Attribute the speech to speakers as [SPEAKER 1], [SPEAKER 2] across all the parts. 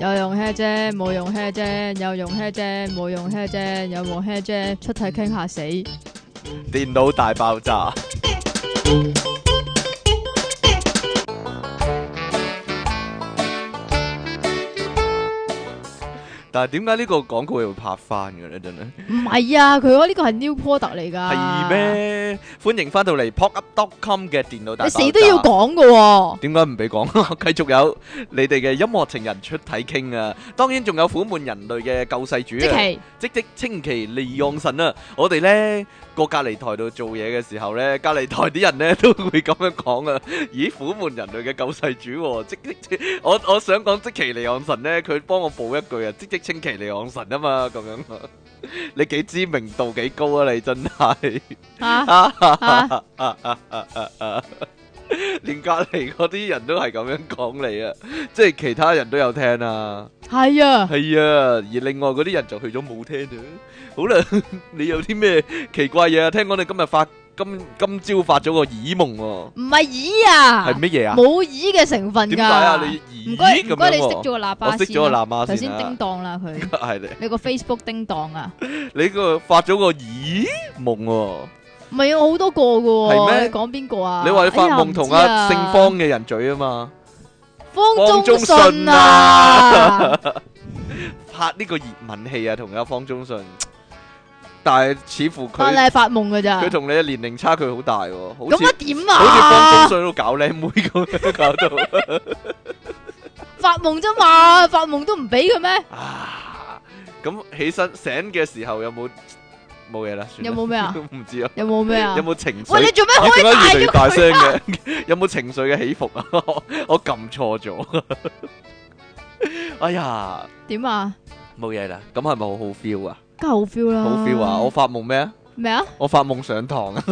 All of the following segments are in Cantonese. [SPEAKER 1] 啫，冇用 hair 啫，有用 hair 啫，冇用 hair 啫，有冇 hair 啫，出體傾下死。
[SPEAKER 2] 電腦大爆炸。但係點解呢個廣告會拍翻嘅咧？真係
[SPEAKER 1] 唔係啊，佢嗰呢個係 new product 嚟㗎。
[SPEAKER 2] 係？咩？歡迎翻到嚟 popup.com 嘅電腦大爆炸。
[SPEAKER 1] 你死都要講㗎喎。
[SPEAKER 2] 點解唔俾講？ 繼續有你哋嘅音樂情人出體傾啊！當然仲有苦悶人類嘅救世主
[SPEAKER 1] 即
[SPEAKER 2] 啊！
[SPEAKER 1] 期
[SPEAKER 2] 即即稱其利用神啊！我哋呢個隔離台度做嘢嘅時候呢，隔離台啲人呢都會咁樣講啊！咦，苦悶人類嘅救世主喎、 即即即我我想講即其利用神呢，佢幫我補一句啊！即即稱其利用神啊嘛，咁樣 啊！你幾知名度幾高啊！你真係
[SPEAKER 1] 啊
[SPEAKER 2] 啊！
[SPEAKER 1] 啊，
[SPEAKER 2] 連隔離嗰啲人都係咁樣講你啊！即係其他人都有聽啊！
[SPEAKER 1] 係 啊，
[SPEAKER 2] 系啊，而另外嗰啲人就去咗冇聽啦。 好啦，你有啲咩奇怪嘢啊？聽講你今日發今今朝發咗個耳夢喎，
[SPEAKER 1] 唔係耳啊，
[SPEAKER 2] 係乜嘢啊？
[SPEAKER 1] 冇耳嘅成分㗎。
[SPEAKER 2] 點解啊？
[SPEAKER 1] 唔
[SPEAKER 2] 你耳
[SPEAKER 1] 該
[SPEAKER 2] 咁
[SPEAKER 1] 唔該，你
[SPEAKER 2] 樣
[SPEAKER 1] 熄
[SPEAKER 2] 喎
[SPEAKER 1] 咗個喇
[SPEAKER 2] 我
[SPEAKER 1] 叭
[SPEAKER 2] 熄咗個
[SPEAKER 1] 先啊。
[SPEAKER 2] 喇叭
[SPEAKER 1] 頭
[SPEAKER 2] 先
[SPEAKER 1] 先叮
[SPEAKER 2] 啊！
[SPEAKER 1] 當啦佢，
[SPEAKER 2] 係你
[SPEAKER 1] 你個 Facebook 叮當啊。
[SPEAKER 2] 你個發咗個耳夢喎，
[SPEAKER 1] 唔係啊，我好多個㗎
[SPEAKER 2] 係咩
[SPEAKER 1] 喎。你講邊個啊？
[SPEAKER 2] 你話你發
[SPEAKER 1] 哎呀
[SPEAKER 2] 夢同
[SPEAKER 1] 唔知啊
[SPEAKER 2] 阿姓方嘅人嘴啊嘛，
[SPEAKER 1] 方中
[SPEAKER 2] 方中信
[SPEAKER 1] 信啊，
[SPEAKER 2] 拍呢個熱吻戲啊，同阿方中信，但係似乎
[SPEAKER 1] 但你
[SPEAKER 2] 佢
[SPEAKER 1] 係發夢㗎咋
[SPEAKER 2] 佢？同你嘅年齡差距好大喎，好
[SPEAKER 1] 咁
[SPEAKER 2] 似
[SPEAKER 1] 啊點
[SPEAKER 2] 好似方中
[SPEAKER 1] 啊？
[SPEAKER 2] 信都搞靚妹咁樣搞到。
[SPEAKER 1] 發夢啫嘛，發夢都唔俾嘅咩？
[SPEAKER 2] 啊，咁起身醒嘅時候有冇冇嘢啦？算
[SPEAKER 1] 有
[SPEAKER 2] 啦
[SPEAKER 1] 冇咩啊
[SPEAKER 2] 唔知啊，
[SPEAKER 1] 有冇咩啊
[SPEAKER 2] 有？冇情緒？
[SPEAKER 1] 喂，你做咩
[SPEAKER 2] 咦
[SPEAKER 1] 開
[SPEAKER 2] 點解越嚟越
[SPEAKER 1] 大
[SPEAKER 2] 大
[SPEAKER 1] 咗
[SPEAKER 2] 聲
[SPEAKER 1] 佢啊？
[SPEAKER 2] 嘅？ 有冇情緒嘅起伏啊？ 我我撳錯咗。 哎呀，
[SPEAKER 1] 點啊？
[SPEAKER 2] 冇嘢啦。咁係咪好好 feel 啊？
[SPEAKER 1] 梗係好 feel 啦，
[SPEAKER 2] 好 feel 啊！我發夢咩啊？
[SPEAKER 1] 咩啊？
[SPEAKER 2] 我發夢上堂啊，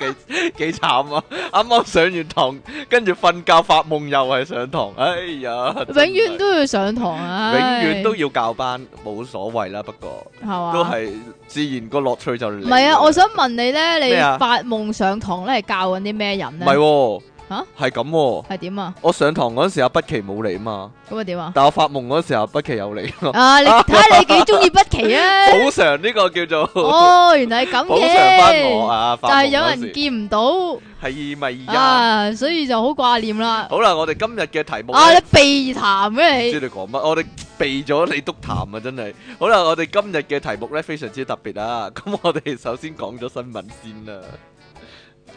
[SPEAKER 2] 幾幾慘啊！啱啱上完堂，跟住瞓覺發夢又係上堂，哎呀！
[SPEAKER 1] 永
[SPEAKER 2] 真係
[SPEAKER 1] 遠都要上堂啊！
[SPEAKER 2] 永遠都要教班，冇所謂啦。不過。
[SPEAKER 1] 係嘛？
[SPEAKER 2] 都係自然個樂趣就
[SPEAKER 1] 啊
[SPEAKER 2] 嚟
[SPEAKER 1] 唔
[SPEAKER 2] 㗎啦。
[SPEAKER 1] 係啊？我想問你咧，你
[SPEAKER 2] 咩啊
[SPEAKER 1] 發夢上堂咧係教緊啲咩人
[SPEAKER 2] 唔
[SPEAKER 1] 咧？
[SPEAKER 2] 係喎，
[SPEAKER 1] 嚇
[SPEAKER 2] 係咁喎。
[SPEAKER 1] 係點啊？
[SPEAKER 2] 我上堂嗰陣時阿北奇冇嚟啊嘛，
[SPEAKER 1] 咁啊點啊？
[SPEAKER 2] 但我發夢嗰陣時阿北奇有嚟咯。
[SPEAKER 1] 啊！ 你睇下你幾中意不奇啊？
[SPEAKER 2] 補償呢個叫做
[SPEAKER 1] 哦，原來係咁
[SPEAKER 2] 補償翻
[SPEAKER 1] 嘅，
[SPEAKER 2] 我啊！
[SPEAKER 1] 就
[SPEAKER 2] 發
[SPEAKER 1] 係
[SPEAKER 2] 夢
[SPEAKER 1] 有
[SPEAKER 2] 嗰
[SPEAKER 1] 人
[SPEAKER 2] 時
[SPEAKER 1] 見唔到
[SPEAKER 2] 係咪呀？
[SPEAKER 1] 啊，所以就好掛念啦。
[SPEAKER 2] 好啦，我哋今日嘅題目
[SPEAKER 1] 啊，
[SPEAKER 2] 呢
[SPEAKER 1] 你避談
[SPEAKER 2] 唔
[SPEAKER 1] 嘅
[SPEAKER 2] 知
[SPEAKER 1] 你，
[SPEAKER 2] 你講乜，我哋避咗你督痰啊！真係。好啦，我哋今日嘅題目咧非常之特別啊！咁我哋首先講咗新聞先啦。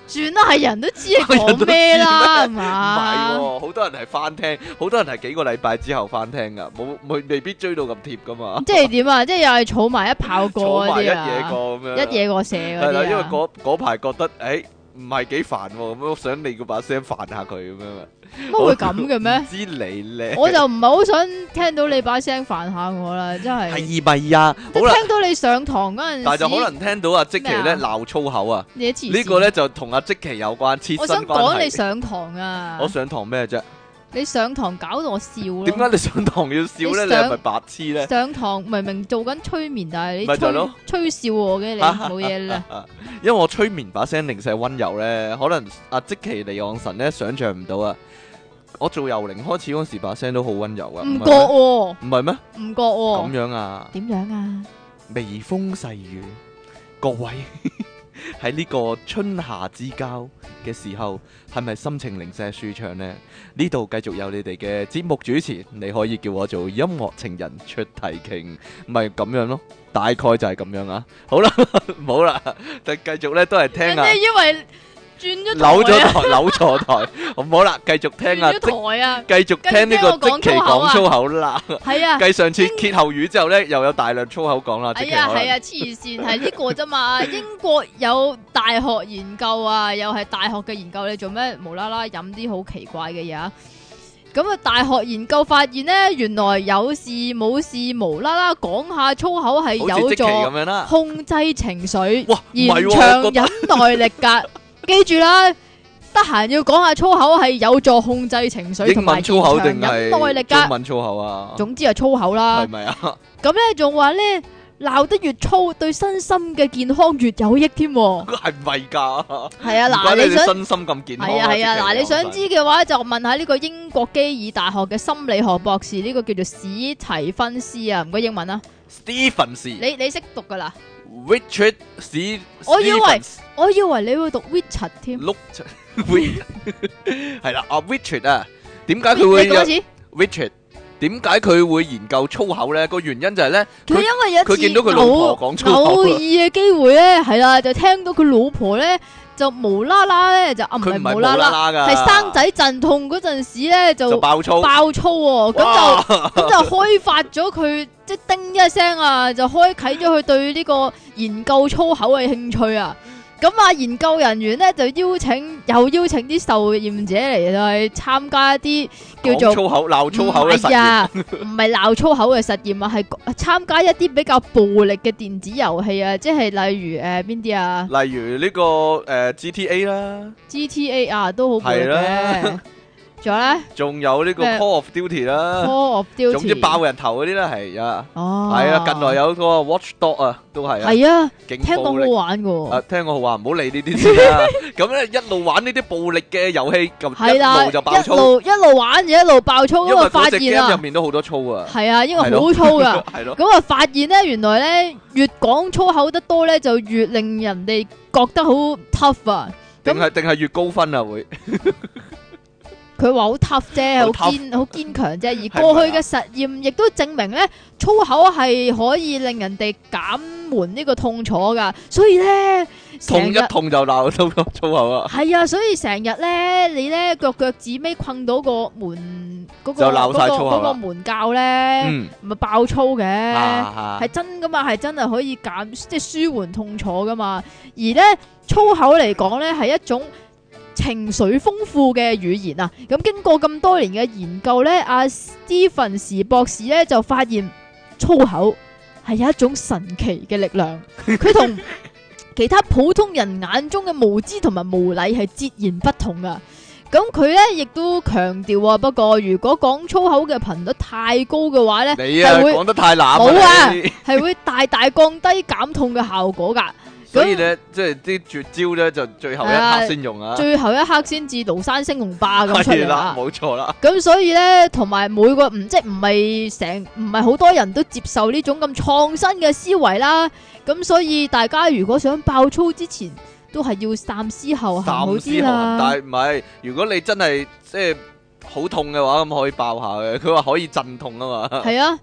[SPEAKER 1] 算啦，係人都知你
[SPEAKER 2] 人都
[SPEAKER 1] 講
[SPEAKER 2] 知
[SPEAKER 1] 咩啦，係
[SPEAKER 2] 唔係
[SPEAKER 1] 嘛？
[SPEAKER 2] 喎，好多人係翻聽，好多人係幾個禮拜之後翻聽噶，冇冇未必追到咁貼噶嘛，
[SPEAKER 1] 即係點啊？即係又係儲埋一炮
[SPEAKER 2] 坐
[SPEAKER 1] 過嗰
[SPEAKER 2] 埋一
[SPEAKER 1] 啲
[SPEAKER 2] 嘢
[SPEAKER 1] 啊，
[SPEAKER 2] 過咁樣，
[SPEAKER 1] 一嘢過射
[SPEAKER 2] 係
[SPEAKER 1] 嗰
[SPEAKER 2] 啦，因為
[SPEAKER 1] 啲啊。
[SPEAKER 2] 嗰嗰排覺得誒唔係幾煩喎，咁我想你嗰把聲煩下佢咁樣啊，
[SPEAKER 1] 乜會咁嘅
[SPEAKER 2] 唔
[SPEAKER 1] 咩？
[SPEAKER 2] 知你咧，
[SPEAKER 1] 我就唔係好想聽到你把聲煩下我啦，真係。
[SPEAKER 2] 係咪呀？
[SPEAKER 1] 即
[SPEAKER 2] 好啦
[SPEAKER 1] 係，聽到你上堂嗰陣時，
[SPEAKER 2] 但係就可能聽到阿積淇
[SPEAKER 1] 咩
[SPEAKER 2] 咧
[SPEAKER 1] 啊
[SPEAKER 2] 鬧粗口啊，
[SPEAKER 1] 你黐線
[SPEAKER 2] 呢個，咧就同阿積淇有關，切
[SPEAKER 1] 我
[SPEAKER 2] 身
[SPEAKER 1] 想
[SPEAKER 2] 關
[SPEAKER 1] 講你
[SPEAKER 2] 係。
[SPEAKER 1] 上堂啊
[SPEAKER 2] 我，上堂咩啫？
[SPEAKER 1] 你上堂搞到我笑咯。
[SPEAKER 2] 點解你上堂要笑咧？
[SPEAKER 1] 你
[SPEAKER 2] 你係
[SPEAKER 1] 上
[SPEAKER 2] 咪白痴咧？
[SPEAKER 1] 上堂明明做緊催眠，但係你
[SPEAKER 2] 咪就係
[SPEAKER 1] 吹
[SPEAKER 2] 咯
[SPEAKER 1] 吹笑我 嘅你，冇嘢啦。
[SPEAKER 2] 因為我催眠把聲零舍温柔咧，可能阿即其尼昂神咧想象唔到啊！我做游靈開始嗰時把聲都好温柔啊，
[SPEAKER 1] 唔
[SPEAKER 2] 係
[SPEAKER 1] 覺哦喎，
[SPEAKER 2] 咩唔係咩？
[SPEAKER 1] 唔覺
[SPEAKER 2] 咁
[SPEAKER 1] 喎，
[SPEAKER 2] 樣啊，
[SPEAKER 1] 點樣啊？
[SPEAKER 2] 微風細雨，各位 喺呢個春夏之交嘅時候，係咪心情零舍舒暢呢？呢度繼續有你哋嘅節目主持，你可以叫我做音樂情人出題傾，咪咁樣咯，大概就係咁樣啊。好啦， 唔好啦，就繼續咧都係聽
[SPEAKER 1] 人
[SPEAKER 2] 啊
[SPEAKER 1] 哋。以為轉咗
[SPEAKER 2] 扭咗
[SPEAKER 1] 台啊，
[SPEAKER 2] 台，扭錯台，唔好啦，繼續聽啊，
[SPEAKER 1] 轉
[SPEAKER 2] 即
[SPEAKER 1] 咗台啊，
[SPEAKER 2] 繼續聽呢個即期講粗口啦。
[SPEAKER 1] 係啊，
[SPEAKER 2] 繼上次歇後語之後咧，又有大量粗口講啦，即
[SPEAKER 1] 係
[SPEAKER 2] 期
[SPEAKER 1] 啊，
[SPEAKER 2] 可
[SPEAKER 1] 係
[SPEAKER 2] 能
[SPEAKER 1] 啊，黐線係呢個啫嘛。英國有大學研究啊，又係大學嘅研究，你做咩無啦啦飲啲好奇怪嘅嘢啊？咁啊，大學研究發現呢，原來有事冇事無啦啦講下粗口係
[SPEAKER 2] 好似
[SPEAKER 1] 有
[SPEAKER 2] 即期
[SPEAKER 1] 助。
[SPEAKER 2] 咁樣啦。
[SPEAKER 1] 控制情緒，
[SPEAKER 2] 哇，唔
[SPEAKER 1] 延
[SPEAKER 2] 係喎，
[SPEAKER 1] 長
[SPEAKER 2] 我覺
[SPEAKER 1] 忍耐力噶。 記住啦，得閒要講下粗口係有助控制情緒
[SPEAKER 2] 得
[SPEAKER 1] 同
[SPEAKER 2] 英
[SPEAKER 1] 埋
[SPEAKER 2] 文
[SPEAKER 1] 延
[SPEAKER 2] 粗口定
[SPEAKER 1] 長忍耐力
[SPEAKER 2] 係中
[SPEAKER 1] 噶。
[SPEAKER 2] à. 文粗口啊？à,
[SPEAKER 1] 總之係粗口啦
[SPEAKER 2] 係。咪啊？
[SPEAKER 1] 咁咧仲話咧鬧得越粗，對身心嘅健康越有益添喎。
[SPEAKER 2] 係咪㗎？
[SPEAKER 1] 係啊，
[SPEAKER 2] 唔怪
[SPEAKER 1] 嗱，
[SPEAKER 2] 得
[SPEAKER 1] 你
[SPEAKER 2] 你
[SPEAKER 1] 想
[SPEAKER 2] 身心咁健康
[SPEAKER 1] 係啊係啊，
[SPEAKER 2] 即係
[SPEAKER 1] 嗱，你想知
[SPEAKER 2] 講
[SPEAKER 1] 嘅話就問下呢個英國基爾大學嘅心理學博士，呢、個叫做史提芬斯啊，唔該英文啊，
[SPEAKER 2] Stephen 是
[SPEAKER 1] 你你識讀噶啦，
[SPEAKER 2] Richard 是，
[SPEAKER 1] 我以為
[SPEAKER 2] Stephens
[SPEAKER 1] 我以為你會讀 Richard 添，
[SPEAKER 2] 碌 Ri- 係啦，阿 ờ, Richard à. 啊，點解
[SPEAKER 1] 你
[SPEAKER 2] 佢會
[SPEAKER 1] 你講一次，
[SPEAKER 2] 有 Richard？點解佢會研究粗口咧？個原因就係咧，
[SPEAKER 1] 佢因
[SPEAKER 2] 佢
[SPEAKER 1] 為有一次
[SPEAKER 2] 佢見到佢老婆講粗口啊
[SPEAKER 1] 偶偶爾嘅機會咧，係啦、就聽到佢老婆咧就無啦啦咧就啊唔
[SPEAKER 2] 佢唔係
[SPEAKER 1] 係
[SPEAKER 2] 無
[SPEAKER 1] 無
[SPEAKER 2] 啦
[SPEAKER 1] 啦啦，
[SPEAKER 2] 啦㗎，
[SPEAKER 1] 係生仔陣痛嗰陣時咧
[SPEAKER 2] 就
[SPEAKER 1] 就
[SPEAKER 2] 爆粗，
[SPEAKER 1] 爆粗喎、咁就。
[SPEAKER 2] 哇
[SPEAKER 1] 咁就開發咗佢，即係叮一聲啊，就開啟咗佢對呢個研究粗口嘅興趣啊！咁啊，研究人員咧就邀請，又邀請啲受驗者嚟去參加一啲叫
[SPEAKER 2] 講
[SPEAKER 1] 做
[SPEAKER 2] 粗口鬧粗口嘅實
[SPEAKER 1] 唔係
[SPEAKER 2] 驗，
[SPEAKER 1] 啊，唔係鬧粗口嘅實驗啊，係參加一啲比較暴力嘅電子遊戲啊，即係例如誒邊啲啊
[SPEAKER 2] 例如呢個誒 GTA 啦，
[SPEAKER 1] GTA 啊都好暴力
[SPEAKER 2] 係啦
[SPEAKER 1] 嘅，仲有 咧
[SPEAKER 2] 仲有呢個
[SPEAKER 1] 咩
[SPEAKER 2] Call of Duty 啦，
[SPEAKER 1] Call of Duty，
[SPEAKER 2] 啊總之爆人頭嗰啲啦，係啊，
[SPEAKER 1] 哦，
[SPEAKER 2] 係啊，近來有個 Watch Dog 啊，都係啊，
[SPEAKER 1] 係啊，聽
[SPEAKER 2] 勁
[SPEAKER 1] 講
[SPEAKER 2] 暴
[SPEAKER 1] 好
[SPEAKER 2] 力。
[SPEAKER 1] 玩嘅喎
[SPEAKER 2] 啊，。聽我話唔好理呢啲先 啦。咁咧一路玩呢啲暴力嘅遊戲，咁
[SPEAKER 1] 系
[SPEAKER 2] 一
[SPEAKER 1] 啦，
[SPEAKER 2] 路就爆
[SPEAKER 1] 一
[SPEAKER 2] 粗，
[SPEAKER 1] 路一路玩住一路爆粗，
[SPEAKER 2] 因
[SPEAKER 1] 咁
[SPEAKER 2] 為
[SPEAKER 1] 啊發
[SPEAKER 2] 嗰只
[SPEAKER 1] 現
[SPEAKER 2] game 入
[SPEAKER 1] 啊，
[SPEAKER 2] 面都好多粗啊，
[SPEAKER 1] 係啊，因為
[SPEAKER 2] 係咯
[SPEAKER 1] 好粗 噶，
[SPEAKER 2] 係咯，
[SPEAKER 1] 咁啊發現咧，原來咧越講粗口得多咧，就越令人哋覺得好 tough 啊。
[SPEAKER 2] 定係定係越高分啊會，
[SPEAKER 1] 佢話好 tough 啫，
[SPEAKER 2] 好
[SPEAKER 1] 好
[SPEAKER 2] tough
[SPEAKER 1] 堅好堅強啫。
[SPEAKER 2] 係咪啊
[SPEAKER 1] 而過去嘅實驗亦都證明咧，粗口係可以令人哋減緩呢個痛楚噶，所以咧
[SPEAKER 2] 痛
[SPEAKER 1] 成
[SPEAKER 2] 一
[SPEAKER 1] 日。
[SPEAKER 2] 痛就鬧粗粗口啊，
[SPEAKER 1] 系啊，所以成日咧，你咧腳腳趾尾困到個門嗰、個
[SPEAKER 2] 就鬧晒
[SPEAKER 1] 嗰個
[SPEAKER 2] 粗口
[SPEAKER 1] 嗰
[SPEAKER 2] 啦
[SPEAKER 1] 個門教咧，
[SPEAKER 2] 嗯，
[SPEAKER 1] 咪爆粗嘅，係、
[SPEAKER 2] 啊
[SPEAKER 1] 真噶嘛，係真係可以減即係舒緩痛楚噶嘛。而咧粗口嚟講咧係一種情緒豐富嘅語言啊。咁經過咁多年嘅研究咧，阿、斯蒂芬士博士咧就發現粗口係有一種神奇嘅力量，佢同其他普通人眼中嘅無知同埋無禮係截然不同噶。咁佢咧亦都強調啊，不過如果講粗口嘅頻率太高嘅話咧，
[SPEAKER 2] 你啊
[SPEAKER 1] 係會
[SPEAKER 2] 講得太濫啊
[SPEAKER 1] 冇啊
[SPEAKER 2] 你
[SPEAKER 1] 係會大大降低減痛嘅效果㗎。
[SPEAKER 2] 所以咧即係啲絕招咧就最後一刻先用啊，
[SPEAKER 1] 最後一刻先至廬山升龍霸咁出
[SPEAKER 2] 係
[SPEAKER 1] 嚟
[SPEAKER 2] 啦
[SPEAKER 1] 啦，。
[SPEAKER 2] 冇錯啦，
[SPEAKER 1] 咁所以咧，同埋每個唔即係唔係成唔係好多人都接受呢種咁創新嘅思維啦。咁所以大家如果想爆粗之前，都係要三思後行好
[SPEAKER 2] 三思
[SPEAKER 1] 啲
[SPEAKER 2] 後行，但
[SPEAKER 1] 啦。
[SPEAKER 2] 係唔係如果你真係即係好痛嘅話，咁可以爆下嘅，佢話可以鎮痛啊嘛，
[SPEAKER 1] 係啊，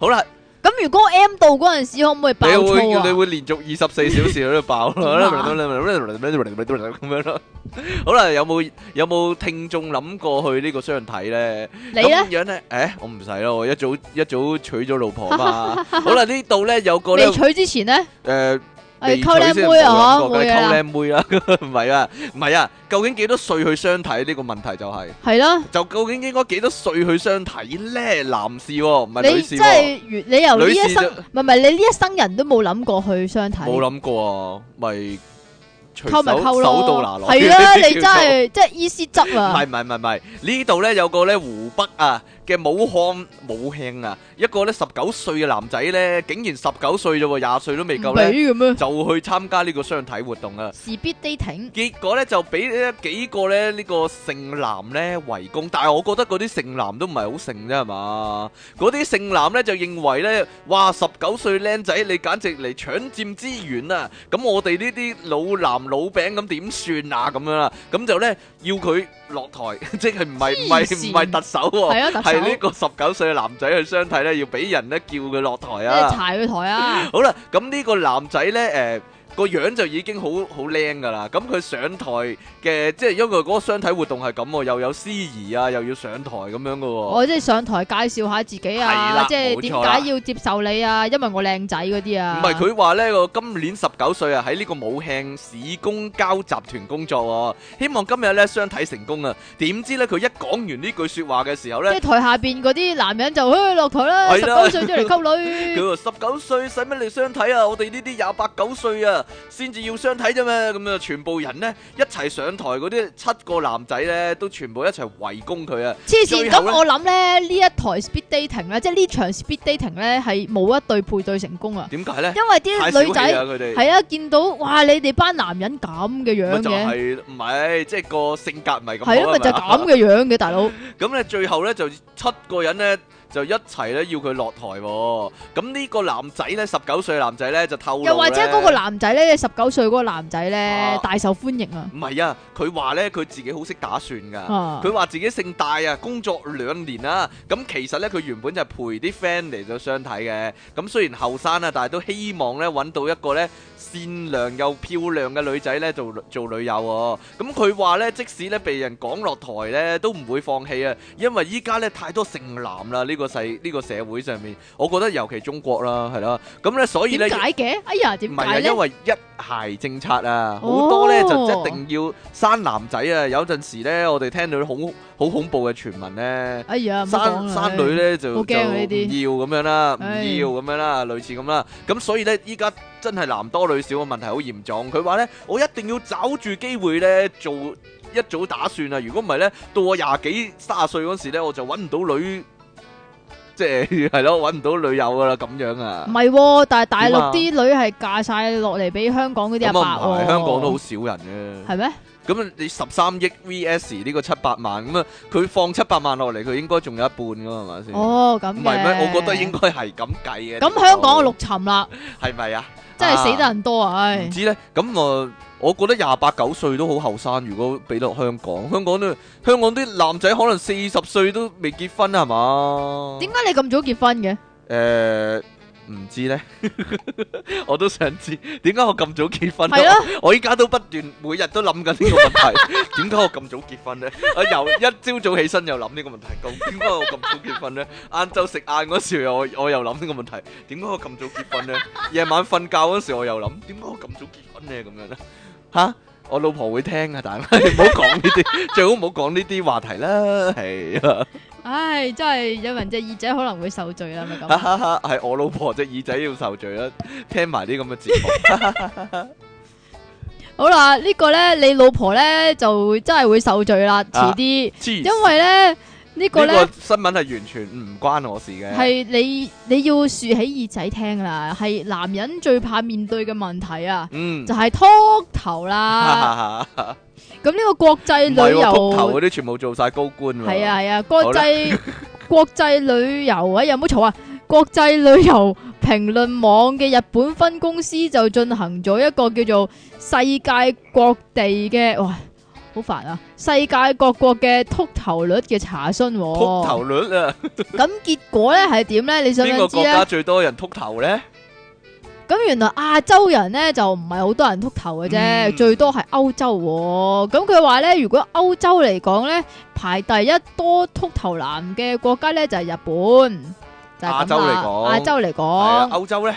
[SPEAKER 2] 好啦。
[SPEAKER 1] 咁如果 M 度嗰陣時，可唔可以爆
[SPEAKER 2] 你
[SPEAKER 1] 粗
[SPEAKER 2] 會
[SPEAKER 1] 啊
[SPEAKER 2] 你？會連續二十四小時喺度爆 咯，
[SPEAKER 1] 點啊
[SPEAKER 2] 咁樣咯。好啦，有冇有冇聽眾諗過去呢個相睇咧？
[SPEAKER 1] 你啊咧
[SPEAKER 2] 咁樣咧？誒，我唔使咯，我一早一早娶咗老婆 嘛。好啦，呢度咧有個咧
[SPEAKER 1] 未娶之前咧，
[SPEAKER 2] 誒，
[SPEAKER 1] 係
[SPEAKER 2] 未
[SPEAKER 1] 溝
[SPEAKER 2] 娶
[SPEAKER 1] 靚
[SPEAKER 2] 先冇
[SPEAKER 1] 妹啊，
[SPEAKER 2] 諗
[SPEAKER 1] 嗬
[SPEAKER 2] 過
[SPEAKER 1] 冇
[SPEAKER 2] 嘅
[SPEAKER 1] 嘢
[SPEAKER 2] 溝
[SPEAKER 1] 啦，
[SPEAKER 2] 靚妹啦，唔係啊， 唔係啊，究竟幾多歲去相睇呢個問題就係，
[SPEAKER 1] 係啦。
[SPEAKER 2] 就究竟應該幾多歲去相睇咧？男士喎，唔係啊女
[SPEAKER 1] 你
[SPEAKER 2] 士
[SPEAKER 1] 真
[SPEAKER 2] 喎，
[SPEAKER 1] 係如你由呢
[SPEAKER 2] 女
[SPEAKER 1] 一
[SPEAKER 2] 士
[SPEAKER 1] 生
[SPEAKER 2] 就。
[SPEAKER 1] 唔係唔係，你呢一生人都冇諗過去相睇，
[SPEAKER 2] 冇諗過啊，咪隨
[SPEAKER 1] 溝咪
[SPEAKER 2] 手
[SPEAKER 1] 溝
[SPEAKER 2] 手到拿
[SPEAKER 1] 咯，
[SPEAKER 2] 來。
[SPEAKER 1] 係啊，你
[SPEAKER 2] 叫
[SPEAKER 1] 真
[SPEAKER 2] 做
[SPEAKER 1] 係即係醫師執
[SPEAKER 2] 唔係
[SPEAKER 1] 啊，
[SPEAKER 2] 唔係唔係唔係，呢度咧有個咧湖北啊嘅武漢武慶啊，一個咧十九歲嘅男仔咧，竟然十九歲啫喎，廿歲都未夠
[SPEAKER 1] 唔
[SPEAKER 2] 咧，
[SPEAKER 1] 俾咁樣，
[SPEAKER 2] 就去參加呢個相體活動啊！
[SPEAKER 1] 時必 dating
[SPEAKER 2] 結果咧就俾呢幾個咧呢個剩男咧圍攻，但係我覺得嗰啲剩男都唔係好剩啫係嘛？嗰啲剩男咧就認為咧，哇十九歲僆仔你簡直嚟搶佔資源啊！咁我哋呢啲老男老餅咁點算啊？咁樣啦，咁就咧要佢落台， 即係唔係唔
[SPEAKER 1] 黐線
[SPEAKER 2] 係唔係特首喎、
[SPEAKER 1] 係啊，特首
[SPEAKER 2] 係呢個十九歲嘅男仔去相睇咧，要俾人咧叫佢落台
[SPEAKER 1] 你
[SPEAKER 2] 啊！
[SPEAKER 1] 柴佢台啊，
[SPEAKER 2] 好啦，咁呢個男仔呢，誒、個樣就已經好好靚噶啦。咁佢上台嘅，即係因為嗰個相睇活動係咁喎，又有司儀啊，又要上台咁樣噶喎。
[SPEAKER 1] 我即係上台介紹下自己
[SPEAKER 2] 係
[SPEAKER 1] 啊
[SPEAKER 2] 啦，
[SPEAKER 1] 即係點
[SPEAKER 2] 冇錯啦
[SPEAKER 1] 解要接受你啊，因為我靚仔嗰啲啊，
[SPEAKER 2] 唔係佢話呢個今年十九歲啊，喺呢個武慶市公交集團工作喎、希望今日呢相睇成功啊！點知呢，佢一講完呢句説話嘅時候呢
[SPEAKER 1] 即係。台下邊嗰啲男人就去落台啦，十
[SPEAKER 2] 係啦
[SPEAKER 1] 九歲出嚟溝女，
[SPEAKER 2] 佢話十九歲使乜嚟相睇啊？我哋呢啲廿八九歲啊，啊，先至要相睇啫嘛。咁啊，全部人呢，一齊上台嗰啲七個男仔呢，都全部一齊圍攻佢啊！
[SPEAKER 1] 黐線，
[SPEAKER 2] 最後
[SPEAKER 1] 咁
[SPEAKER 2] 呢
[SPEAKER 1] 我諗咧呢一台 speed dating 咧，即係呢場 speed dating 咧係冇一對配對成功啊，
[SPEAKER 2] 點解呢？
[SPEAKER 1] 因為啲
[SPEAKER 2] 太小
[SPEAKER 1] 女
[SPEAKER 2] 氣啊！
[SPEAKER 1] 仔
[SPEAKER 2] 佢哋
[SPEAKER 1] 係啊見到哇你哋班男人咁嘅樣
[SPEAKER 2] 咪就
[SPEAKER 1] 嘅，
[SPEAKER 2] 係唔係即係個性格唔係咁好
[SPEAKER 1] 係咯咪就係
[SPEAKER 2] 係啊
[SPEAKER 1] 咁嘅樣嘅大佬，
[SPEAKER 2] 咁咧最後咧就七個人咧就一齊咧要佢落台喎。咁呢個男仔咧，十九歲男仔咧就透露
[SPEAKER 1] 又或者嗰個
[SPEAKER 2] 咧
[SPEAKER 1] 男仔咧十九歲嗰個男仔
[SPEAKER 2] 啊
[SPEAKER 1] 咧大受歡迎啊，
[SPEAKER 2] 唔係啊，佢話咧佢自己好識打算㗎。
[SPEAKER 1] 啊
[SPEAKER 2] 佢話自己姓戴啊，工作兩年啦、咁其實咧，佢原本就係陪啲 friend 嚟咗相睇嘅。咁雖然後生啊，但係都希望咧揾到一個咧善良又漂亮嘅女仔咧做做女友喎、咁佢話咧，即使咧被人趕落台咧，都唔會放棄啊，因為依家咧太多剩男啦，呢、個世呢、個社會上面，我覺得尤其中國啦，係啦。咁咧，所以咧
[SPEAKER 1] 點。解嘅？哎呀點
[SPEAKER 2] 唔係啊，
[SPEAKER 1] 解咧
[SPEAKER 2] 因？為一孩政策啊，好、
[SPEAKER 1] 哦
[SPEAKER 2] 多咧就一定要生男仔啊。有陣時咧，我哋聽到啲好好恐怖嘅傳聞咧，
[SPEAKER 1] 哎呀唔好講
[SPEAKER 2] 生
[SPEAKER 1] 啦
[SPEAKER 2] 生女咧就
[SPEAKER 1] 好
[SPEAKER 2] 就
[SPEAKER 1] 驚啊呢啲
[SPEAKER 2] 唔要咁樣啦，唔
[SPEAKER 1] 唉
[SPEAKER 2] 要咁樣啦，類似咁啦。咁所以咧，依家真係男多女少嘅問題好嚴重。佢話咧，我一定要找住機會咧做一早打算啊！如果唔係咧，到我廿幾卅歲嗰時咧，我就揾唔到女，即係係咯，揾唔到女友噶啦咁樣啊
[SPEAKER 1] 唔。係喎，但係大
[SPEAKER 2] 點啊
[SPEAKER 1] 陸啲女係嫁晒落嚟俾香港嗰啲阿
[SPEAKER 2] 咁
[SPEAKER 1] 伯
[SPEAKER 2] 啊唔係，
[SPEAKER 1] 喎，
[SPEAKER 2] 香港都好少人嘅。
[SPEAKER 1] 係咩？
[SPEAKER 2] 咁啊，你十三億 VS 呢個七百萬，咁啊，佢放七百萬落嚟，佢應該仲有一半噶嘛，係咪先？
[SPEAKER 1] 哦咁
[SPEAKER 2] 唔
[SPEAKER 1] 嘅。
[SPEAKER 2] 係咩？我覺得應該係咁計嘅。哦
[SPEAKER 1] 咁香港嘅陸沉啦，
[SPEAKER 2] 係咪啊？
[SPEAKER 1] 真係死得
[SPEAKER 2] 啊
[SPEAKER 1] 人多啊！唉
[SPEAKER 2] 唔，知咧，咁我我覺得廿八九歲都好後生。如果俾落香港，香港都香港啲男仔可能四十歲都未結婚係嘛？
[SPEAKER 1] 點解你咁早結婚嘅？
[SPEAKER 2] 誒，唔知咧， 我都想知點解我咁早結婚啊
[SPEAKER 1] 係咯，
[SPEAKER 2] 我依家都不斷每日都諗緊呢個問題， 點解我咁早結婚呢？我由一朝早起身又諗呢個問題，究竟點解我咁早結婚呢？晏晝食晏嗰時又我我又諗呢個問題，點解我咁早結婚呢？夜晚瞓覺嗰時我又諗，點解我咁早結婚呢？咁樣咧，吓我老婆會聽啊，但係 唔好講呢啲，最好唔好講呢啲話題啦，係啊。
[SPEAKER 1] 唉，真係有人隻耳仔可能會受罪啦，咪
[SPEAKER 2] 哈
[SPEAKER 1] 咁。
[SPEAKER 2] 哈哈，係我老婆隻耳仔要受罪啦，聽埋啲咁嘅節目，
[SPEAKER 1] 好啦，呢個咧，你老婆咧就會真係會受罪啦，遲啲，
[SPEAKER 2] 黐
[SPEAKER 1] 因為咧呢個
[SPEAKER 2] 線啊呢
[SPEAKER 1] 咧
[SPEAKER 2] 個新聞係完全唔關我事嘅，
[SPEAKER 1] 係你你要豎起耳仔聽啦，係男人最怕面對嘅問題啊，
[SPEAKER 2] 嗯
[SPEAKER 1] 就，啊係秃頭啦。
[SPEAKER 2] 哈哈哈
[SPEAKER 1] 咁呢個國際
[SPEAKER 2] 唔
[SPEAKER 1] 旅
[SPEAKER 2] 係喎，禿頭
[SPEAKER 1] 遊
[SPEAKER 2] 嗰啲全部做晒高官喎，
[SPEAKER 1] 係啊係啊，國際國際旅遊啊，有冇嘈啊？國際旅遊評論網嘅日本分公司就進行咗一個叫做世界各地嘅，哇，好煩啊！世界各國嘅秃頭率嘅查詢、
[SPEAKER 2] 禿
[SPEAKER 1] 喎，
[SPEAKER 2] 頭率啊，
[SPEAKER 1] 咁結果咧係點咧？你想唔
[SPEAKER 2] 邊個
[SPEAKER 1] 想知
[SPEAKER 2] 國
[SPEAKER 1] 咧
[SPEAKER 2] 家？最多人禿頭咧？
[SPEAKER 1] 咁原來亞洲人咧就唔係好多人秃頭嘅啫，
[SPEAKER 2] 嗯
[SPEAKER 1] 最多係歐洲、喎。咁佢話咧，如果歐洲嚟講咧，排第一多秃頭男嘅國家咧就係、日本。就係咁啦
[SPEAKER 2] 亞洲嚟講
[SPEAKER 1] 亞洲嚟
[SPEAKER 2] 係啊，
[SPEAKER 1] 講，
[SPEAKER 2] 歐洲咧，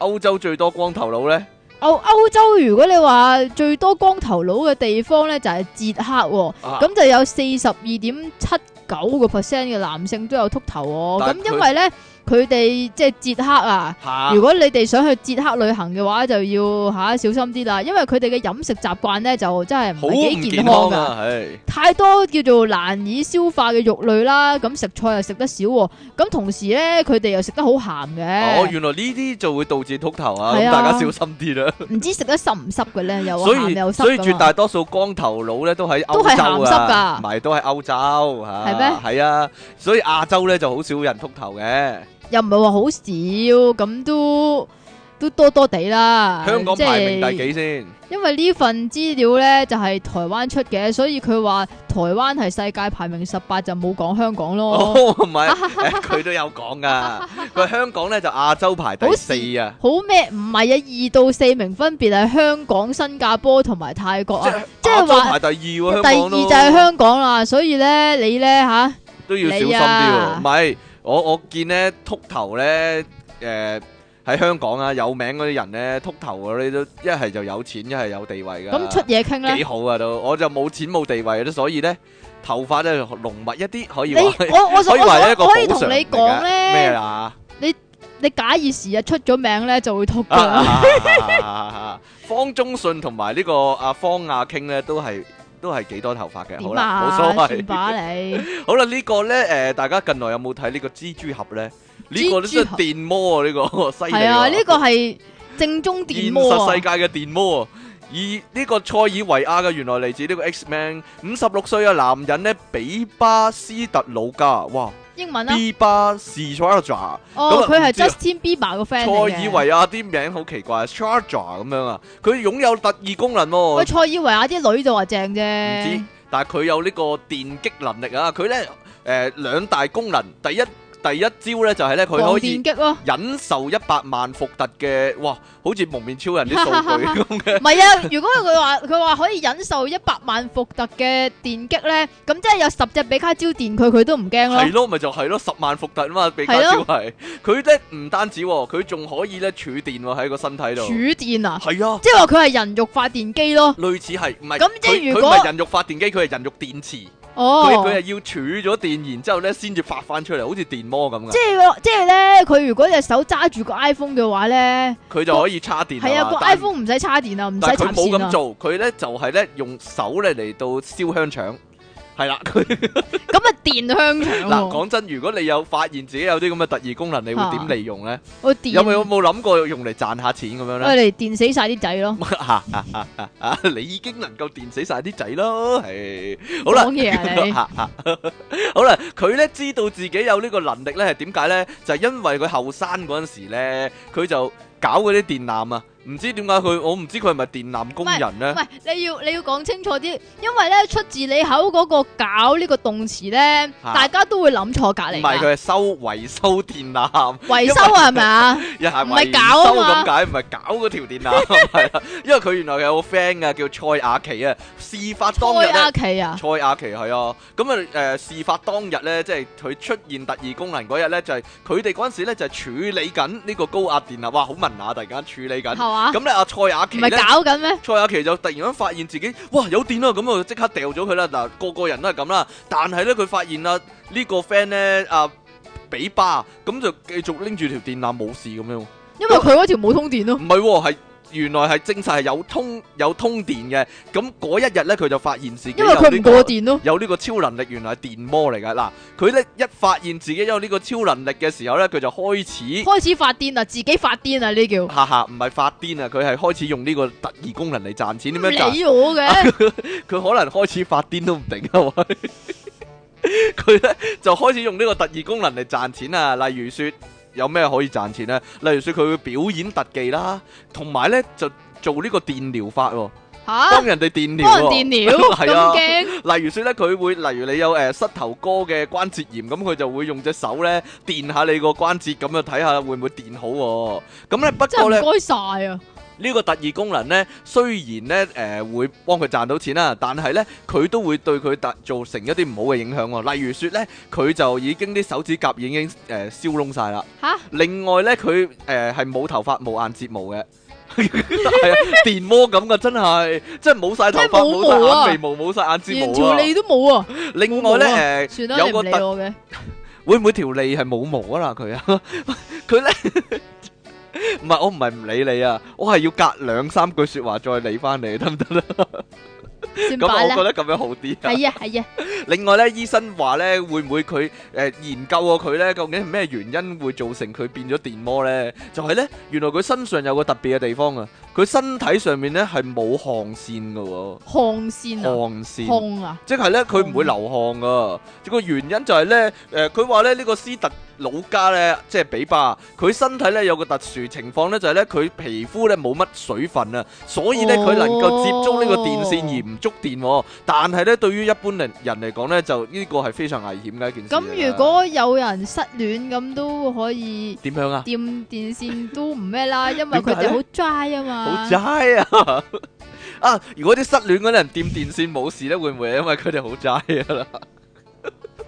[SPEAKER 2] 歐洲最多光頭佬咧，
[SPEAKER 1] 歐歐洲如果你話最多光頭佬嘅地方咧就係、捷克、喎。
[SPEAKER 2] 啊
[SPEAKER 1] 咁就有四十二點七九個 percent 嘅男性都有秃頭、喎。
[SPEAKER 2] 但
[SPEAKER 1] 咁
[SPEAKER 2] 佢
[SPEAKER 1] 因為咧佢哋即係捷克啊。
[SPEAKER 2] 嚇
[SPEAKER 1] 如果你哋想去捷克旅行嘅話，就要吓、小心啲啦，因為佢哋嘅飲食習慣咧就真係
[SPEAKER 2] 好
[SPEAKER 1] 唔係
[SPEAKER 2] 唔
[SPEAKER 1] 幾
[SPEAKER 2] 健
[SPEAKER 1] 健康
[SPEAKER 2] 康
[SPEAKER 1] 噶，
[SPEAKER 2] 啊，係
[SPEAKER 1] 太多叫做難以消化嘅肉類啦，咁食菜又食得少、喎，咁同時咧佢哋又食得好鹹
[SPEAKER 2] 哦，
[SPEAKER 1] 嘅，
[SPEAKER 2] 原來呢啲就會導致禿頭啊，
[SPEAKER 1] 係
[SPEAKER 2] 咁
[SPEAKER 1] 啊
[SPEAKER 2] 大家小心啲啦。
[SPEAKER 1] 唔、知食得濕唔濕嘅咧，又
[SPEAKER 2] 所
[SPEAKER 1] 鹹
[SPEAKER 2] 以
[SPEAKER 1] 又
[SPEAKER 2] 所以
[SPEAKER 1] 濕
[SPEAKER 2] 絕
[SPEAKER 1] 㗎嘛
[SPEAKER 2] 大多數光頭佬咧都喺歐
[SPEAKER 1] 都係
[SPEAKER 2] 洲
[SPEAKER 1] 鹹濕㗎
[SPEAKER 2] 啊，唔係都係歐洲嚇。
[SPEAKER 1] 係咩
[SPEAKER 2] 係啊，所以亞洲咧就好少人秃頭嘅。
[SPEAKER 1] 又唔係話好少，咁都都多多地啦。
[SPEAKER 2] 香港
[SPEAKER 1] 即係
[SPEAKER 2] 排名第幾先？
[SPEAKER 1] 因為呢份資料呢就係、台灣出嘅，所以佢話台灣係世界排名十八，就冇講香港
[SPEAKER 2] 哦，
[SPEAKER 1] 咯。
[SPEAKER 2] 唔係，誒佢都有講噶。佢香港咧就亞洲排第四啊，
[SPEAKER 1] 好咩？唔係啊，二到四名分別係香港、新加坡同埋泰國啊。
[SPEAKER 2] 即
[SPEAKER 1] 即
[SPEAKER 2] 係
[SPEAKER 1] 係
[SPEAKER 2] 話
[SPEAKER 1] 話
[SPEAKER 2] 排第二喎，香
[SPEAKER 1] 第
[SPEAKER 2] 港
[SPEAKER 1] 二
[SPEAKER 2] 都啊
[SPEAKER 1] 就係香港啦，所以呢，你呢？吓，
[SPEAKER 2] 都要小心啲
[SPEAKER 1] 你
[SPEAKER 2] 喎。
[SPEAKER 1] 啊
[SPEAKER 2] 唔係，我我見咧秃頭咧，誒喺香港啊有名嗰啲人咧秃頭嗰啲都一係就有錢，一係有地位噶。
[SPEAKER 1] 咁出嘢傾啦
[SPEAKER 2] 幾。好啊都，我就冇錢冇地位啦，所以咧頭髮咧啊濃密一啲，可以
[SPEAKER 1] 你
[SPEAKER 2] 話
[SPEAKER 1] 我我
[SPEAKER 2] 可以話係一個
[SPEAKER 1] 我可以
[SPEAKER 2] 補償
[SPEAKER 1] 同你
[SPEAKER 2] 嚟
[SPEAKER 1] 講
[SPEAKER 2] 㗎咩
[SPEAKER 1] 呢，
[SPEAKER 2] 啊？
[SPEAKER 1] 你假以時日出咗名咧，就會秃
[SPEAKER 2] 啊
[SPEAKER 1] 噶。
[SPEAKER 2] 啊方中信同埋呢個阿方亞傾咧，都係都係幾多頭髮嘅，好
[SPEAKER 1] 點
[SPEAKER 2] 啦，冇
[SPEAKER 1] 啊？
[SPEAKER 2] 所
[SPEAKER 1] 算
[SPEAKER 2] 謂。
[SPEAKER 1] 把你
[SPEAKER 2] 好啦，呢個咧誒，大家近來有冇睇呢個蜘蛛俠咧？呢個都
[SPEAKER 1] 蜘蛛俠
[SPEAKER 2] 真係電魔啊！呢個犀利
[SPEAKER 1] 係啊，呢個係正宗電魔
[SPEAKER 2] 現實
[SPEAKER 1] 啊
[SPEAKER 2] 世！界嘅電魔啊！而呢個塞爾維亞嘅原來嚟自呢個 X-Man，五十六歲嘅男人咧，比巴斯特魯加，哇，
[SPEAKER 1] 英文啊，
[SPEAKER 2] 比巴士 c h a r g e 咁
[SPEAKER 1] 哦
[SPEAKER 2] 啊，
[SPEAKER 1] 佢
[SPEAKER 2] 唔
[SPEAKER 1] 係
[SPEAKER 2] 知啊
[SPEAKER 1] Justin Bieber 個 friend
[SPEAKER 2] 塞
[SPEAKER 1] 嚟
[SPEAKER 2] 爾
[SPEAKER 1] 嘅。
[SPEAKER 2] 維亞啲名好奇怪 c h a r g e 咁樣啊，佢擁有特異功能喎、
[SPEAKER 1] 喂，塞爾維亞啲女就話正
[SPEAKER 2] 唔知
[SPEAKER 1] 啫，，
[SPEAKER 2] 但係佢有呢個電擊能力啊！佢咧誒兩大功能，第一第一招咧就係咧佢
[SPEAKER 1] 狂
[SPEAKER 2] 可以
[SPEAKER 1] 電擊咯，
[SPEAKER 2] 忍受一百萬伏特嘅，哇！好似蒙面超人啲數 據咁 嘅，
[SPEAKER 1] 唔係啊！如果佢話佢話可以忍受一百萬伏特嘅電擊咧，咁即係有十隻比卡超電佢，佢都唔驚咯
[SPEAKER 2] 係。咯，咪就係咯，十萬伏特啊嘛，比卡超係。佢咧唔單止喎，佢仲可以咧儲電喎喺個身體度。
[SPEAKER 1] 儲電啊，
[SPEAKER 2] 係啊，
[SPEAKER 1] 即係話佢係人肉發電機咯。
[SPEAKER 2] 類似係唔係？
[SPEAKER 1] 咁即係
[SPEAKER 2] 佢
[SPEAKER 1] 如
[SPEAKER 2] 佢唔
[SPEAKER 1] 果
[SPEAKER 2] 係人肉發電機，佢係人肉電池。佢
[SPEAKER 1] 哦
[SPEAKER 2] 佢，係要儲咗電，然之後咧先至發翻出嚟，好似電魔咁
[SPEAKER 1] 即
[SPEAKER 2] 噶。
[SPEAKER 1] 係即係咧，佢如果隻手揸住個 iPhone 嘅話咧，
[SPEAKER 2] 佢就可以插電。
[SPEAKER 1] 係啊，
[SPEAKER 2] 係嘛
[SPEAKER 1] 個
[SPEAKER 2] 但
[SPEAKER 1] iPhone 唔使插電啊，唔
[SPEAKER 2] 但
[SPEAKER 1] 使
[SPEAKER 2] 係
[SPEAKER 1] 插
[SPEAKER 2] 佢冇
[SPEAKER 1] 線
[SPEAKER 2] 咁
[SPEAKER 1] 啊。
[SPEAKER 2] 做，佢咧就係咧用手咧嚟到燒香腸，係啦。 佢
[SPEAKER 1] 咁啊，電香腸
[SPEAKER 2] 嗱
[SPEAKER 1] 喎，
[SPEAKER 2] 講真，如果你有發現自己有啲咁嘅特異功能，你會點利用咧？
[SPEAKER 1] 我電
[SPEAKER 2] 有冇有冇諗過用嚟啊賺下錢咁樣
[SPEAKER 1] 我
[SPEAKER 2] 咧？
[SPEAKER 1] 嚟電死晒啲仔咯。
[SPEAKER 2] 你已經能夠電死晒啲仔咯，係好啦
[SPEAKER 1] 講。嘢啊你
[SPEAKER 2] 好啦，佢咧知道自己有呢個能力咧，係點解咧？就係因為佢後生嗰陣時咧，佢就搞嗰啲電纜啊，唔知點解佢，我唔知佢係咪電纜工人咧
[SPEAKER 1] 唔。係你要你要講清楚啲，因為咧出自你口嗰個搞呢個動詞咧，
[SPEAKER 2] 嚇
[SPEAKER 1] 大家都會諗錯隔
[SPEAKER 2] 唔
[SPEAKER 1] 離㗎。
[SPEAKER 2] 係佢係收維修電纜，
[SPEAKER 1] 維修啊係咪啊？
[SPEAKER 2] 又係
[SPEAKER 1] 唔係
[SPEAKER 2] 維
[SPEAKER 1] 搞啊
[SPEAKER 2] 修
[SPEAKER 1] 嘛
[SPEAKER 2] 咁解，唔係搞嗰條電纜，係啦。 因為佢原來有個 friend 嘅叫蔡雅琪啊，事發當日
[SPEAKER 1] 開
[SPEAKER 2] 咧
[SPEAKER 1] 阿。奇啊，
[SPEAKER 2] 蔡雅琪係啊，咁啊誒事發當日咧，即係佢出現特異功能嗰日咧，就係佢哋嗰陣時咧就係、處理緊呢個高壓電啊，哇好文雅，突然間處理緊。
[SPEAKER 1] 係嘛？
[SPEAKER 2] 咁咧阿蔡雅
[SPEAKER 1] 唔
[SPEAKER 2] 琪
[SPEAKER 1] 係
[SPEAKER 2] 咧，
[SPEAKER 1] 搞緊咩？
[SPEAKER 2] 蔡雅琪就突然間發現自己哇有電啦，咁啊即刻掉咗佢啦。嗱個個人都係咁啦，但係咧佢發現啊呢個 friend 咧啊比巴咁就繼續拎住條電纜冇事咁樣。
[SPEAKER 1] 因為佢嗰條冇通電咯。
[SPEAKER 2] 唔係喎，係原來係證實係有通有通電嘅。咁嗰一日咧佢就發現自己
[SPEAKER 1] 因為
[SPEAKER 2] 有
[SPEAKER 1] 佢
[SPEAKER 2] 呢
[SPEAKER 1] 唔
[SPEAKER 2] 個
[SPEAKER 1] 過電咯，
[SPEAKER 2] 有呢個超能力，原來係電魔嚟㗎。嗱，佢咧一發現自己有呢個超能力嘅時候咧，佢就開始，
[SPEAKER 1] 開始發癲啊，自己發癲啊呢叫，
[SPEAKER 2] 哈哈，唔係發癲啊，佢係開始用呢個特異功能嚟賺錢。點樣
[SPEAKER 1] 唔
[SPEAKER 2] 賺？
[SPEAKER 1] 理我 嘅，
[SPEAKER 2] 佢可能開始發癲都唔定啊！ 喂佢咧就開始用呢個特異功能嚟賺錢啊，例如說有咩可以賺錢咧？例如說佢會表演特技啦，同埋咧就做呢個電療法喎，
[SPEAKER 1] 吓
[SPEAKER 2] 幫人哋電療
[SPEAKER 1] 幫人
[SPEAKER 2] 啊喎
[SPEAKER 1] 電療
[SPEAKER 2] 係啊
[SPEAKER 1] 咁驚，
[SPEAKER 2] 例如說咧，佢會例如你有誒、呃膝頭哥嘅關節炎，咁佢就會用隻手咧電下你個關節，咁就睇下會唔會電好喎、咁咧不
[SPEAKER 1] 真係
[SPEAKER 2] 過咧
[SPEAKER 1] 唔該晒啊！
[SPEAKER 2] 呢個特異功能咧，雖然咧誒、呃、會幫佢賺到錢啦，但係咧佢都會對佢達造成一啲唔好嘅影響喎、例如說咧，佢就已經啲手指甲已經誒、呃、燒窿晒 啦。
[SPEAKER 1] 吓
[SPEAKER 2] 另外咧，佢誒係冇頭髮冇眼睫毛嘅。係啊，電魔咁噶，真係，真係冇晒頭髮，
[SPEAKER 1] 真係冇
[SPEAKER 2] 冇
[SPEAKER 1] 毛
[SPEAKER 2] 晒
[SPEAKER 1] 啊
[SPEAKER 2] 眼眉毛，冇晒眼睫
[SPEAKER 1] 連
[SPEAKER 2] 毛
[SPEAKER 1] 條
[SPEAKER 2] 啊！
[SPEAKER 1] 脷都冇啊！
[SPEAKER 2] 另外咧，
[SPEAKER 1] 冇毛
[SPEAKER 2] 誒、
[SPEAKER 1] 啊算啦，你
[SPEAKER 2] 有
[SPEAKER 1] 唔
[SPEAKER 2] 個
[SPEAKER 1] 理
[SPEAKER 2] 特，啊
[SPEAKER 1] 我嘅，
[SPEAKER 2] 會唔會條脷係冇毛啊啦？佢啊， 佢咧， 唔係我唔係唔理你啊，我係要隔兩三句説話再理翻你，得唔得啦？
[SPEAKER 1] 算
[SPEAKER 2] 咁
[SPEAKER 1] 罷
[SPEAKER 2] 我覺
[SPEAKER 1] 啦。
[SPEAKER 2] 得咁樣好啲啊。
[SPEAKER 1] 係啊係啊，
[SPEAKER 2] 另外咧，醫生話咧，會唔會佢誒、呃研究過佢咧，究竟係咩原因會造成佢變咗電魔咧？就係、呢，咧，原來佢身上有個特別嘅地方啊，佢身體上面咧係冇汗腺嘅喎，
[SPEAKER 1] 汗腺啊，
[SPEAKER 2] 汗腺。
[SPEAKER 1] 汗啊，
[SPEAKER 2] 即係咧，佢唔會流汗噶。個原因就係咧，誒、佢話咧呢、呢個斯特老家咧，即係比巴，佢身體咧有個特殊情況咧，就係咧佢皮膚咧冇乜水分啊，所以咧
[SPEAKER 1] 哦
[SPEAKER 2] 佢能夠接觸呢個電線而唔觸電喎。但係咧，對於一般人人嚟講咧，就呢個係非常危險嘅一件事嚟㗎。
[SPEAKER 1] 咁如果有人失戀咁都可以。
[SPEAKER 2] 點樣啊？
[SPEAKER 1] 掂電線都唔咩啦，因為佢
[SPEAKER 2] 點解咧
[SPEAKER 1] 哋好 dry 啊嘛。
[SPEAKER 2] 好齋啊！ 啊，如果啲失戀嗰啲人掂電線冇事咧，會唔會啊係因為佢哋好齋啊噶啦？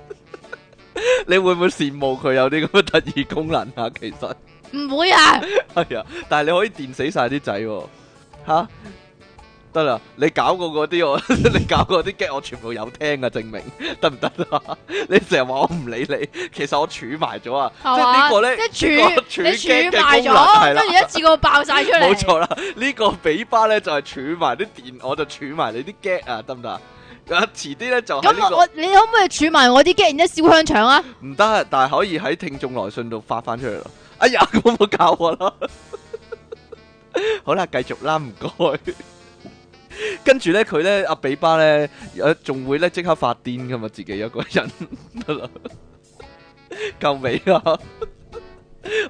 [SPEAKER 2] 你會唔會羨慕佢有啲咁嘅特異功能啊？其實 哎
[SPEAKER 1] 唔會啊，
[SPEAKER 2] 係啊，但係你可以電死晒啲仔喎，吓得啦，你搞過嗰啲我， 你搞過啲 g 我全部有聽啊，證明得唔得啊？ 你成日話我唔理你，其實我儲埋咗啊，即
[SPEAKER 1] 係
[SPEAKER 2] 係呢
[SPEAKER 1] 嘛
[SPEAKER 2] 個咧，
[SPEAKER 1] 即係
[SPEAKER 2] 呢個
[SPEAKER 1] 儲你
[SPEAKER 2] 機
[SPEAKER 1] 儲
[SPEAKER 2] 嘅
[SPEAKER 1] 埋
[SPEAKER 2] 功能係
[SPEAKER 1] 咗，
[SPEAKER 2] 啦
[SPEAKER 1] 跟住一次過爆晒出 嚟。
[SPEAKER 2] 冇錯啦，呢、個比巴咧就係儲埋啲電，我就儲埋你啲 g 啊，得唔得啊？啊，遲啲咧就係呢、
[SPEAKER 1] 咁
[SPEAKER 2] 個
[SPEAKER 1] 我我你可唔可以儲埋我啲 g 然之後燒香腸啊？
[SPEAKER 2] 唔得，但係可以喺聽眾來信度發翻出嚟咯。哎呀， 咁冇搞我啦。 好啦，繼續啦，唔該。跟住咧，佢咧阿比巴咧，誒仲會咧即刻發癲噶嘛，自己一個人 得啦，夠未啊？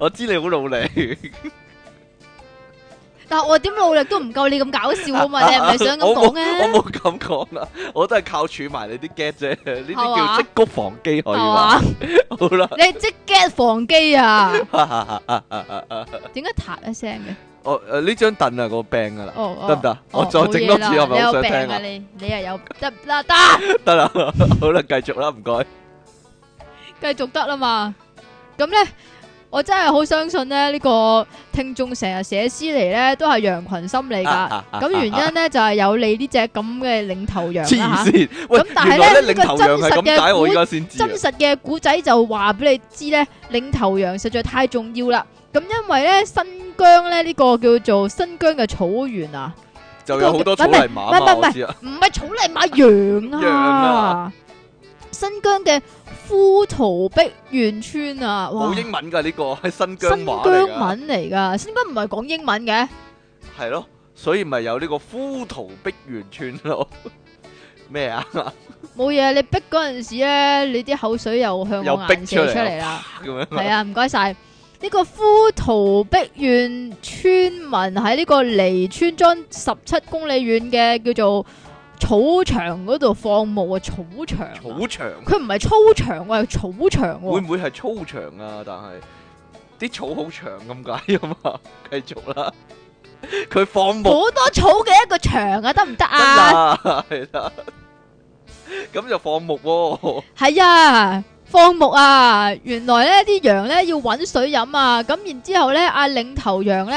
[SPEAKER 2] 我知你好努力，
[SPEAKER 1] 但係我點努力都唔夠你咁搞笑啊嘛！你係咪想咁
[SPEAKER 2] 我
[SPEAKER 1] 講
[SPEAKER 2] 冇 我
[SPEAKER 1] 啊？
[SPEAKER 2] 冇咁講啦，我都係靠儲埋你啲 get 啫，呢
[SPEAKER 1] 係
[SPEAKER 2] 啲
[SPEAKER 1] 嘛
[SPEAKER 2] 叫積谷防饑可以
[SPEAKER 1] 係
[SPEAKER 2] 話。
[SPEAKER 1] 嘛？
[SPEAKER 2] 好啦。
[SPEAKER 1] 你即 get 防機啊？點解嗒一聲嘅？
[SPEAKER 2] 哦，誒呢張凳啊，個病噶啦，
[SPEAKER 1] 哦哦
[SPEAKER 2] 得唔得？我
[SPEAKER 1] 哦
[SPEAKER 2] 再整多次，
[SPEAKER 1] 冇嘢啦
[SPEAKER 2] 係咪好
[SPEAKER 1] 你有
[SPEAKER 2] 想聽
[SPEAKER 1] 病
[SPEAKER 2] 啊？
[SPEAKER 1] 你你又有得啦得，
[SPEAKER 2] 得啦， 好啦，繼續啦，唔該。
[SPEAKER 1] 繼續得啦嘛。咁咧，我真係好相信咧，呢個聽眾成日寫詩嚟咧，都係羊群心理㗎。
[SPEAKER 2] 啊
[SPEAKER 1] 咁原因咧就係有你呢只咁嘅領頭羊
[SPEAKER 2] 黐
[SPEAKER 1] 啦嚇
[SPEAKER 2] 線，喂
[SPEAKER 1] 咁，但係
[SPEAKER 2] 原來
[SPEAKER 1] 咧
[SPEAKER 2] 咧
[SPEAKER 1] 呢個
[SPEAKER 2] 領頭羊係
[SPEAKER 1] 真實嘅
[SPEAKER 2] 咁解，我而
[SPEAKER 1] 古
[SPEAKER 2] 家先知啊
[SPEAKER 1] 真。實嘅古仔就話俾你知呢，領頭羊實在太重要啦。咁因為呢，新疆呢，呢、個叫做新疆嘅草原啊，
[SPEAKER 2] 就有好多草泥
[SPEAKER 1] 唔
[SPEAKER 2] 馬
[SPEAKER 1] 係
[SPEAKER 2] 嘛，
[SPEAKER 1] 唔係
[SPEAKER 2] 我知啊。
[SPEAKER 1] 唔係草泥馬羊
[SPEAKER 2] 羊
[SPEAKER 1] 啊
[SPEAKER 2] 啊，
[SPEAKER 1] 新疆嘅呼圖壁原村啊，哇
[SPEAKER 2] 冇！英文㗎呢個係新
[SPEAKER 1] 新
[SPEAKER 2] 疆
[SPEAKER 1] 疆
[SPEAKER 2] 話嚟㗎，
[SPEAKER 1] 文嚟噶，新疆唔係講英文嘅，
[SPEAKER 2] 係咯，所以咪有呢個呼圖碧園村咯。咩啊？
[SPEAKER 1] 冇嘢。你逼嗰陣時咧，你啲口水又向
[SPEAKER 2] 又
[SPEAKER 1] 我
[SPEAKER 2] 逼
[SPEAKER 1] 眼
[SPEAKER 2] 出
[SPEAKER 1] 射
[SPEAKER 2] 嚟
[SPEAKER 1] 出嚟啦。
[SPEAKER 2] 咁樣
[SPEAKER 1] 系啊，唔該晒。呢個呼圖碧縣村民喺呢個離村莊十七公里遠嘅叫做草場嗰度放牧啊，草場啊。
[SPEAKER 2] 草場。
[SPEAKER 1] 佢唔係操場喎，係草場
[SPEAKER 2] 會
[SPEAKER 1] 喎。
[SPEAKER 2] 唔會係粗長啊？但係啲草好長咁解啊嘛， 繼續啦。佢放
[SPEAKER 1] 好
[SPEAKER 2] 牧
[SPEAKER 1] 多草嘅一個場啊，得唔得
[SPEAKER 2] 真
[SPEAKER 1] 啊？
[SPEAKER 2] 啊，係啦。咁就放牧喎，
[SPEAKER 1] 係啊，放牧啊。原來呢啲羊呢要揾水飲啊，咁然之後呢，阿領頭羊呢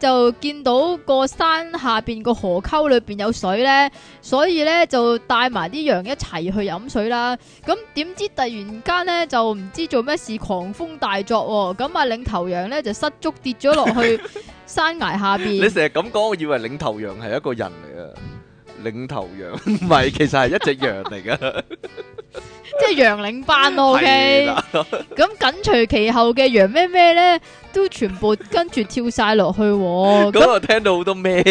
[SPEAKER 1] 就見到個山下邊個河溝裏邊有水呢，所以呢就帶埋啲羊一齊去飲水啦。咁點知突然間呢，就唔知做咩事狂風大作喎、咁啊領頭羊呢就失足跌咗落去山崖下
[SPEAKER 2] 你
[SPEAKER 1] 邊。
[SPEAKER 2] 成日咁講，我以為領頭羊係一個人嚟啊。領頭羊 唔係，其實係一隻羊嚟噶。
[SPEAKER 1] 即係羊領班咯
[SPEAKER 2] 係
[SPEAKER 1] ，OK
[SPEAKER 2] 啦。
[SPEAKER 1] 咁緊隨其後嘅羊咩咩咧，都全部跟住跳晒落去喎。
[SPEAKER 2] 咁
[SPEAKER 1] 咁
[SPEAKER 2] 我聽到好多咩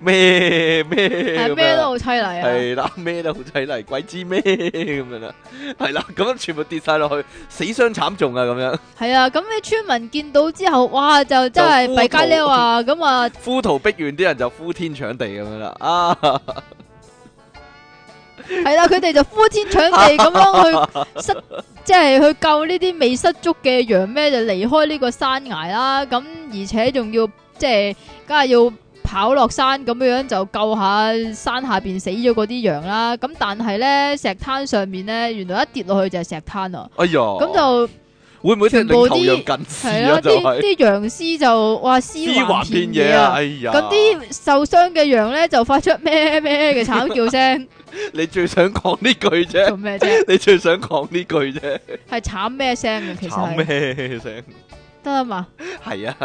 [SPEAKER 2] 咩咩
[SPEAKER 1] 係
[SPEAKER 2] 咁
[SPEAKER 1] 咩
[SPEAKER 2] 樣
[SPEAKER 1] 都好凄厲啊！
[SPEAKER 2] 係啦，咩都好睇嚟，鬼知咩咁樣啦。係啦，咁全部跌晒落去，死傷慘重啊！咁樣。
[SPEAKER 1] 係啊，咁你村民見到之後，哇，就真係
[SPEAKER 2] 就
[SPEAKER 1] 弊街溜啊！咁啊，
[SPEAKER 2] 呼圖逼遠啲人就呼天搶地咁樣啦， 啊，
[SPEAKER 1] 係啦，佢哋就呼天搶地咁樣去失， 即係去救呢啲未失足嘅羊咩，就離開呢個山崖啦。咁而且仲要即係，梗係要。跑落山咁樣樣就救下山下邊死咗嗰啲羊啦，咁但係咧石灘上面咧，原來一跌落去就係石灘啊！
[SPEAKER 2] 哎呀，
[SPEAKER 1] 咁就
[SPEAKER 2] 會唔會啲
[SPEAKER 1] 全部啲
[SPEAKER 2] 領頭羊近視
[SPEAKER 1] 係
[SPEAKER 2] 啊？
[SPEAKER 1] 啦，
[SPEAKER 2] 就
[SPEAKER 1] 啲
[SPEAKER 2] 係
[SPEAKER 1] 啲羊屍就哇屍橫遍野
[SPEAKER 2] 啊！
[SPEAKER 1] 啊！
[SPEAKER 2] 哎呀，
[SPEAKER 1] 咁啲受傷嘅羊咧就發出 咩咩嘅慘叫聲，
[SPEAKER 2] 你最想講呢句 啫，
[SPEAKER 1] 做咩啫？
[SPEAKER 2] 你最想講呢句啫，
[SPEAKER 1] 係慘咩聲嘅其實
[SPEAKER 2] 慘
[SPEAKER 1] 係
[SPEAKER 2] 咩聲？
[SPEAKER 1] 得啦嘛。
[SPEAKER 2] 係啊，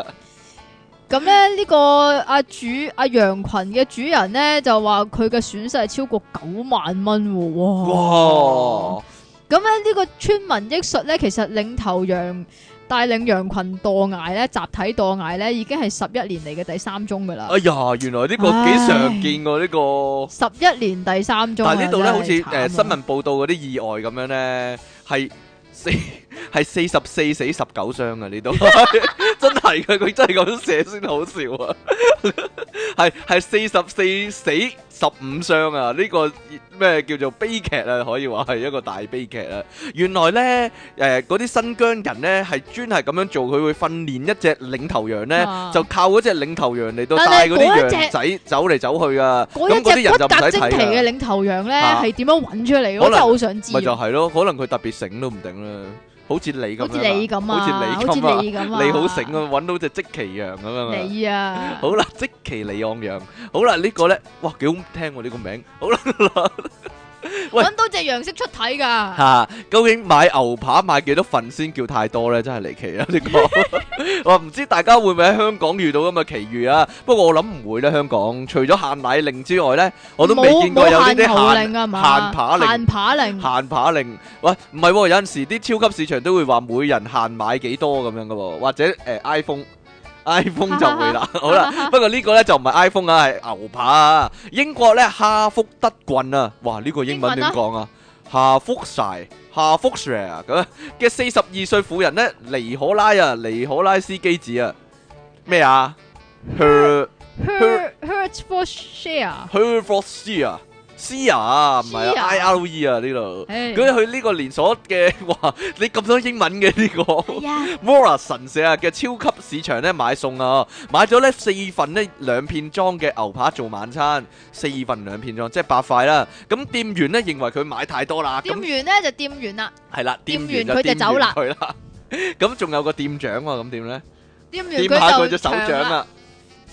[SPEAKER 1] 咁咧呢個阿主阿羊群嘅主人咧就話佢嘅損失係超過九萬蚊喎，哇！
[SPEAKER 2] 哇，
[SPEAKER 1] 咁咧呢個村民憶述咧，其實領頭羊帶領羊群墮崖咧，集體墮崖咧，已經係十一年嚟嘅第三宗噶啦。
[SPEAKER 2] 哎呀，原來呢個幾常見喎呢個，
[SPEAKER 1] 十一年第三宗啊，
[SPEAKER 2] 但係呢度咧好似
[SPEAKER 1] 真係慘啊
[SPEAKER 2] 誒新聞報道嗰啲意外咁樣咧，係四 係四十四死十九傷啊！呢度 真係嘅，佢真 係咁寫先好笑啊！ 係係四十四死十五傷啊！呢、個咩叫做悲劇啊？可以話係一個大悲劇啊！原來呢，誒嗰啲新疆人呢係專係咁樣做，佢會訓練一隻領頭羊呢，
[SPEAKER 1] 啊
[SPEAKER 2] 就靠嗰只領頭羊嚟到
[SPEAKER 1] 但係
[SPEAKER 2] 帶嗰啲
[SPEAKER 1] 嗰一隻
[SPEAKER 2] 羊仔走嚟走去啊！
[SPEAKER 1] 嗰一
[SPEAKER 2] 咁嗰啲
[SPEAKER 1] 隻
[SPEAKER 2] 人
[SPEAKER 1] 骨
[SPEAKER 2] 就唔
[SPEAKER 1] 骼
[SPEAKER 2] 使
[SPEAKER 1] 精
[SPEAKER 2] 睇啊
[SPEAKER 1] 奇嘅
[SPEAKER 2] 㗎啦
[SPEAKER 1] 領頭羊咧，
[SPEAKER 2] 啊
[SPEAKER 1] 係點樣揾出嚟嘅？
[SPEAKER 2] 可
[SPEAKER 1] 我
[SPEAKER 2] 能
[SPEAKER 1] 真係好想知
[SPEAKER 2] 咪。就係咯，可能佢特別醒都唔定啦，好似你咁樣
[SPEAKER 1] 好
[SPEAKER 2] 啊，
[SPEAKER 1] 似你咁啊，
[SPEAKER 2] 好
[SPEAKER 1] 好似
[SPEAKER 2] 似你咁啊，
[SPEAKER 1] 你咁啊，
[SPEAKER 2] 你好醒啊，揾到只即其羊咁樣啊。
[SPEAKER 1] 你啊，
[SPEAKER 2] 好啦，即其利昂羊。好啦，呢個咧，哇，幾好聽喎呢個名。好啦， 喂
[SPEAKER 1] 搵到隻羊識出體噶，
[SPEAKER 2] 嚇，究竟買牛扒買幾多份先叫太多咧？真係離奇啊！呢個 我唔知大家會唔會喺香港遇到咁嘅奇遇啊？不過我諗唔會啦，香港除咗限奶令之外咧，我都未
[SPEAKER 1] 冇
[SPEAKER 2] 見過有呢
[SPEAKER 1] 冇限
[SPEAKER 2] 啲
[SPEAKER 1] 牛
[SPEAKER 2] 限
[SPEAKER 1] 令啊嘛，
[SPEAKER 2] 限扒令
[SPEAKER 1] 限扒令，
[SPEAKER 2] 限扒令，喂，唔係喎，有陣時啲超級市場都會話每人限買幾多咁樣嘅喎，或者誒、呃 iPhone。iPhone 就會啦，好啦，不過呢個呢就唔係 iPhone 啊，係牛扒啊。英國呢，哈福德郡啊，哇，呢、個英文點講啊？夏福晒，夏福 s 咁啊嘅四十二歲婦人呢，尼可拉啊，尼可拉斯基治啊，咩啊？Her
[SPEAKER 1] Her- hurt for share，
[SPEAKER 2] Her for C 啊，C 啊，唔係
[SPEAKER 1] Sia
[SPEAKER 2] I R E 啊呢度。
[SPEAKER 1] 唉
[SPEAKER 2] 咁佢呢個連鎖嘅，哇！ 你咁多英文嘅呢、個
[SPEAKER 1] 係啊，
[SPEAKER 2] Morrison 社啊嘅超級市場咧買餸啊，買咗咧四份呢兩片裝嘅牛扒做晚餐，四份兩片裝即係八塊啦。咁店員咧認為佢買太多啦，咁
[SPEAKER 1] 掂完咧就掂完啦，
[SPEAKER 2] 係啦，店
[SPEAKER 1] 店員
[SPEAKER 2] 員就
[SPEAKER 1] 佢就
[SPEAKER 2] 掂
[SPEAKER 1] 走啦
[SPEAKER 2] 完佢啦。 咁仲有個店長喎、咁點咧？
[SPEAKER 1] 掂完
[SPEAKER 2] 掂下佢
[SPEAKER 1] 佢
[SPEAKER 2] 隻
[SPEAKER 1] 就
[SPEAKER 2] 手掌
[SPEAKER 1] 長啦，
[SPEAKER 2] 啊，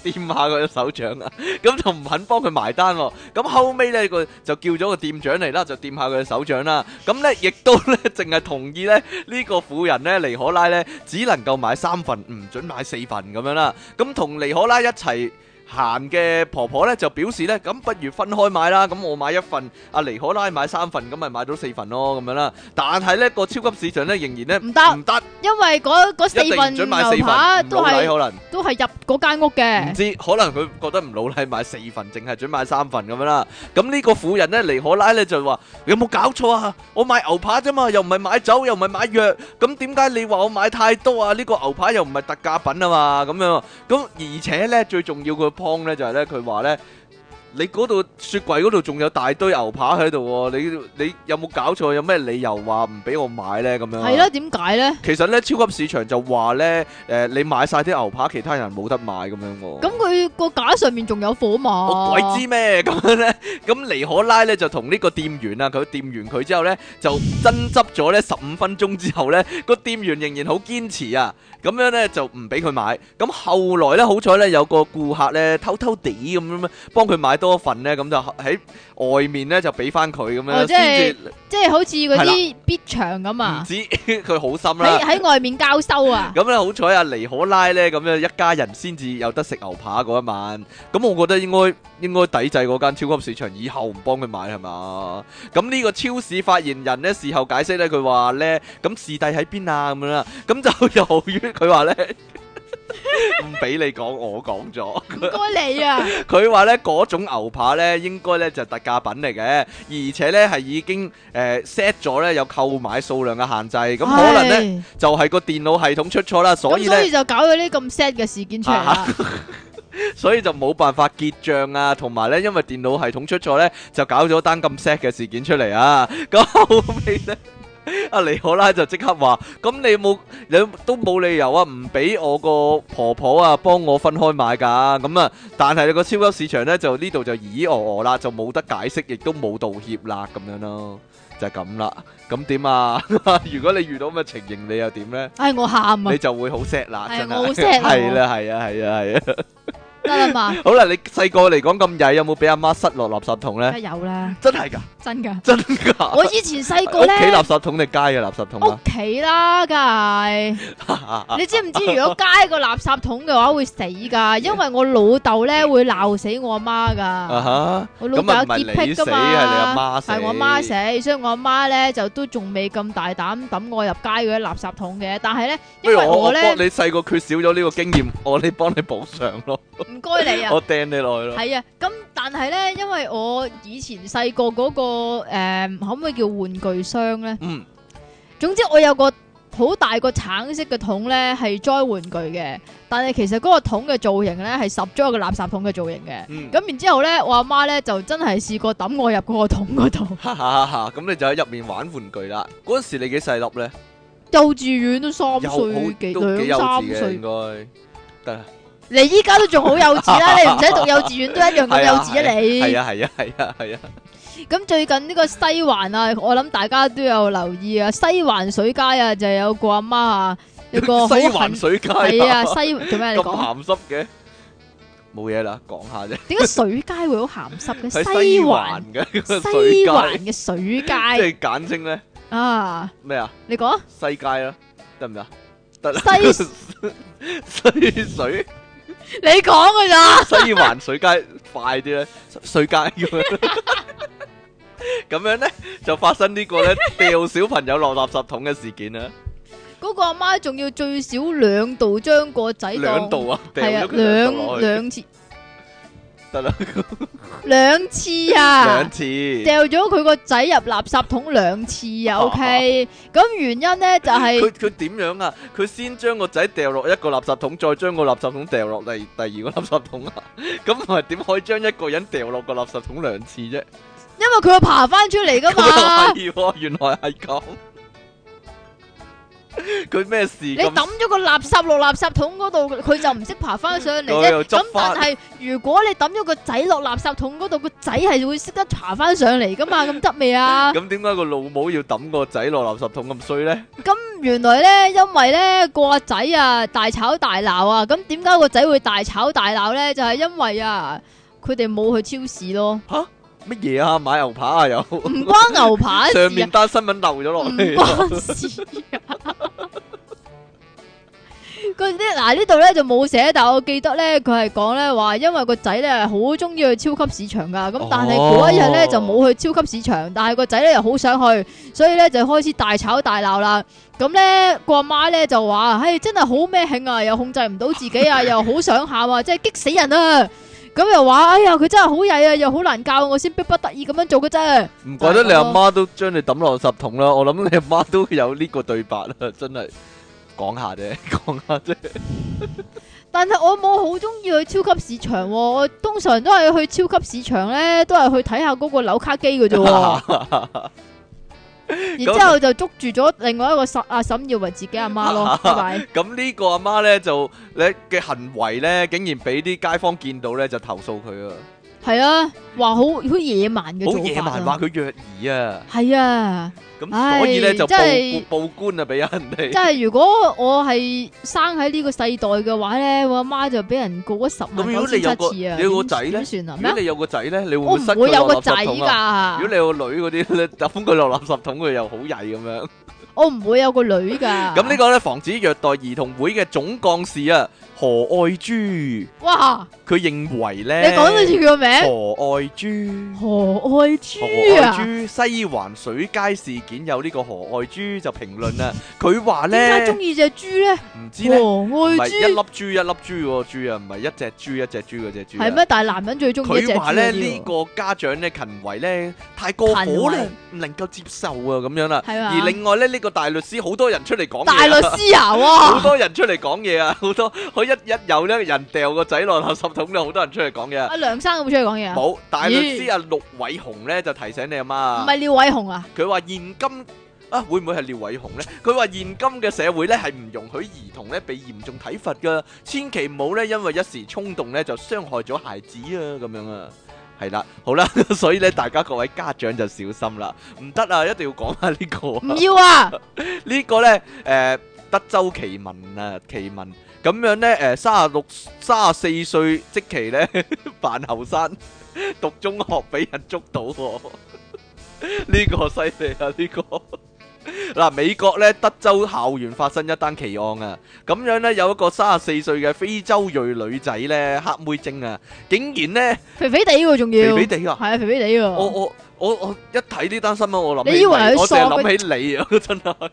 [SPEAKER 2] 掂下佢隻手掌啊， 咁就唔肯幫佢埋單喎、咁後尾呢，佢就叫咗個店長嚟啦，就掂下佢隻手掌啦。咁呢，亦都呢，淨係同意呢，呢、個婦人呢，尼可拉呢，只能夠買三份，唔准買四份咁樣啦。咁同尼可拉一齊。行嘅婆婆呢，就表示呢，咁不如分開買啦，咁我買一份，阿尼可拉買三份，咁咪買到四份咯，咁樣啦。但係呢個超級市場呢，仍然呢，
[SPEAKER 1] 唔得
[SPEAKER 2] 唔得，
[SPEAKER 1] 因為嗰嗰
[SPEAKER 2] 一
[SPEAKER 1] 四
[SPEAKER 2] 定
[SPEAKER 1] 份
[SPEAKER 2] 唔准買四
[SPEAKER 1] 牛
[SPEAKER 2] 份，
[SPEAKER 1] 扒
[SPEAKER 2] 唔
[SPEAKER 1] 都
[SPEAKER 2] 好禮
[SPEAKER 1] 係
[SPEAKER 2] 可能。
[SPEAKER 1] 都係入嗰間屋
[SPEAKER 2] 唔
[SPEAKER 1] 嘅，
[SPEAKER 2] 知，可能佢覺得唔老禮買四份，淨係準買三份咁樣啦。咁呢個婦人呢，尼可拉呢就話：有冇搞錯啊？我買牛扒啫嘛，又唔係買酒，又唔係買藥，咁點解你話我買太多啊？呢、個牛扒又唔係特價品啊嘛，咁樣。咁而且呢，最重要個 point 呢就係呢，佢話呢。你嗰度雪櫃嗰度仲有大堆牛扒喺度喎，你你有冇搞錯？有咩理由話唔俾我買呢？咁樣
[SPEAKER 1] 係啦，點解咧？
[SPEAKER 2] 其實呢，超級市場就話呢，誒、你買晒啲牛扒，其他人冇得買咁樣喎。
[SPEAKER 1] 咁佢個架上面仲有火嘛？
[SPEAKER 2] 我鬼知咩咁樣咧？ 咁尼可拉咧就同呢個店員啊，佢店完佢之後咧就爭執咗咧十五分鐘之後咧，個店員仍然好堅持啊，咁樣咧就唔俾佢買。咁後來咧好彩咧有個顧客咧偷偷地咁樣幫佢買多份咧，咁就喺外面咧就俾翻佢咁
[SPEAKER 1] 哦
[SPEAKER 2] 樣
[SPEAKER 1] 即係
[SPEAKER 2] 先至
[SPEAKER 1] 即係好似嗰
[SPEAKER 2] 係嗯
[SPEAKER 1] 啲必場咁
[SPEAKER 2] 唔
[SPEAKER 1] 啊，
[SPEAKER 2] 知 佢好心啦
[SPEAKER 1] 喺。喺外面交收 啊，
[SPEAKER 2] 咁咧好彩啊，尼可拉咧咁樣一家人先至有得食牛扒嗰一晚。咁我覺得應該應該抵制嗰間超級市場，以後唔幫佢買係嘛？咁呢個超市發言人咧事後解釋咧，佢話咧咁事弟喺邊啊咁樣啦。咁就由於佢話咧 唔俾你講，我講咗。
[SPEAKER 1] 唔該你啊，
[SPEAKER 2] 佢話咧嗰種牛扒咧應該咧就特價品嚟嘅，而且咧係已經誒 set 咗咧有購買數量嘅限制。咁可能咧
[SPEAKER 1] 咧，
[SPEAKER 2] 就係個電腦系統出錯啦，
[SPEAKER 1] 咁
[SPEAKER 2] 所以啊
[SPEAKER 1] 所
[SPEAKER 2] 咧
[SPEAKER 1] 以。就搞咗呢咁 sad 嘅事件出嚟啦，
[SPEAKER 2] 所以就冇辦法結帳啊，同埋咧，因為電腦系統出錯咧，就搞咗單咁 sad 嘅事件出嚟啊。 咁後尾咧，阿尼可拉就即刻話：，咁你冇你都冇理由啊，唔俾我個婆婆啊幫我分開買㗎。咁啊，但係個超級市場咧就呢度就咦哦哦啦，就冇得解釋，亦都冇道歉啦，咁樣咯，就係咁啦。咁點啊？ 如果你遇到咁嘅情形，你又點咧？
[SPEAKER 1] 唉，我喊啊
[SPEAKER 2] 你，就會好 sad 啦，
[SPEAKER 1] 係
[SPEAKER 2] 真
[SPEAKER 1] 我好
[SPEAKER 2] 係
[SPEAKER 1] sad 啊
[SPEAKER 2] 係啦，係啊，係啊，係啊。
[SPEAKER 1] 得啦 嘛，
[SPEAKER 2] 好啦，你細個嚟講咁曳，有冇俾阿媽塞落垃圾桶
[SPEAKER 1] 梗
[SPEAKER 2] 咧？
[SPEAKER 1] 係有啦，
[SPEAKER 2] 真係噶，
[SPEAKER 1] 真㗎。
[SPEAKER 2] 真噶！
[SPEAKER 1] 我以前細
[SPEAKER 2] 啊屋
[SPEAKER 1] 個
[SPEAKER 2] 企啊垃
[SPEAKER 1] 咧，
[SPEAKER 2] 圾桶定街嘅垃圾桶
[SPEAKER 1] 屋企啦，梗係。
[SPEAKER 2] 啊？
[SPEAKER 1] 你知唔知如果街個垃圾桶嘅話會死㗎？因為我老豆咧會鬧死我阿媽
[SPEAKER 2] 啊
[SPEAKER 1] 㗎。
[SPEAKER 2] 哈！
[SPEAKER 1] 我老
[SPEAKER 2] 咁
[SPEAKER 1] 豆
[SPEAKER 2] 啊，
[SPEAKER 1] 有
[SPEAKER 2] 唔係
[SPEAKER 1] 潔
[SPEAKER 2] 你
[SPEAKER 1] 癖
[SPEAKER 2] 死，
[SPEAKER 1] 㗎
[SPEAKER 2] 係你阿
[SPEAKER 1] 嘛。
[SPEAKER 2] 媽死，
[SPEAKER 1] 係我媽死，所以我阿媽咧就都仲未咁大膽抌我入街嗰啲垃圾桶嘅。但係咧，
[SPEAKER 2] 不
[SPEAKER 1] 因
[SPEAKER 2] 如
[SPEAKER 1] 為
[SPEAKER 2] 哎我我
[SPEAKER 1] 咧
[SPEAKER 2] 幫你細個缺少咗呢個經驗， 我哋幫你補償咯，
[SPEAKER 1] 唔該你啊，
[SPEAKER 2] 我掟你落去咯。
[SPEAKER 1] 係啊。咁但係咧，因為我以前細個嗰個誒，可唔可以叫玩具箱咧？
[SPEAKER 2] 嗯，
[SPEAKER 1] 總之我有個好大個橙色嘅桶咧，係裝玩具嘅，但係其實嗰個桶嘅造型咧係十足一個垃圾桶嘅造型嘅。
[SPEAKER 2] 嗯，。
[SPEAKER 1] 咁然之後咧，我阿媽咧就真係試過抌我入嗰個桶嗰度
[SPEAKER 2] 哈哈哈！咁你就喺入面玩玩具啦。嗰陣時你幾細粒咧？
[SPEAKER 1] 幼稚園都三
[SPEAKER 2] 又好
[SPEAKER 1] 歲幾
[SPEAKER 2] 都幾
[SPEAKER 1] 兩
[SPEAKER 2] 幼稚
[SPEAKER 1] 三
[SPEAKER 2] 嘅
[SPEAKER 1] 歲，
[SPEAKER 2] 應該。得啦，
[SPEAKER 1] 你依家都仲好幼稚 啦，你唔使讀幼稚園都一樣咁幼稚啊你。
[SPEAKER 2] 係啊係啊係啊係啊，
[SPEAKER 1] 咁最近呢個西環啊，我諗大家都有留意啊，西環水街啊就有個阿媽啊，有個好
[SPEAKER 2] 西
[SPEAKER 1] 痕
[SPEAKER 2] 環水街
[SPEAKER 1] 係啊，
[SPEAKER 2] 啊
[SPEAKER 1] 西做咩啊你
[SPEAKER 2] 咁
[SPEAKER 1] 講？
[SPEAKER 2] 鹹濕嘅，冇嘢啦，講下啫。
[SPEAKER 1] 點解水街會好鹹濕嘅？
[SPEAKER 2] 喺
[SPEAKER 1] 西環
[SPEAKER 2] 環嘅個水
[SPEAKER 1] 西環
[SPEAKER 2] 街，
[SPEAKER 1] 嘅水
[SPEAKER 2] 即
[SPEAKER 1] 街
[SPEAKER 2] 係簡稱咧
[SPEAKER 1] 啊，
[SPEAKER 2] 咩啊？
[SPEAKER 1] 你講啊
[SPEAKER 2] 西街啦，得唔得？得啦。
[SPEAKER 1] 西
[SPEAKER 2] 西水
[SPEAKER 1] 你講噶咋？
[SPEAKER 2] 西環水街快啲咧，水街咁樣。 咁樣咧就發生呢個咧掉小朋友落垃圾桶嘅事件啊啦，
[SPEAKER 1] 嗰個阿媽仲要最少兩度將個仔當
[SPEAKER 2] 兩度啊，掉
[SPEAKER 1] 係
[SPEAKER 2] 咗
[SPEAKER 1] 啊，
[SPEAKER 2] 佢兩
[SPEAKER 1] 兩
[SPEAKER 2] 度落去，
[SPEAKER 1] 兩次
[SPEAKER 2] 得啦，
[SPEAKER 1] 兩次啊
[SPEAKER 2] 兩。次，
[SPEAKER 1] 掉咗佢個仔入垃圾桶兩次 啊，OK？咁原因咧就係、
[SPEAKER 2] 佢佢點樣啊？佢先將個仔掉落一個垃圾桶，再將個垃圾桶掉落第第二個垃圾桶啊！ 咁唔係點可以將一個人掉落個垃圾桶兩次啫？
[SPEAKER 1] 因為佢會爬翻出嚟噶 嘛，
[SPEAKER 2] 咁又係喎，原來係咁。佢咩事
[SPEAKER 1] 你
[SPEAKER 2] 咁
[SPEAKER 1] 抌咗個垃圾落垃圾桶嗰度，佢就唔識爬翻上嚟
[SPEAKER 2] 佢又
[SPEAKER 1] 啫。
[SPEAKER 2] 執
[SPEAKER 1] 咁但
[SPEAKER 2] 返
[SPEAKER 1] 係如果你抌咗個仔落垃圾桶嗰度，個仔係會識得爬翻上嚟 噶嘛，咁得未啊？
[SPEAKER 2] 咁點解個老母要抌個仔落垃圾桶咁衰咧？
[SPEAKER 1] 原來咧，因為咧個阿仔啊大吵大鬧啊，咁點解個仔會大吵大鬧咧？就係、因為啊，佢哋冇去超市咯，
[SPEAKER 2] 乜嘢啊？買牛扒啊又
[SPEAKER 1] 唔關牛扒事
[SPEAKER 2] 上
[SPEAKER 1] 啊
[SPEAKER 2] 面。單新聞漏 咗落
[SPEAKER 1] 唔
[SPEAKER 2] 嚟啊，
[SPEAKER 1] 關事啊！佢啲嗱呢度咧就冇寫，但我記得咧佢係講咧話，因為個仔咧好中意去超級市場噶，咁但係嗰一日咧
[SPEAKER 2] 哦
[SPEAKER 1] 就冇去超級市場，但係個仔咧又好想去，所以咧就開始大吵大鬧啦。咁咧個阿媽咧就話：，唉，真係好咩興啊，又控制唔到自己啊，又好想喊啊，真係激死人啊！咁又話：，哎呀，佢真係好曳啊，又好難教，我先逼不得已咁樣做嘅啫。
[SPEAKER 2] 唔怪得你阿媽都將你抌落垃圾桶啦。我諗你阿媽都有呢個對白啦，真係講下 啫，講下啫。
[SPEAKER 1] 但係我冇好中意去超級市場、喎，我通常都係去超級市場咧，都係去睇下嗰個扭卡機嘅啫、喎。 然之後就捉住咗另外一個嬸阿嬸，以為自己阿媽 咯，拜拜。
[SPEAKER 2] 咁呢個阿媽咧就你嘅行為咧，竟然俾啲街坊見到咧就投訴佢啊，
[SPEAKER 1] 係啊，話好好野蠻嘅
[SPEAKER 2] 好
[SPEAKER 1] 做
[SPEAKER 2] 野
[SPEAKER 1] 法
[SPEAKER 2] 蠻話
[SPEAKER 1] 啊。
[SPEAKER 2] 佢虐兒啊，
[SPEAKER 1] 係啊，
[SPEAKER 2] 咁所以咧
[SPEAKER 1] 唉
[SPEAKER 2] 就
[SPEAKER 1] 真係
[SPEAKER 2] 報報官啊俾人
[SPEAKER 1] 即
[SPEAKER 2] 哋。
[SPEAKER 1] 係如果我係生喺呢個世代嘅話咧，我阿媽就俾人告咗十
[SPEAKER 2] 咁
[SPEAKER 1] 萬九
[SPEAKER 2] 如果你
[SPEAKER 1] 千
[SPEAKER 2] 有個
[SPEAKER 1] 七次啊。
[SPEAKER 2] 你有個仔呢
[SPEAKER 1] 點算啊？咩
[SPEAKER 2] 如
[SPEAKER 1] 啊？
[SPEAKER 2] 果你有個仔咧，你會唔
[SPEAKER 1] 我
[SPEAKER 2] 會
[SPEAKER 1] 唔
[SPEAKER 2] 塞
[SPEAKER 1] 會
[SPEAKER 2] 佢
[SPEAKER 1] 有
[SPEAKER 2] 落
[SPEAKER 1] 個
[SPEAKER 2] 垃
[SPEAKER 1] 仔
[SPEAKER 2] 圾桶啊？
[SPEAKER 1] 㗎
[SPEAKER 2] 如果，你 有個女嗰啲咧，抌佢落垃圾桶，佢又好曳咁樣。
[SPEAKER 1] 我唔會有個女㗎。
[SPEAKER 2] 咁呢個咧防止虐待兒童會嘅總幹事啊何愛珠，佢
[SPEAKER 1] 哇，
[SPEAKER 2] 認為
[SPEAKER 1] 你講
[SPEAKER 2] 咧，
[SPEAKER 1] 到似佢個名
[SPEAKER 2] 何愛珠，
[SPEAKER 1] 何愛
[SPEAKER 2] 何
[SPEAKER 1] 珠
[SPEAKER 2] 愛
[SPEAKER 1] 啊？
[SPEAKER 2] 珠西環水街事件有呢個何愛珠就評論啊，佢話
[SPEAKER 1] 点解
[SPEAKER 2] 咧
[SPEAKER 1] 中意只豬咧？
[SPEAKER 2] 唔知咧，唔
[SPEAKER 1] 和愛
[SPEAKER 2] 係一
[SPEAKER 1] 豬
[SPEAKER 2] 粒珠一粒珠個珠啊，唔係一隻豬一隻豬嗰隻豬啊。
[SPEAKER 1] 係咩？但係男人最中意一隻
[SPEAKER 2] 佢
[SPEAKER 1] 豬
[SPEAKER 2] 話
[SPEAKER 1] 嗰
[SPEAKER 2] 咧
[SPEAKER 1] 啲
[SPEAKER 2] 呢
[SPEAKER 1] 喎。
[SPEAKER 2] 個家長咧行為咧太過火咧
[SPEAKER 1] 行，
[SPEAKER 2] 唔能夠接受啊咁樣啦。
[SPEAKER 1] 係嘛
[SPEAKER 2] 而另外咧呢個大律師好多人出嚟講嘢啊
[SPEAKER 1] 大律師啊，
[SPEAKER 2] 好
[SPEAKER 1] 哇！
[SPEAKER 2] 多人出嚟講嘢啊，好多佢一一有咧人掉個仔落垃圾桶咧，好多人出嚟講嘢啊。
[SPEAKER 1] 阿梁生有冇出去講嘢啊？
[SPEAKER 2] 冇大律師啊，陸偉雄咧就提醒你阿媽
[SPEAKER 1] 唔
[SPEAKER 2] 啊，
[SPEAKER 1] 係廖偉雄啊？
[SPEAKER 2] 佢話現今啊會唔會係廖偉雄咧？佢話現今嘅社會咧係唔容許兒童咧被嚴重體罰噶，千祈唔好咧因為一時衝動咧就傷害咗孩子啊咁樣啊。係啦，好啦， 所以咧，大家各位家長就小心啦，唔得啊，一定要講下呢個啊。
[SPEAKER 1] 唔要啊！
[SPEAKER 2] 呢個呢，誒、德州奇聞啊，奇聞咁樣呢，誒三十六、三十四歲即期呢， 扮後生讀中學俾人捉到喎， 呢個犀利啊！呢、個嗱美國呢，德州校園發生一單奇案啊，咁樣呢，有一個三十四歲嘅非洲裔女仔呢，黑妹精啊，竟然呢，
[SPEAKER 1] 肥肥地喎，仲
[SPEAKER 2] 肥
[SPEAKER 1] 要係
[SPEAKER 2] 肥地啊！
[SPEAKER 1] 啊，肥肥地喎。
[SPEAKER 2] 我我我我一睇呢單新聞，我諗起
[SPEAKER 1] 你以為佢
[SPEAKER 2] 我淨係
[SPEAKER 1] 索
[SPEAKER 2] 諗起你啊， 真係，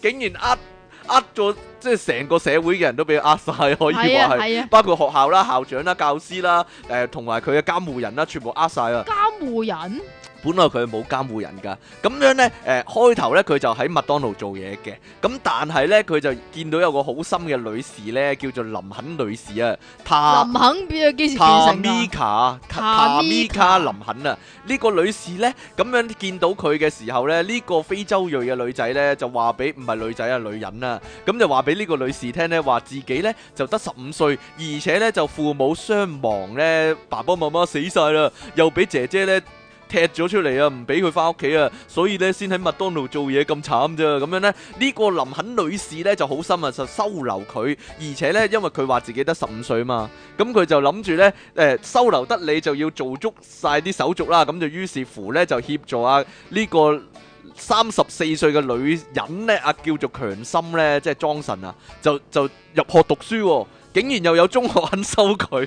[SPEAKER 2] 竟然呃呃咗，即係成個社會嘅人都俾佢呃晒，可以
[SPEAKER 1] 係啊
[SPEAKER 2] 話係，
[SPEAKER 1] 係啊，
[SPEAKER 2] 包括學校啦、校長啦、教師啦、誒同埋佢嘅監護人啦，全部呃晒啊！
[SPEAKER 1] 監護人，
[SPEAKER 2] 本來佢冇監護人㗎，咁樣呢，誒、開頭呢，佢就喺麥當勞做嘢嘅，咁但係呢，佢就見到有個好心嘅女士呢，叫做林肯女士啊，塔
[SPEAKER 1] 林肯變咗幾時變成
[SPEAKER 2] 塔
[SPEAKER 1] 啊
[SPEAKER 2] 米
[SPEAKER 1] 㗎？
[SPEAKER 2] 卡塔
[SPEAKER 1] 塔
[SPEAKER 2] 米
[SPEAKER 1] 米卡
[SPEAKER 2] 卡林肯啊，呢個女士呢，咁樣見到佢嘅時候呢，呢個非洲裔嘅女仔呢，就話俾唔係女仔啊女人啊，咁就話俾呢個女士聽呢，話自己呢就得十五歲，而且呢就父母雙亡呢，爸爸媽媽死晒啦，又俾姐姐呢。踢咗出嚟啊，唔俾佢翻屋企啊，所以呢，先喺麥當勞做嘢咁慘啫。咁樣呢，呢、個林肯女士呢就好心啊，就收留佢，而且呢，因為佢話自己得十五歲嘛，咁佢就諗住呢，誒、收留得你就要做足晒啲手續啦。咁就於是乎呢，就協助啊呢、個。三十四歲嘅女人呢，啊叫做強森呢，即係莊臣啊，就就入學讀書、喎，竟然又有中學肯收佢、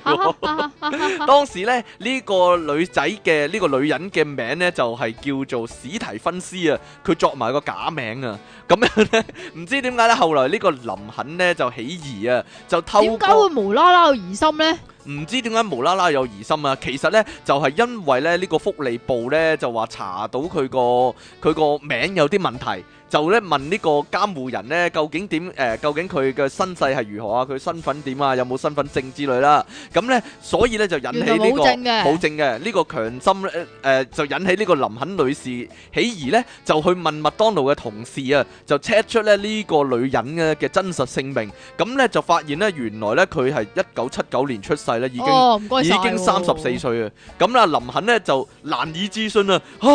[SPEAKER 2] 喎。當時咧，呢、個女仔嘅呢個女人嘅名咧就係、叫做史提芬斯啊，佢作埋個假名啊，咁樣咧 唔知點解咧，後來呢個林肯咧就起疑啊，就 透
[SPEAKER 1] 點解
[SPEAKER 2] 過
[SPEAKER 1] 會無啦啦有疑心咧？
[SPEAKER 2] 唔知點解無啦啦有疑心啊，其實咧就係、因為咧呢、個福利部咧就話查到佢個佢個名有啲問題。就咧問呢個監護人咧，究竟點誒、究竟佢嘅身世係如何啊？佢身份點啊？有冇身份證之類啦？咁咧，所以咧就引起
[SPEAKER 1] 原
[SPEAKER 2] 呢、
[SPEAKER 1] 來冇
[SPEAKER 2] 個
[SPEAKER 1] 證嘅
[SPEAKER 2] 冇證嘅呢個強心咧，誒、呃就引起呢個林肯女士起疑咧，就去問麥當勞嘅同事啊，就 check 出咧呢個女人嘅嘅真實姓名，咁咧就發現咧原來咧佢係一九七九年出世咧，已經。
[SPEAKER 1] 哦，唔該
[SPEAKER 2] 已
[SPEAKER 1] 晒喎，
[SPEAKER 2] 經三十四歲啊！咁啦，林肯呢就難以置信啊！嚇、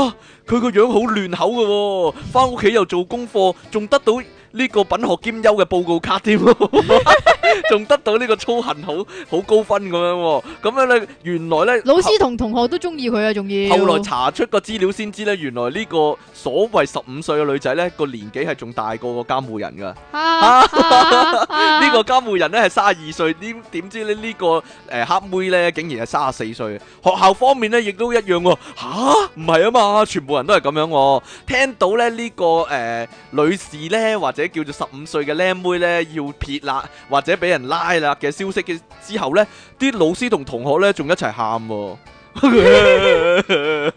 [SPEAKER 2] 佢個樣好亂口嘅喎、翻屋企又做功課，仲得到呢個品學兼優嘅報告卡添喎， 仲得到呢個操行好好高分咁樣喎、咁樣呢，原來呢，
[SPEAKER 1] 老師同同學都中意佢啊，仲要
[SPEAKER 2] 後後來查出個資料先知呢，原來呢個所謂十五歲嘅女仔呢，個年紀係仲大過個監護人㗎。
[SPEAKER 1] 啊啊啊
[SPEAKER 2] 呢個監護人咧係三十二歲，點點知咧呢個誒黑妹咧竟然係三十四歲。學校方面咧亦都一樣喎、吓唔係啊嘛，全部人都係咁樣喎、聽到咧呢、個誒、女士咧或者叫做十五歲嘅靚妹咧要撇啦，或者俾人拉啦嘅消息嘅之後咧，啲老師同同學咧仲一齊喊喎。 好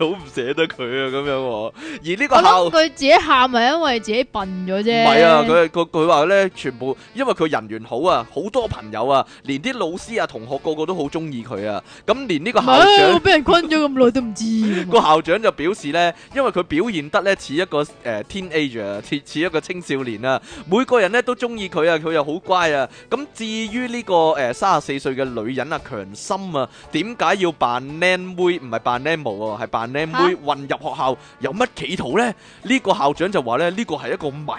[SPEAKER 2] 唔捨得佢啊，咁樣喎、而呢個
[SPEAKER 1] 我
[SPEAKER 2] 校
[SPEAKER 1] 諗佢自己喊係因為自己笨咗啫。
[SPEAKER 2] 唔係啊，佢佢佢話咧，全部因為佢人緣好啊，好多朋友啊，連啲老師啊、同學個個都好中意佢啊。咁連呢個
[SPEAKER 1] 唔
[SPEAKER 2] 校
[SPEAKER 1] 係
[SPEAKER 2] 長
[SPEAKER 1] 我，俾人困咗咁耐都 唔知㗎嘛。
[SPEAKER 2] 個校長就表示咧，因為佢表現得咧似一個誒、呃 teenager，啊似似一個青少年啊，每個人咧都中意佢啊，佢又好乖啊。咁至於呢、個誒三十四歲嘅女人啊，強心啊，點解要扮靚妹？唔係扮靚模喎，係扮靚妹混入學校，有乜企圖呢？呢、個校長就話咧，呢個係一個謎。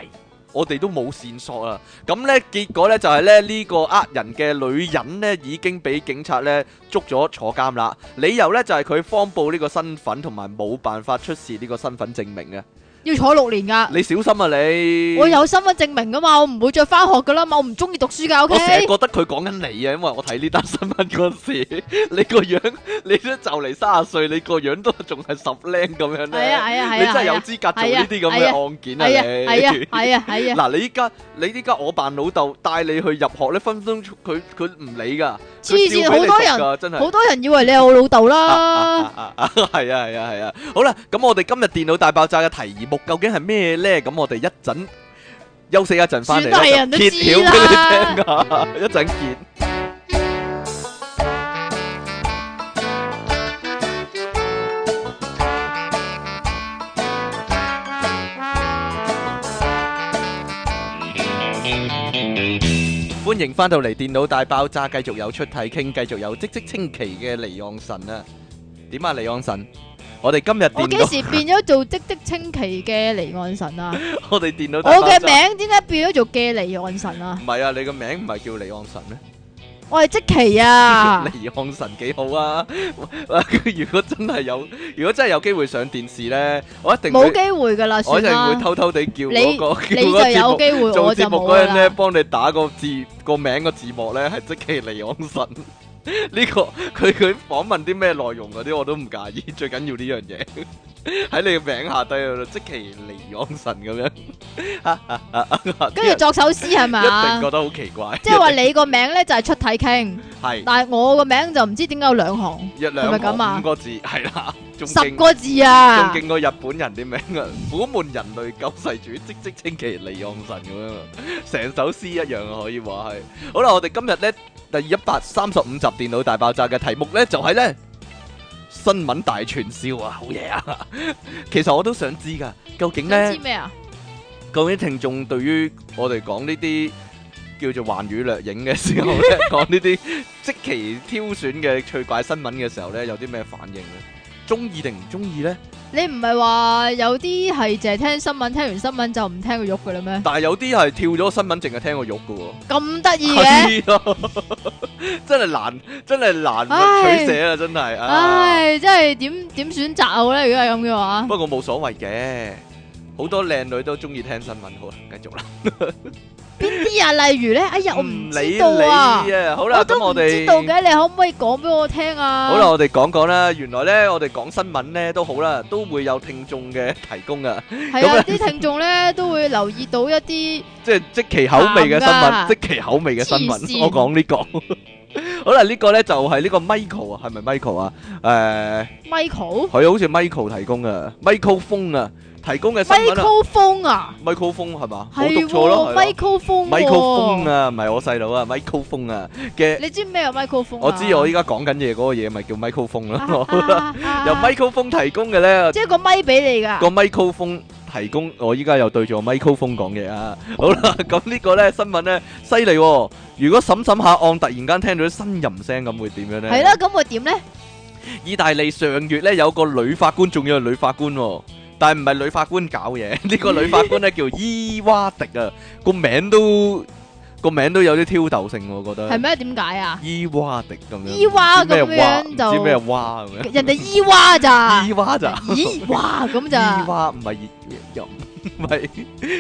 [SPEAKER 2] 我哋都冇線索啊！咁呢結果呢，就係咧呢個呃人嘅女人呢已經俾警察呢捉咗坐監啦。理由呢，就係佢謊報呢個身份同埋冇辦法出示呢個身份證明啊！
[SPEAKER 1] 要坐六年㗎。
[SPEAKER 2] 你小心啊你！
[SPEAKER 1] 我有身份證明㗎嘛，我唔會再翻學㗎啦嘛，我唔中意讀書㗎。O
[SPEAKER 2] 我成日
[SPEAKER 1] K，
[SPEAKER 2] 覺得佢講緊你啊，因為我睇呢單新聞嗰陣時， 你個樣你都就嚟三十歲，你個樣都仲係十僆咁樣
[SPEAKER 1] 係啊係
[SPEAKER 2] 咧，
[SPEAKER 1] 啊
[SPEAKER 2] 你
[SPEAKER 1] 係
[SPEAKER 2] 真
[SPEAKER 1] 啊，
[SPEAKER 2] 係有
[SPEAKER 1] 係啊
[SPEAKER 2] 資格做呢啲咁嘅案件
[SPEAKER 1] 係啊係
[SPEAKER 2] 啊
[SPEAKER 1] 啊
[SPEAKER 2] 你！
[SPEAKER 1] 係啊係啊，
[SPEAKER 2] 嗱，你依家你依家我扮老豆帶你去入學咧，分分鐘佢佢唔理噶，
[SPEAKER 1] 黐線好多人
[SPEAKER 2] 人真係。
[SPEAKER 1] 好多人以為你係我老豆 啦。
[SPEAKER 2] 係啊係啊係啊，好啦，咁我哋今日電腦大爆炸嘅題目究竟係咩咧？咁我哋一陣休息一陣翻嚟
[SPEAKER 1] 算係
[SPEAKER 2] 咧，
[SPEAKER 1] 人
[SPEAKER 2] 就
[SPEAKER 1] 都
[SPEAKER 2] 揭
[SPEAKER 1] 知
[SPEAKER 2] 曉俾
[SPEAKER 1] 啦
[SPEAKER 2] 你聽噶， 一陣見。歡迎翻到嚟電腦大爆炸，繼續有出體傾，繼續有即即清奇嘅離岸神啊！點啊，離岸神？我哋今日
[SPEAKER 1] 我
[SPEAKER 2] 電
[SPEAKER 1] 幾
[SPEAKER 2] 腦，
[SPEAKER 1] 時變咗做積積清奇嘅離岸神 啊？
[SPEAKER 2] 我哋電腦
[SPEAKER 1] 我
[SPEAKER 2] 大爆炸
[SPEAKER 1] 嘅名點解變咗做嘅離岸神啊？
[SPEAKER 2] 唔係啊，你個名唔係叫離岸神咩？
[SPEAKER 1] 我係積奇啊！
[SPEAKER 2] 離岸神幾好啊！ 如果真係有，如果真係有機會上電視咧，我一定
[SPEAKER 1] 冇
[SPEAKER 2] 會，
[SPEAKER 1] 機會㗎啦，
[SPEAKER 2] 我
[SPEAKER 1] 算
[SPEAKER 2] 一定會
[SPEAKER 1] 啦。
[SPEAKER 2] 偷偷地叫
[SPEAKER 1] 你
[SPEAKER 2] 嗰個
[SPEAKER 1] 你
[SPEAKER 2] 叫嗰
[SPEAKER 1] 就
[SPEAKER 2] 個節
[SPEAKER 1] 有
[SPEAKER 2] 目
[SPEAKER 1] 機會，
[SPEAKER 2] 做
[SPEAKER 1] 我就
[SPEAKER 2] 節目
[SPEAKER 1] 冇
[SPEAKER 2] 嗰人咧，
[SPEAKER 1] 啦。
[SPEAKER 2] 幫你打個字個名個字幕咧，係即其離岸神。 呢個佢佢訪問啲咩內容嗰啲我都唔介意，最緊要呢樣嘢。 喺你嘅名下低啊，即其離昂神咁樣，
[SPEAKER 1] 跟住作首詩係咪
[SPEAKER 2] 一定
[SPEAKER 1] 啊
[SPEAKER 2] 覺？得好奇怪。
[SPEAKER 1] 即係話你個名咧就係出體傾，
[SPEAKER 2] 係
[SPEAKER 1] 但係我個名就唔知點解有兩行
[SPEAKER 2] 一兩
[SPEAKER 1] 係咪咁
[SPEAKER 2] 行
[SPEAKER 1] 啊
[SPEAKER 2] 五個字係啦，仲
[SPEAKER 1] 十
[SPEAKER 2] 勁
[SPEAKER 1] 個字
[SPEAKER 2] 仲
[SPEAKER 1] 啊！
[SPEAKER 2] 勁過日本人啲名啊！苦悶人類救世主，即即稱其離昂神咁樣啊，成首詩一樣啊，可以話係。好啦，我哋今日咧第一百三十五集電腦大爆炸嘅題目咧就係咧新聞大串燒啊，好 嘢啊！其實我都想知㗎，究竟咧
[SPEAKER 1] 想知。咩啊？
[SPEAKER 2] 究竟聽眾對於我哋講呢啲叫做環宇掠影嘅 時候咧，講呢啲即期挑選嘅趣怪新聞嘅時候咧，有啲咩反應咧？中意定唔中意咧？
[SPEAKER 1] 你唔係話有啲係淨係聽新聞，聽完新聞就唔聽佢喐嘅啦咩？
[SPEAKER 2] 但係有啲係跳咗新聞，淨係聽個肉嘅喎。
[SPEAKER 1] 咁得意嘅，
[SPEAKER 2] 係啊，真係難，真係難
[SPEAKER 1] 唉
[SPEAKER 2] 取捨啊！真係啊，
[SPEAKER 1] 唉，真係點點選擇好咧？如果係咁嘅啊話，
[SPEAKER 2] 不過冇所謂嘅，好多靚女都中意聽新聞。好啦，繼續啦，
[SPEAKER 1] 邊啲啊？例如咧，哎呀，我唔
[SPEAKER 2] 理
[SPEAKER 1] 知道啊
[SPEAKER 2] 你，啊！好啦，
[SPEAKER 1] 我
[SPEAKER 2] 咁
[SPEAKER 1] 都唔
[SPEAKER 2] 我哋
[SPEAKER 1] 知道嘅，你可唔可以講俾我聽啊？
[SPEAKER 2] 好啦，，我哋講講啦。原來咧，我哋講新聞咧都好啦，都會有聽眾嘅提供噶，
[SPEAKER 1] 係
[SPEAKER 2] 咁
[SPEAKER 1] 啊，啲聽眾咧都會留意到一啲
[SPEAKER 2] 即係即其口味嘅新
[SPEAKER 1] 鹹
[SPEAKER 2] 聞，
[SPEAKER 1] 㗎
[SPEAKER 2] 即其口味嘅新
[SPEAKER 1] 黐
[SPEAKER 2] 聞。
[SPEAKER 1] 線
[SPEAKER 2] 我講呢、個。 好啦，呢個咧就係呢個 Michael 啊，係咪 Michael 啊？誒、
[SPEAKER 1] Michael
[SPEAKER 2] 佢好似 Michael 提供啊，Michael 風啊提供嘅新聞啊
[SPEAKER 1] Michael 風啊，
[SPEAKER 2] ，Michael 風係嘛？我讀
[SPEAKER 1] 係
[SPEAKER 2] 錯
[SPEAKER 1] 喎
[SPEAKER 2] 咯係咯
[SPEAKER 1] ，Michael 風
[SPEAKER 2] ，Michael 風
[SPEAKER 1] 啊，
[SPEAKER 2] 啊，唔係我細佬啊，Michael 風啊嘅，
[SPEAKER 1] 你知咩啊？Michael 風啊，
[SPEAKER 2] 我知我依家講緊嘢嗰個嘢咪叫 Michael 風
[SPEAKER 1] 啊
[SPEAKER 2] 咯，好啦
[SPEAKER 1] 啊啊
[SPEAKER 2] 由 Michael 風提供嘅咧。
[SPEAKER 1] 即係個咪俾你㗎。
[SPEAKER 2] 個咪高峰提供，我依家又對住個咪高峰講嘢啊！好啦， 咁呢個咧新聞咧犀利喎！如果審審下案，突然間聽到啲呻吟聲咁，會點樣咧？
[SPEAKER 1] 係啦，咁會點咧？
[SPEAKER 2] 意大利上月咧有個女法官，仲要係女法官喎、但係唔係女法官搞嘢， 呢個女法官 咧叫伊娃迪啊，個名都個名都有啲挑逗性喎，我覺
[SPEAKER 1] 係
[SPEAKER 2] 得。
[SPEAKER 1] 咩？點解啊？
[SPEAKER 2] 伊娃迪咁樣。
[SPEAKER 1] 伊娃
[SPEAKER 2] 唔知咩
[SPEAKER 1] 咁
[SPEAKER 2] 娃
[SPEAKER 1] 樣
[SPEAKER 2] 唔
[SPEAKER 1] 就
[SPEAKER 2] 知咩蛙咁樣。
[SPEAKER 1] 人哋伊娃咋？
[SPEAKER 2] 伊 E 娃咋？E
[SPEAKER 1] 咦哇咁
[SPEAKER 2] 伊
[SPEAKER 1] 咋？
[SPEAKER 2] 蛙唔係淫，唔係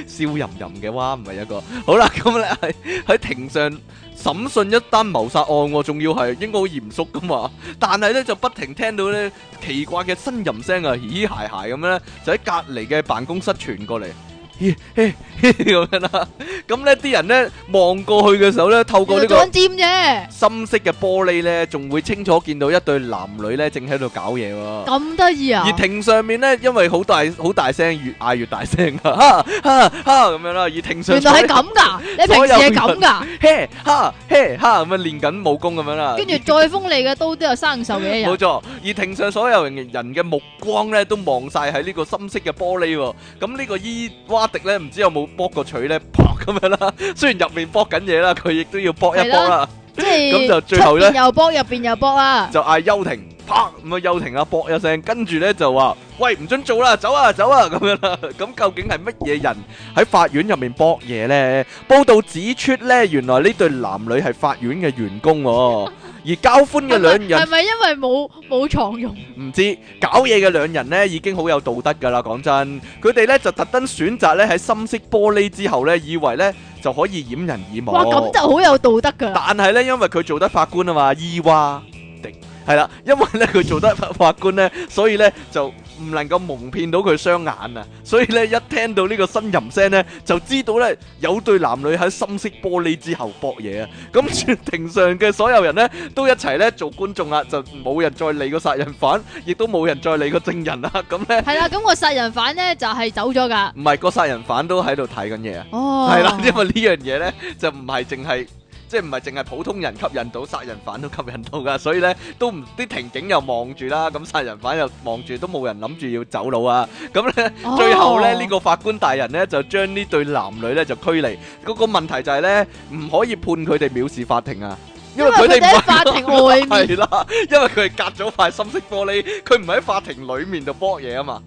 [SPEAKER 2] 笑吟吟嘅蛙，唔係一個。好啦，咁咧 係喺庭上審訊一單謀殺案喎，仲要係應該好嚴肅噶嘛。但係咧就不停聽到咧奇怪嘅呻吟聲啊，咦鞋鞋咁樣咧，就喺隔離嘅辦公室傳過嚟。 咦嘿嘿咁樣啦，咁咧啲人咧望過去嘅時候咧，透過呢、
[SPEAKER 1] 做
[SPEAKER 2] 個
[SPEAKER 1] 咗尖啫，
[SPEAKER 2] 深色嘅玻璃咧，仲會清楚見到一對男女咧正喺度搞嘢喎。
[SPEAKER 1] 咁得意啊
[SPEAKER 2] 而！庭上面咧，因為好大好大聲，越嗌越大聲 噶，哈哈哈咁樣啦。而庭上
[SPEAKER 1] 原來係咁㗎，你平
[SPEAKER 2] 所
[SPEAKER 1] 時
[SPEAKER 2] 有
[SPEAKER 1] 係咁㗎，
[SPEAKER 2] 嘿哈嘿哈咁樣練緊武功咁樣啦。
[SPEAKER 1] 跟住 再啊鋒利嘅刀都有生鏽嘅一
[SPEAKER 2] 冇
[SPEAKER 1] 日。
[SPEAKER 2] 錯，而庭上所有人人嘅目光咧都望晒喺呢個深色嘅玻璃喎。咁呢個伊娃迪咧，唔知有冇搏個錘咧，搏咁樣啦。雖然入面搏緊嘢啦，佢亦都要搏一搏啦，
[SPEAKER 1] 即
[SPEAKER 2] 咁就
[SPEAKER 1] 係出
[SPEAKER 2] 最後呢
[SPEAKER 1] 邊又搏，入邊又搏啊啦。
[SPEAKER 2] 就嗌休庭，啪咁啊休庭啦，搏一聲，跟住咧就話：喂，唔准做啦，走啊走啊咁樣啦。 咁究竟係乜嘢人喺法院入面搏嘢呢？報道指出呢，原來呢對男女係法院嘅員工、喎，而交歡嘅兩人
[SPEAKER 1] 係咪因為冇冇床用？
[SPEAKER 2] 唔知搞嘢嘅兩人呢已經好有道德㗎啦，講真，佢哋呢就特登選擇呢喺深色玻璃之後呢，以為呢就可以掩人耳目。
[SPEAKER 1] 哇，咁就好有道德㗎啦。
[SPEAKER 2] 但係咧，因為佢做得法官啊嘛，伊娃迪係啦，因為咧佢做得法法官咧，所以咧就唔能夠蒙騙到佢雙眼啊，所以咧一聽到呢個呻吟聲咧，就知道咧有對男女喺深色玻璃之後搏嘢啊！咁庭上嘅所有人咧都一齊咧做觀眾啊啦，就冇人再理個殺人犯，亦都冇人再理個證人啦。啊咁咧
[SPEAKER 1] 係啦，咁個殺人犯咧就係走咗㗎。
[SPEAKER 2] 唔係個殺人犯都喺度睇緊嘢啊！
[SPEAKER 1] 哦，
[SPEAKER 2] 係啦，因為呢樣嘢咧就唔係淨係。即係唔係淨係普通人吸引到，殺人犯都吸引到噶，所以咧都唔啲庭警又望住啦，咁殺人犯又望住，都冇人諗住要走佬啊！咁咧
[SPEAKER 1] 哦
[SPEAKER 2] 最後咧呢個法官大人咧就將呢對男女咧就驅離。嗰個問題就係咧唔可以判佢哋藐視法庭啊，因為佢
[SPEAKER 1] 因
[SPEAKER 2] 哋
[SPEAKER 1] 為佢哋
[SPEAKER 2] 唔
[SPEAKER 1] 喺法庭 外面
[SPEAKER 2] 係啦，因為佢係隔咗塊深色玻璃，佢唔喺法庭裡面度搏嘢啊嘛。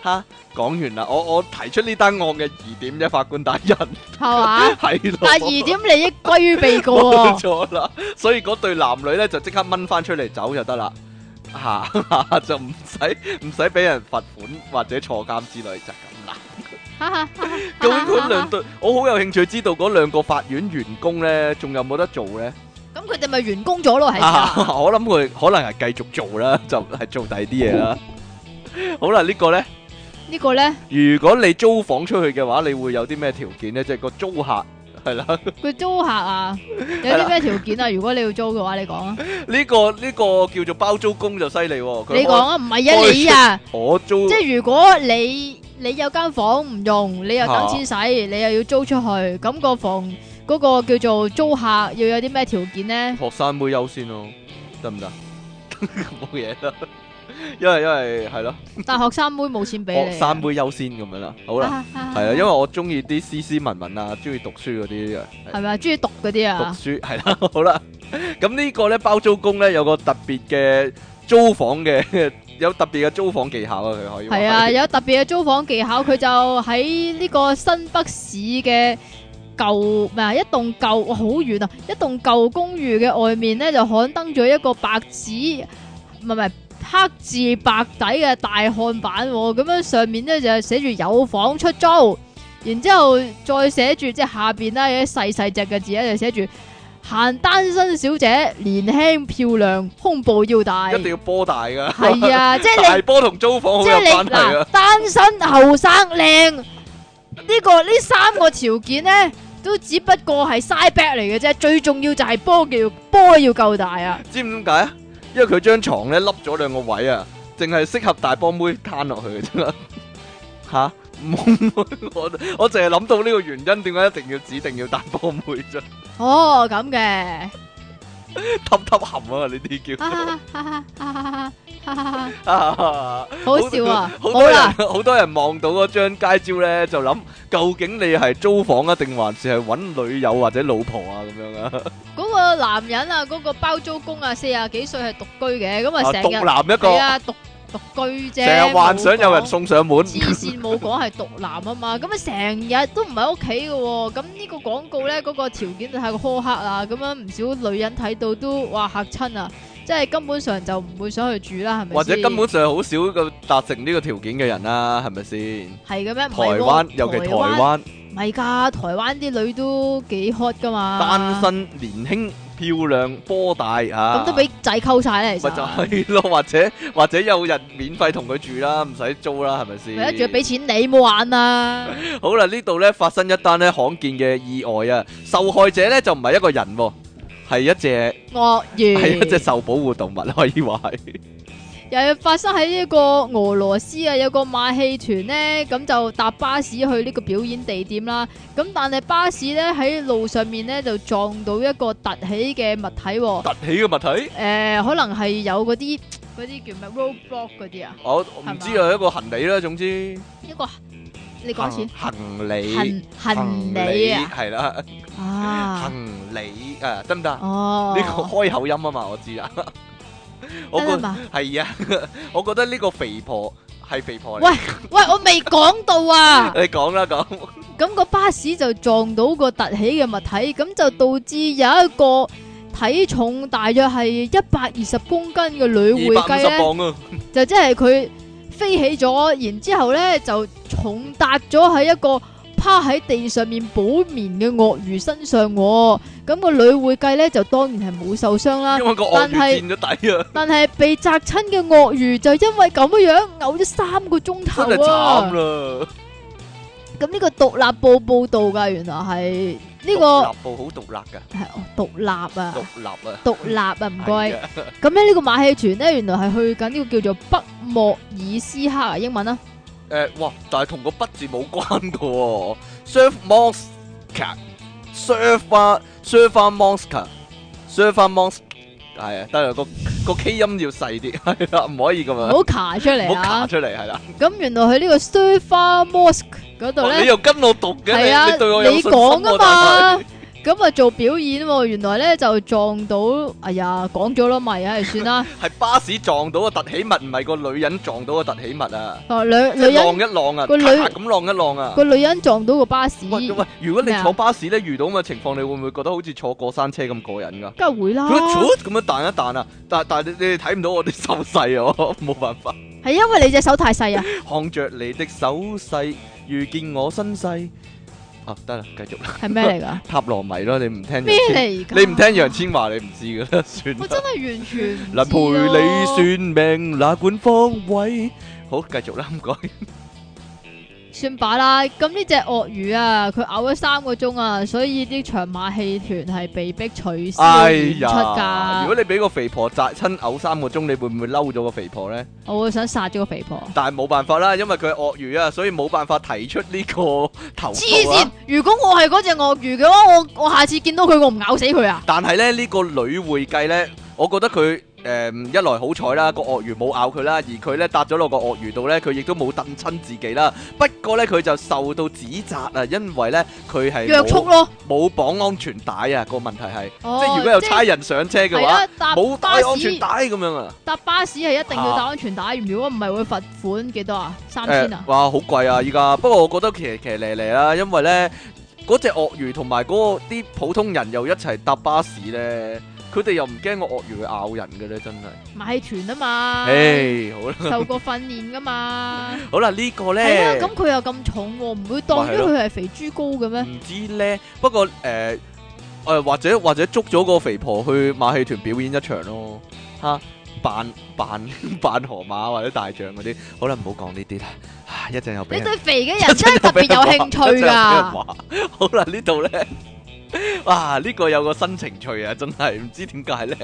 [SPEAKER 2] 吓，講完啦，我我提出呢單案嘅疑點啫，法官 大人。
[SPEAKER 1] 係 嘛？
[SPEAKER 2] 係咯，
[SPEAKER 1] 但係疑點利益歸於被告
[SPEAKER 2] 冇
[SPEAKER 1] 喎。
[SPEAKER 2] 錯啦，所以嗰對男女咧就即刻掹翻出嚟走就得啦，吓、 就唔使唔使俾人罰款或者坐監之類就係 咁啦。
[SPEAKER 1] 哈哈
[SPEAKER 2] 究竟嗰兩對，我好有興趣知道嗰兩個法院員工咧，仲有冇得做咧？
[SPEAKER 1] 咁佢哋咪 完工咗咯，係
[SPEAKER 2] 啊
[SPEAKER 1] 㗎。
[SPEAKER 2] 我諗佢可能係繼續做啦，就係做第二啲嘢啦。 好啦，呢個呢，
[SPEAKER 1] 呢個咧，
[SPEAKER 2] 如果你租房出去嘅話，你會有啲咩條件呢？即係個租客係啦。
[SPEAKER 1] 佢租客啊，有
[SPEAKER 2] 係啦
[SPEAKER 1] 啲咩條件啊？如果你要租嘅話，你講啊，
[SPEAKER 2] 呢個呢個叫做包租公就犀利喎。佢
[SPEAKER 1] 你講啊，唔係啊，你啊，
[SPEAKER 2] 我我租
[SPEAKER 1] 即係如果你你有間房唔用，你又
[SPEAKER 2] 啊
[SPEAKER 1] 等錢使，你又要租出去，咁個房嗰個叫做租客要有啲咩條件咧？
[SPEAKER 2] 學生妹優先咯，得唔得？ 冇嘢啦，因為因為係咯，
[SPEAKER 1] 但學生妹冇錢俾
[SPEAKER 2] 學
[SPEAKER 1] 你啊，
[SPEAKER 2] 生妹優先咁樣啦。好啦，
[SPEAKER 1] 啊，係
[SPEAKER 2] 係啊，因為我中意啲斯斯文文啊，中意讀書嗰啲啊。係
[SPEAKER 1] 係咪啊？中意讀嗰啲
[SPEAKER 2] 讀
[SPEAKER 1] 啊？
[SPEAKER 2] 書 係啦，好啦，咁呢個咧包租公咧有個特別嘅租房嘅， 有特別嘅租房技巧啊，佢可以話
[SPEAKER 1] 係 啊， 有特別嘅租房技巧，佢就喺呢個新北市嘅舊咩啊一棟舊哇好遠啊，一棟舊公寓嘅外面咧就刊登咗一個白紙，唔係唔係黑字白底嘅大漢版喎，咁樣上面咧就寫住有房出租，然之後再寫住即係下邊啦有啲細細隻嘅字咧就寫住限單身小姐，年輕漂亮，胸部要大，
[SPEAKER 2] 一定要波大噶，
[SPEAKER 1] 係啊， 即係你
[SPEAKER 2] 大。波同租房好
[SPEAKER 1] 即
[SPEAKER 2] 有
[SPEAKER 1] 係
[SPEAKER 2] 關
[SPEAKER 1] 你
[SPEAKER 2] 係
[SPEAKER 1] 嗱
[SPEAKER 2] 啊，，
[SPEAKER 1] 單身後生靚呢個呢三個條件咧，都只不過係 side back 嚟嘅啫。最重要就係波要波要夠大啊！
[SPEAKER 2] 知唔知點解啊？因為佢張床咧凹咗兩個位啊，淨係適合大波妹攤落去嘅啫。 吓，冇我我淨係諗到呢個原因，點解一定要指定要大波妹啫？
[SPEAKER 1] 哦，咁嘅，
[SPEAKER 2] 揼揼含啊，呢啲叫。
[SPEAKER 1] 哈哈哈哈哈
[SPEAKER 2] 好
[SPEAKER 1] 好笑啊！
[SPEAKER 2] 好
[SPEAKER 1] 好
[SPEAKER 2] 多人
[SPEAKER 1] 啦，
[SPEAKER 2] 好多人望到嗰張街招咧，就諗究竟你係租房啊，定還是係揾女友或者老婆啊咁樣啊？
[SPEAKER 1] 嗰個男人啊，嗰個包租公啊，四啊幾歲係獨居嘅，咁
[SPEAKER 2] 啊，
[SPEAKER 1] 啊成
[SPEAKER 2] 獨
[SPEAKER 1] 日
[SPEAKER 2] 男一
[SPEAKER 1] 係
[SPEAKER 2] 個，
[SPEAKER 1] 啊獨獨居啫，
[SPEAKER 2] 成日幻想有人
[SPEAKER 1] 冇講
[SPEAKER 2] 送上門，
[SPEAKER 1] 黐線冇講係獨男啊
[SPEAKER 2] 嗯
[SPEAKER 1] 嘛，咁啊成日都唔喺屋企嘅喎，咁呢個廣告咧嗰、個條件就太過苛刻啊，咁樣唔少女人睇到都哇嚇親啊，即係根本上就唔會想去住啦，係咪先
[SPEAKER 2] 或者根本上好少個達成呢個條件嘅人啦，係咪先？
[SPEAKER 1] 係嘅咩？唔
[SPEAKER 2] 台
[SPEAKER 1] 係喎
[SPEAKER 2] 灣，尤其台，灣
[SPEAKER 1] 唔係㗎，台灣啲女都幾 hot 㗎嘛，
[SPEAKER 2] 單身、年輕、漂亮、波大啊，
[SPEAKER 1] 咁都俾仔溝晒咧，其
[SPEAKER 2] 咪就
[SPEAKER 1] 實。
[SPEAKER 2] 係咯， 或者或者有人免費同佢住啦，唔使租啦，係咪
[SPEAKER 1] 咪一
[SPEAKER 2] 先？
[SPEAKER 1] 仲要俾錢你冇玩啊！
[SPEAKER 2] 好啦，呢度咧發生一單咧罕見嘅意外啊！受害者咧就唔係一個人、喎，係一隻
[SPEAKER 1] 鱷
[SPEAKER 2] 係一隻
[SPEAKER 1] 魚
[SPEAKER 2] 受保護動物可以 話係。
[SPEAKER 1] 又係發生喺呢個俄羅斯啊，有個馬戲團呢，咁就搭巴士去呢個表演地點啦。咁但係巴士呢，喺路上面呢，就撞到一個凸起嘅物體、喎，
[SPEAKER 2] 凸起嘅物體，
[SPEAKER 1] 誒、可能係有嗰啲嗰啲叫咩 roadblock 嗰啲啊，
[SPEAKER 2] 我唔知啊，一個行李啦，總之
[SPEAKER 1] 一個你講
[SPEAKER 2] 行
[SPEAKER 1] 先，
[SPEAKER 2] 行李
[SPEAKER 1] 行行李啊，
[SPEAKER 2] 係啦，
[SPEAKER 1] 啊，
[SPEAKER 2] 行李啊，得唔得啊？
[SPEAKER 1] 哦，
[SPEAKER 2] 呢個開口音啊嘛，我知啊。我
[SPEAKER 1] 得啦
[SPEAKER 2] 覺
[SPEAKER 1] 嘛
[SPEAKER 2] 係啊， 我覺得呢個肥婆係肥婆嚟。
[SPEAKER 1] 喂喂，我未講到啊！
[SPEAKER 2] 你講啦講，
[SPEAKER 1] 咁個巴士就撞到個凸起嘅物體，咁就導致有一個體重大約係一百二十公斤嘅女會
[SPEAKER 2] 二百五
[SPEAKER 1] 計
[SPEAKER 2] 十
[SPEAKER 1] 咧，
[SPEAKER 2] 磅啊！
[SPEAKER 1] 就即係佢飛起咗，然之後咧就重搭咗喺一個趴喺地上面補眠嘅鱷魚身上喎。咁、個女會計咧就當然係冇受傷啦
[SPEAKER 2] 因，為個鱷
[SPEAKER 1] 但係
[SPEAKER 2] 魚見咗底啊，
[SPEAKER 1] 但係被砸親嘅鱷魚就因為咁樣樣嘔咗三個鐘頭
[SPEAKER 2] 真係
[SPEAKER 1] 啊！
[SPEAKER 2] 慘啦。
[SPEAKER 1] 咁呢個獨立報報導㗎，原來係呢、個。
[SPEAKER 2] 獨立部好獨立噶，
[SPEAKER 1] 系哦，独立啊，
[SPEAKER 2] 獨立啊，
[SPEAKER 1] 獨立啊，唔該。
[SPEAKER 2] 係啊
[SPEAKER 1] 咁咧呢個馬戲團咧，原來係去緊呢個叫做北莫爾斯克啊，英文啊，
[SPEAKER 2] 誒，哇！但係同個筆字冇關噶喎，surf monster，surfer surfer monster，surfer monster，係啊，得啦，個個 K 音要細啲，係啦，唔可以咁
[SPEAKER 1] 唔
[SPEAKER 2] 樣，
[SPEAKER 1] 好卡出
[SPEAKER 2] 啊唔
[SPEAKER 1] 嚟
[SPEAKER 2] 好卡
[SPEAKER 1] 啊。
[SPEAKER 2] 出嚟，係啦。
[SPEAKER 1] 咁原來去呢個 Surfer Mosque 嗰度
[SPEAKER 2] 哇你
[SPEAKER 1] 咧，
[SPEAKER 2] 又跟我讀嘅，
[SPEAKER 1] 係啊，
[SPEAKER 2] 你你對我有
[SPEAKER 1] 你
[SPEAKER 2] 信心喎，
[SPEAKER 1] 講
[SPEAKER 2] 但
[SPEAKER 1] 啊
[SPEAKER 2] 係
[SPEAKER 1] 嘛。咁啊做表演喎，原來咧就撞到，哎呀，講咗咯，咪唉算 啦。
[SPEAKER 2] 係巴士撞到個凸起物，唔係個女人撞到個凸起物啊，
[SPEAKER 1] 哦女
[SPEAKER 2] 即
[SPEAKER 1] 女
[SPEAKER 2] 係浪
[SPEAKER 1] 人
[SPEAKER 2] 一浪啊，
[SPEAKER 1] 個女
[SPEAKER 2] 咔咁浪一浪啊。
[SPEAKER 1] 個女人撞到個巴士，
[SPEAKER 2] 喂喂，如果你
[SPEAKER 1] 咩啊
[SPEAKER 2] 坐巴士咧遇到咁嘅情況，你會唔會覺得好似坐過山車咁過癮噶？
[SPEAKER 1] 梗係會啦
[SPEAKER 2] 佢。一咁樣彈一彈啊！但但你你哋睇唔到我啲手勢啊，我冇辦 法。
[SPEAKER 1] 係因啊為你隻手太細啊，
[SPEAKER 2] 看着你的手勢，遇見我身世，啊，得啦，繼續啦，
[SPEAKER 1] 系咩嚟噶？
[SPEAKER 2] 塔羅迷 咯，你唔聽
[SPEAKER 1] 咩
[SPEAKER 2] 楊千，
[SPEAKER 1] 嚟噶？
[SPEAKER 2] 你唔聽楊千嬅，你唔知噶啦，算
[SPEAKER 1] 我
[SPEAKER 2] 啦。
[SPEAKER 1] 真係完全唔啊
[SPEAKER 2] 能陪你算命那管方位，好繼續啦，唔該。
[SPEAKER 1] 算把啦。咁呢只鱷魚啊，佢嘔咗三個鐘啊，所以啲長馬戲團係被逼取消
[SPEAKER 2] 哎
[SPEAKER 1] 演出
[SPEAKER 2] 呀，
[SPEAKER 1] 㗎。
[SPEAKER 2] 如果你俾個肥婆扎親嘔三個鐘，你會唔會嬲咗個肥婆呢？
[SPEAKER 1] 我會想殺咗個肥婆。
[SPEAKER 2] 但係冇辦法啦，因為佢係鱷魚啊，所以冇辦法提出呢個投
[SPEAKER 1] 黐
[SPEAKER 2] 訴啊
[SPEAKER 1] 線！。如果我係嗰隻鱷魚嘅話，我我下次見到佢，我唔咬死佢啊！
[SPEAKER 2] 但係咧，呢、個女會計呢，我覺得佢诶、誒一來好彩啦，個鱷魚冇咬佢啦，而佢呢搭咗落個鱷魚度呢，佢亦都冇蹬親自己啦。不過呢，佢就受到指責啊，因為呢，佢係
[SPEAKER 1] 約束
[SPEAKER 2] 冇
[SPEAKER 1] 咯。
[SPEAKER 2] 冇綁安全帶啊，個問題係。
[SPEAKER 1] 哦
[SPEAKER 2] 即係如果有
[SPEAKER 1] 係
[SPEAKER 2] 差人上車嘅
[SPEAKER 1] 係
[SPEAKER 2] 話，
[SPEAKER 1] 啦，搭
[SPEAKER 2] 冇帶
[SPEAKER 1] 巴
[SPEAKER 2] 安全
[SPEAKER 1] 士
[SPEAKER 2] 帶咁樣啊！
[SPEAKER 1] 搭巴士係一定要帶安全帶，如果唔係會罰款幾多啊？三千啊！
[SPEAKER 2] 哇，好貴啊！依家不過我覺得騎騎嚟嚟啦，因為咧嗰只鱷魚同埋嗰個啲普通人又一齊搭巴士咧，佢哋又唔驚個鱷魚會咬人嘅咧，真係。
[SPEAKER 1] 馬戲團啊嘛，
[SPEAKER 2] 唉，好啦
[SPEAKER 1] 受過訓練噶嘛。
[SPEAKER 2] 好啦，呢個
[SPEAKER 1] 係啦，
[SPEAKER 2] 咧
[SPEAKER 1] 咁啊佢又咁重喎，唔會當
[SPEAKER 2] 咪係
[SPEAKER 1] 咗
[SPEAKER 2] 咯
[SPEAKER 1] 佢係肥豬膏嘅咩？
[SPEAKER 2] 唔知咧，不過誒誒或者或者捉咗個肥婆去馬戲團表演一場咯，嚇扮扮 扮河馬或者大象嗰啲，好啦，唔好講呢啲啦，唉一陣又俾
[SPEAKER 1] 你
[SPEAKER 2] 人
[SPEAKER 1] 對肥嘅 人真係特別有興趣㗎，
[SPEAKER 2] 好啦，呢度咧，哇，呢個有個新情趣啊，真係唔知點解咧，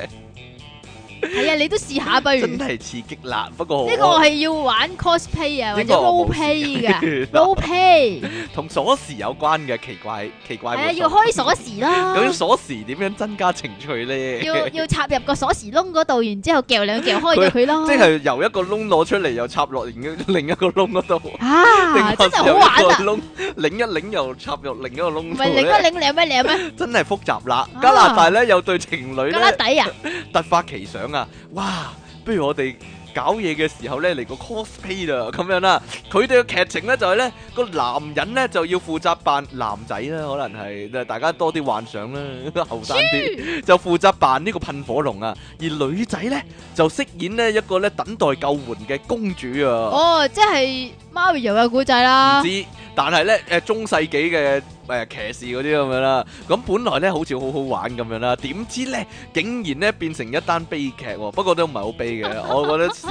[SPEAKER 1] 係啊，你都試下不如。
[SPEAKER 2] 真係刺激啦。不過
[SPEAKER 1] 呢個我係要玩 cosplay 啊，或
[SPEAKER 2] 呢
[SPEAKER 1] 者
[SPEAKER 2] 個我
[SPEAKER 1] role
[SPEAKER 2] 冇
[SPEAKER 1] play 嘅
[SPEAKER 2] 試
[SPEAKER 1] role play，
[SPEAKER 2] 同鎖匙有關嘅奇怪奇
[SPEAKER 1] 係
[SPEAKER 2] 怪活
[SPEAKER 1] 啊，
[SPEAKER 2] 動。
[SPEAKER 1] 要開鎖匙
[SPEAKER 2] 究竟
[SPEAKER 1] 啦，
[SPEAKER 2] 鎖匙點樣增加情趣咧？
[SPEAKER 1] 要要插入個鎖匙窿嗰度，然之後撬兩撬開咗佢咯。
[SPEAKER 2] 即係由一個窿攞出嚟，又插落另一另一個窿嗰度，定
[SPEAKER 1] 啊，
[SPEAKER 2] 係
[SPEAKER 1] 真係好玩啊！
[SPEAKER 2] 由一個窿擰一擰又插入另一個窿
[SPEAKER 1] 唔
[SPEAKER 2] 度
[SPEAKER 1] 係擰
[SPEAKER 2] 咧，
[SPEAKER 1] 一擰兩咩 兩咩？
[SPEAKER 2] 真係複雜啦。
[SPEAKER 1] 啊
[SPEAKER 2] 加拿大咧有對情侶
[SPEAKER 1] 格拉
[SPEAKER 2] 咧。
[SPEAKER 1] 底啊！
[SPEAKER 2] 突發奇想啊！哇，不如我哋搞嘢嘅時候咧嚟個 cosplay 啦，咁樣啦。佢哋嘅劇情咧就係咧個男人咧就要負責扮男仔啦，可能係大家多啲幻想啦， 後生啲就負責扮呢個噴火龍啊，而女仔咧就飾演呢一個咧等待救援嘅公主啊。
[SPEAKER 1] 哦，即係 Mario 嘅古仔啦
[SPEAKER 2] 唔，知，但係咧誒中世紀嘅誒、呃騎士嗰啲咁樣啦，咁本來咧好似好好玩咁樣啦，點知咧竟然咧變成一單悲劇喎、不過都唔係好悲嘅，我覺得笑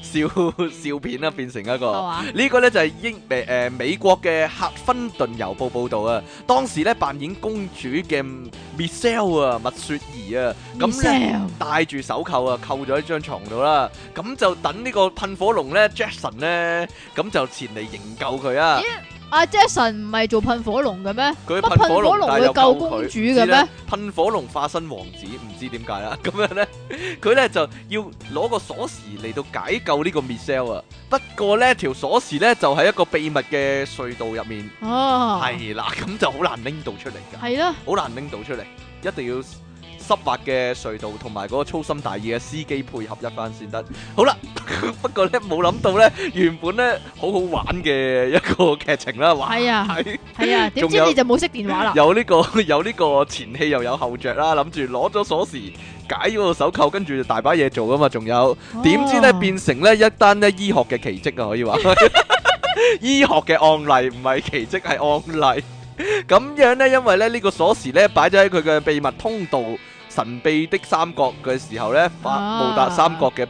[SPEAKER 2] 笑笑片啦、變成一個。
[SPEAKER 1] 係嘛？
[SPEAKER 2] 呢個呢就係英美誒、呃美國嘅《客芬頓郵報》報導啊，當時呢扮演公主嘅嗯 Michelle 啊，麥雪兒啊，咁呢
[SPEAKER 1] Michelle
[SPEAKER 2] 戴住手扣啊，扣咗喺張床度啦，咁就等呢個噴火龍呢 Jackson 呢，咁就前嚟營救佢啊，
[SPEAKER 1] 阿 Jason 唔係做噴火龍嘅咩？
[SPEAKER 2] 佢
[SPEAKER 1] 乜
[SPEAKER 2] 噴火
[SPEAKER 1] 噴
[SPEAKER 2] 龍
[SPEAKER 1] 火龍
[SPEAKER 2] 但係
[SPEAKER 1] 會
[SPEAKER 2] 又
[SPEAKER 1] 救
[SPEAKER 2] 救
[SPEAKER 1] 公
[SPEAKER 2] 佢
[SPEAKER 1] 主
[SPEAKER 2] 唔
[SPEAKER 1] 嘅
[SPEAKER 2] 知呢
[SPEAKER 1] 咩
[SPEAKER 2] 噴火龍化身王子，唔知點解啦，咁樣呢，佢呢就要攞個鎖匙嚟到解救呢個 Michelle 啊，不過呢條鎖匙呢，就喺一個秘密嘅隧道入面。
[SPEAKER 1] 哦，
[SPEAKER 2] 係啦，咁就好難拎到出嚟㗎，
[SPEAKER 1] 係啦，
[SPEAKER 2] 好難拎到出嚟，一定要濕滑嘅隧道同埋嗰個粗心大意嘅司機配合一番先得。好啦， 不過咧冇諗到咧，原本咧好好玩嘅一個劇情啦，哇！
[SPEAKER 1] 係啊
[SPEAKER 2] 係
[SPEAKER 1] 係啊，點
[SPEAKER 2] 仲
[SPEAKER 1] 知
[SPEAKER 2] 有
[SPEAKER 1] 你就冇熄電話啦？
[SPEAKER 2] 有呢、個 有呢個前戲又有後着啦，諗住攞咗鎖匙解咗個手扣，跟住就大把嘢做啊噶嘛，仲有。點知咧
[SPEAKER 1] 哦
[SPEAKER 2] 變成咧一單咧醫學嘅奇蹟啊，可 以話醫學嘅案例唔係奇蹟係案例。咁樣咧，因為咧呢、呢個鎖匙咧擺咗喺佢嘅秘密通道神秘的三角嘅時候咧，發
[SPEAKER 1] 啊
[SPEAKER 2] 慕達三角嘅誒、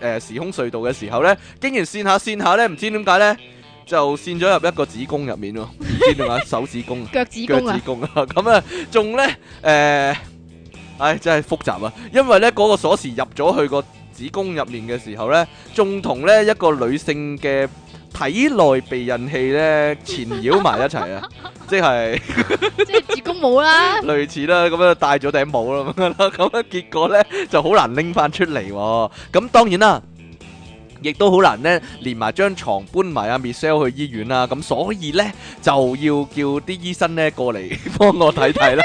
[SPEAKER 2] 呃、時空隧道嘅時候咧，竟然跣下跣下咧，唔知點解咧就跣咗入一個子宮入面喎，唔知點解手指公啊。
[SPEAKER 1] 腳趾
[SPEAKER 2] 腳
[SPEAKER 1] 公啊
[SPEAKER 2] 趾！公啊， 咁啊，仲咧誒，唉，真係複雜啊！因為咧嗰、個鎖匙入咗去個子宮入面嘅時候咧，仲同咧一個女性嘅體內避孕器咧纏繞埋一齊啊，即係，
[SPEAKER 1] 即係子宮冇啦
[SPEAKER 2] 類似啦，咁樣戴咗頂帽啦，咁樣啦，咁啊結果咧就好難拎翻出嚟喎。咁當然啦。亦都好難咧，連埋張床搬埋阿 Michelle 去醫院啦，咁所以咧就要叫啲醫生咧過嚟 幫我睇睇啦。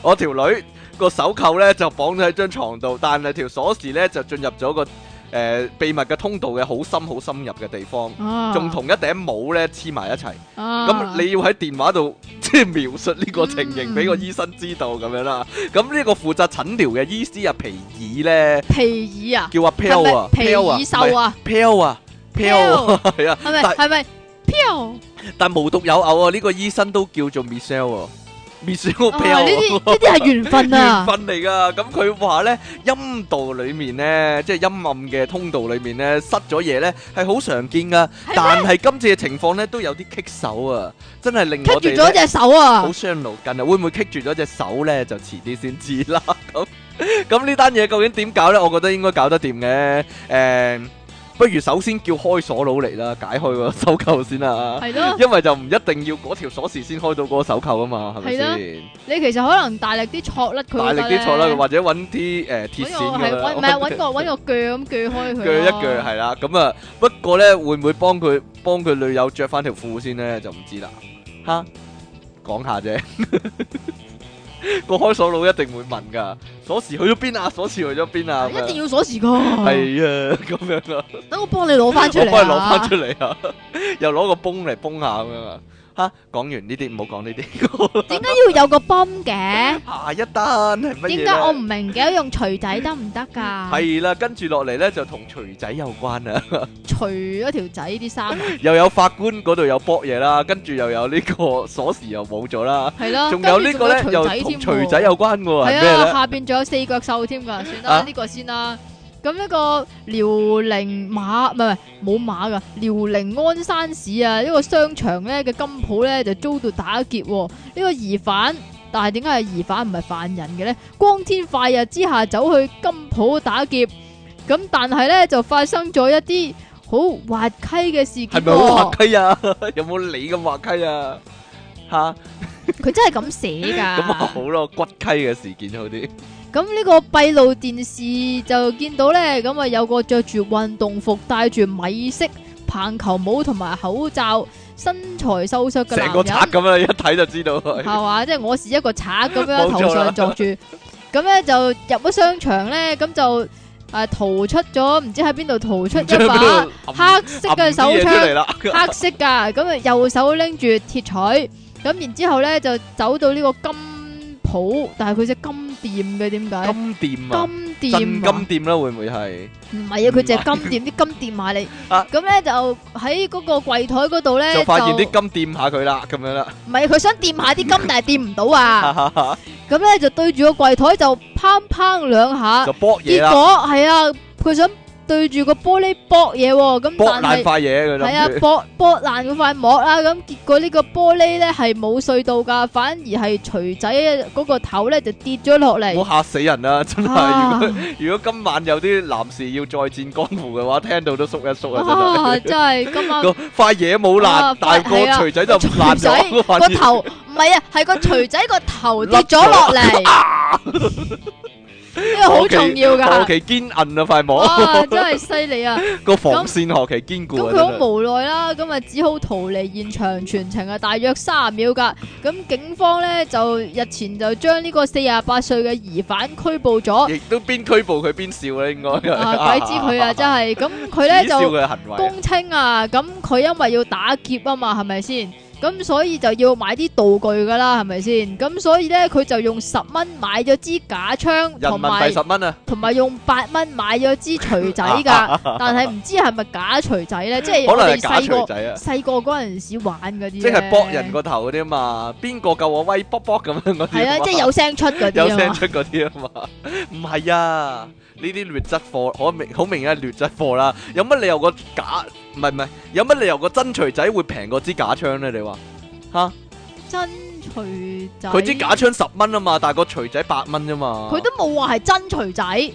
[SPEAKER 2] 我條女個手扣咧就綁咗喺張床度，但係條鎖匙咧就進入咗個誒、呃秘密嘅通道嘅好深好深入嘅地方，
[SPEAKER 1] 啊
[SPEAKER 2] 仲同一頂帽咧黐埋一齊。
[SPEAKER 1] 啊
[SPEAKER 2] 咁你要喺電話度 即係描述呢個情形
[SPEAKER 1] 嗯
[SPEAKER 2] 俾個醫生知道咁樣啦。咁呢個負責診療嘅醫師阿皮爾咧，
[SPEAKER 1] 皮爾啊？
[SPEAKER 2] 叫阿
[SPEAKER 1] 係
[SPEAKER 2] Pell 啊
[SPEAKER 1] 咪皮
[SPEAKER 2] ，Pell 啊，
[SPEAKER 1] 爾獸啊？
[SPEAKER 2] p e l l 啊，Pell 啊，係啊。
[SPEAKER 1] 係咪
[SPEAKER 2] 但
[SPEAKER 1] 係咪飄？
[SPEAKER 2] 但無獨有偶啊，呢個醫生都叫做 Michelle 喎，Michelle
[SPEAKER 1] 啊
[SPEAKER 2] Bell
[SPEAKER 1] 呢啲呢啲係緣分
[SPEAKER 2] 緣
[SPEAKER 1] 啊！
[SPEAKER 2] 分嚟噶，咁佢話咧陰道裏面咧，即係陰暗嘅通道裏面咧，塞咗嘢咧係好常見噶，但係今次嘅情況咧都有啲棘手啊，真係令
[SPEAKER 1] 棘
[SPEAKER 2] 我哋
[SPEAKER 1] 住咗
[SPEAKER 2] 呢
[SPEAKER 1] 隻手啊
[SPEAKER 2] 好！傷腦筋啊！會唔會棘住咗隻手咧？就遲啲先知啦。 咁咁呢單嘢究竟點搞咧？我覺得應該搞得掂嘅。誒、不如首先叫開鎖佬嚟啦，解開個手扣先啦。
[SPEAKER 1] 係啊咯，
[SPEAKER 2] 因為就唔一定要嗰條鎖匙先開到嗰個手扣啊嘛，係咪
[SPEAKER 1] 係啦
[SPEAKER 2] 先？
[SPEAKER 1] 你其實可能大力啲戳甩佢，
[SPEAKER 2] 大力啲坐啦，或者揾啲誒鐵
[SPEAKER 1] 搵
[SPEAKER 2] 線
[SPEAKER 1] 個
[SPEAKER 2] 啊
[SPEAKER 1] 係
[SPEAKER 2] 咁
[SPEAKER 1] 搵
[SPEAKER 2] 樣
[SPEAKER 1] 唔係搵個搵個鋸咁鋸開佢咯，啊
[SPEAKER 2] 鋸一鋸係啦。咁啊，不過咧會唔會幫佢幫佢女友着翻條褲先咧就唔知啦。吓，講下啫。 個開鎖佬一定會問㗎，鎖匙去咗邊啊？鎖匙去咗邊啊？
[SPEAKER 1] 一定要鎖匙噶。
[SPEAKER 2] 係啊， 咁樣啊，
[SPEAKER 1] 等我幫你攞翻出嚟
[SPEAKER 2] 我
[SPEAKER 1] 啊。
[SPEAKER 2] 幫你攞翻出嚟啊， 又攞個泵嚟泵下咁樣啊。吓，講完呢啲唔好講呢啲。
[SPEAKER 1] 點解要有個泵嘅？
[SPEAKER 2] 下一單係乜嘢
[SPEAKER 1] 點
[SPEAKER 2] 咧
[SPEAKER 1] 解我唔明嘅？用錘仔得唔得㗎？
[SPEAKER 2] 係啦，跟住落嚟咧就同錘仔有關啦。
[SPEAKER 1] 除咗條仔啲衫啊，
[SPEAKER 2] 又有法官嗰度有搏嘢啦，跟住又有呢個鎖匙又冇咗啦，
[SPEAKER 1] 係咯。
[SPEAKER 2] 仲有呢個咧
[SPEAKER 1] 跟住
[SPEAKER 2] 又
[SPEAKER 1] 仲有
[SPEAKER 2] 同
[SPEAKER 1] 錘
[SPEAKER 2] 錘
[SPEAKER 1] 喎
[SPEAKER 2] 仔有關嘅喎，哦係
[SPEAKER 1] 係
[SPEAKER 2] 咩
[SPEAKER 1] 啊，
[SPEAKER 2] 咧？
[SPEAKER 1] 下邊仲有四腳獸添㗎，算
[SPEAKER 2] 啊
[SPEAKER 1] 啦，呢個先啦。咁呢個遼寧馬唔係唔係冇馬㗎，遼寧鞍山市啊，一個商場咧嘅金鋪咧就遭到打劫喎，呢個疑犯。但係點解係疑犯唔係犯人嘅咧？光天化日之下走去金鋪打劫，咁但係咧就發生咗一啲好滑稽嘅事件
[SPEAKER 2] 係咪好滑
[SPEAKER 1] 喎。
[SPEAKER 2] 稽啊？有冇你咁滑稽啊？吓
[SPEAKER 1] 佢真係咁寫㗎。
[SPEAKER 2] 咁啊好咯，骨稽嘅事件好啲，
[SPEAKER 1] 咁呢個閉路電視就見到咧，咁啊有個着住運動服、戴住米色棒球帽同埋口罩、身材瘦削嘅男
[SPEAKER 2] 成個賊
[SPEAKER 1] 人，
[SPEAKER 2] 咁啊，一睇就知道係
[SPEAKER 1] 係嘛？即係我是一個賊咁樣，
[SPEAKER 2] 冇錯
[SPEAKER 1] 頭
[SPEAKER 2] 啦
[SPEAKER 1] 上着住，咁咧就入咗商場咧，咁就誒逃出咗，唔知喺邊度逃出一把
[SPEAKER 2] 黑
[SPEAKER 1] 黑色嘅手
[SPEAKER 2] 出
[SPEAKER 1] 槍。
[SPEAKER 2] 嚟啦，
[SPEAKER 1] 黑色噶，咁啊右手拎住鐵錘，咁然之後咧就走到呢個金鋪，但係佢只金店嘅點解？
[SPEAKER 2] 金店啊，
[SPEAKER 1] 金
[SPEAKER 2] 真
[SPEAKER 1] 店啊
[SPEAKER 2] 金店啦，會唔會係？
[SPEAKER 1] 唔係啊，佢就係金店啲金店買你，
[SPEAKER 2] 啊
[SPEAKER 1] 咁咧就喺嗰個櫃台嗰度咧
[SPEAKER 2] 就發現
[SPEAKER 1] 就
[SPEAKER 2] 啲金店下佢啦，咁樣啦，
[SPEAKER 1] 唔係佢想掂下啲金，但係掂唔到 啊，咁咧就對住個櫃台就砰砰兩下
[SPEAKER 2] 就，搏嘢
[SPEAKER 1] 結
[SPEAKER 2] 啦，
[SPEAKER 1] 果係啊，佢想對住個玻璃搏嘢喎，咁
[SPEAKER 2] 搏
[SPEAKER 1] 但係
[SPEAKER 2] 爛。塊嘢佢
[SPEAKER 1] 系啊
[SPEAKER 2] 諗，住。
[SPEAKER 1] 剝剝爛嗰塊膜啦，咁結果呢個玻璃咧係冇碎到噶，反而係錘仔嗰個頭咧就跌咗落嚟。
[SPEAKER 2] 我嚇死人啦！真係，如
[SPEAKER 1] 啊
[SPEAKER 2] 果如果今晚有啲男士要再戰江湖嘅話，聽到都縮一縮啊！
[SPEAKER 1] 啊，
[SPEAKER 2] 真係
[SPEAKER 1] 真係今晚
[SPEAKER 2] 個塊嘢冇
[SPEAKER 1] 啊
[SPEAKER 2] 爛，但係個
[SPEAKER 1] 係啊
[SPEAKER 2] 錘仔就唔爛
[SPEAKER 1] 錘仔
[SPEAKER 2] 咗，
[SPEAKER 1] 個
[SPEAKER 2] 反而
[SPEAKER 1] 頭唔係啊，係個錘仔個頭跌咗啊落嚟。呢個好重要
[SPEAKER 2] 何
[SPEAKER 1] 噶，
[SPEAKER 2] 其堅硬啊！塊
[SPEAKER 1] 哇，
[SPEAKER 2] 膜
[SPEAKER 1] 真係犀利 啊！
[SPEAKER 2] 個防線何其堅固
[SPEAKER 1] 咁
[SPEAKER 2] 啊！
[SPEAKER 1] 佢
[SPEAKER 2] 真
[SPEAKER 1] 好
[SPEAKER 2] 係
[SPEAKER 1] 無奈啦，咁啊只好逃離現場，全程啊大約三十秒噶。咁警方咧就日前就將呢個四十八歲嘅疑犯拘捕咗。
[SPEAKER 2] 亦都邊拘捕佢邊笑咧，應該
[SPEAKER 1] 啊，鬼知佢啊，真係咁佢咧
[SPEAKER 2] 只笑
[SPEAKER 1] 就
[SPEAKER 2] 佢嘅行為啊，
[SPEAKER 1] 公稱啊，咁佢因為要打劫啊嘛，係咪先？咁所以就要買啲道具噶啦，係咪先？咁所以咧，佢就用十蚊買咗支假槍，
[SPEAKER 2] 人
[SPEAKER 1] 同
[SPEAKER 2] 民
[SPEAKER 1] 埋
[SPEAKER 2] 幣十蚊啊，
[SPEAKER 1] 同埋用八蚊買咗支錘仔 噶，但係唔知係咪假錘仔咧？即係
[SPEAKER 2] 可
[SPEAKER 1] 我
[SPEAKER 2] 能
[SPEAKER 1] 哋
[SPEAKER 2] 係假
[SPEAKER 1] 細個
[SPEAKER 2] 錘仔啊！
[SPEAKER 1] 細個嗰陣時玩嗰啲，
[SPEAKER 2] 即係搏人，個頭嗰啲啊嘛，邊個夠我威卜卜咁樣嗰啲
[SPEAKER 1] 係啊，
[SPEAKER 2] 嘛
[SPEAKER 1] 即係有聲出嗰
[SPEAKER 2] 有
[SPEAKER 1] 啲啊
[SPEAKER 2] 聲
[SPEAKER 1] 嘛。
[SPEAKER 2] 出嗰啲啊嘛， 唔係啊，呢啲劣質貨，好明好明顯係劣質貨啦。有乜理由個假唔係唔係？有乜理由個真錘仔會平過支假槍咧？你話嚇？
[SPEAKER 1] 真錘仔，
[SPEAKER 2] 佢支假，槍十蚊啊嘛，但係個錘仔八蚊啫嘛，
[SPEAKER 1] 佢都冇話係真錘仔，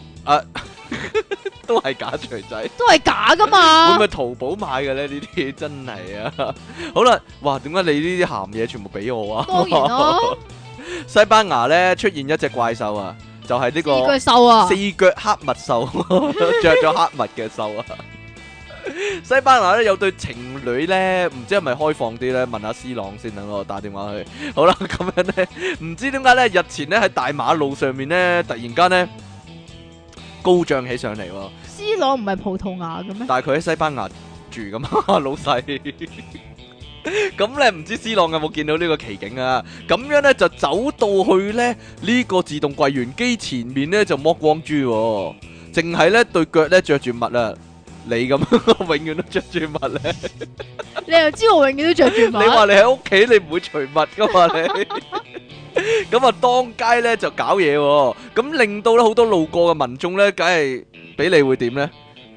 [SPEAKER 2] 都係假錘仔。
[SPEAKER 1] 都係假噶嘛
[SPEAKER 2] 會唔。會淘寶買嘅咧？呢啲 真係啊！好啦，哇，點解你呢啲鹹嘢全部俾我啊？
[SPEAKER 1] 當然啦，
[SPEAKER 2] 西班牙咧出現一隻怪獸啊，就係、呢
[SPEAKER 1] 呢個
[SPEAKER 2] 個
[SPEAKER 1] 獸啊，
[SPEAKER 2] 四腳黑襪獸， 着咗黑襪嘅獸啊！西班牙咧有對情侶咧，唔知係咪開放啲咧？問下 C 朗先，等我打電話去。好啦， 咁樣咧，唔知點解咧，日前咧喺大馬路上面咧，突然間咧高漲起上嚟喎。
[SPEAKER 1] 斯朗唔係葡萄牙嘅咩？
[SPEAKER 2] 但係佢喺西班牙住噶嘛， 老細。咁咧唔知 C 朗有冇見到呢個奇景啊？咁樣咧就走到去咧呢、個自動櫃員機前面咧就剝光豬、喎，淨係咧對腳咧着住襪啊，你咁， 永遠都着住襪咧。
[SPEAKER 1] 你又知我永遠都着住
[SPEAKER 2] 你話
[SPEAKER 1] 襪，
[SPEAKER 2] 你喺屋企你唔會除襪噶嘛你？咁啊，當街咧就搞嘢喎，咁令到咧好多路過嘅民眾咧，梗係俾你會點咧？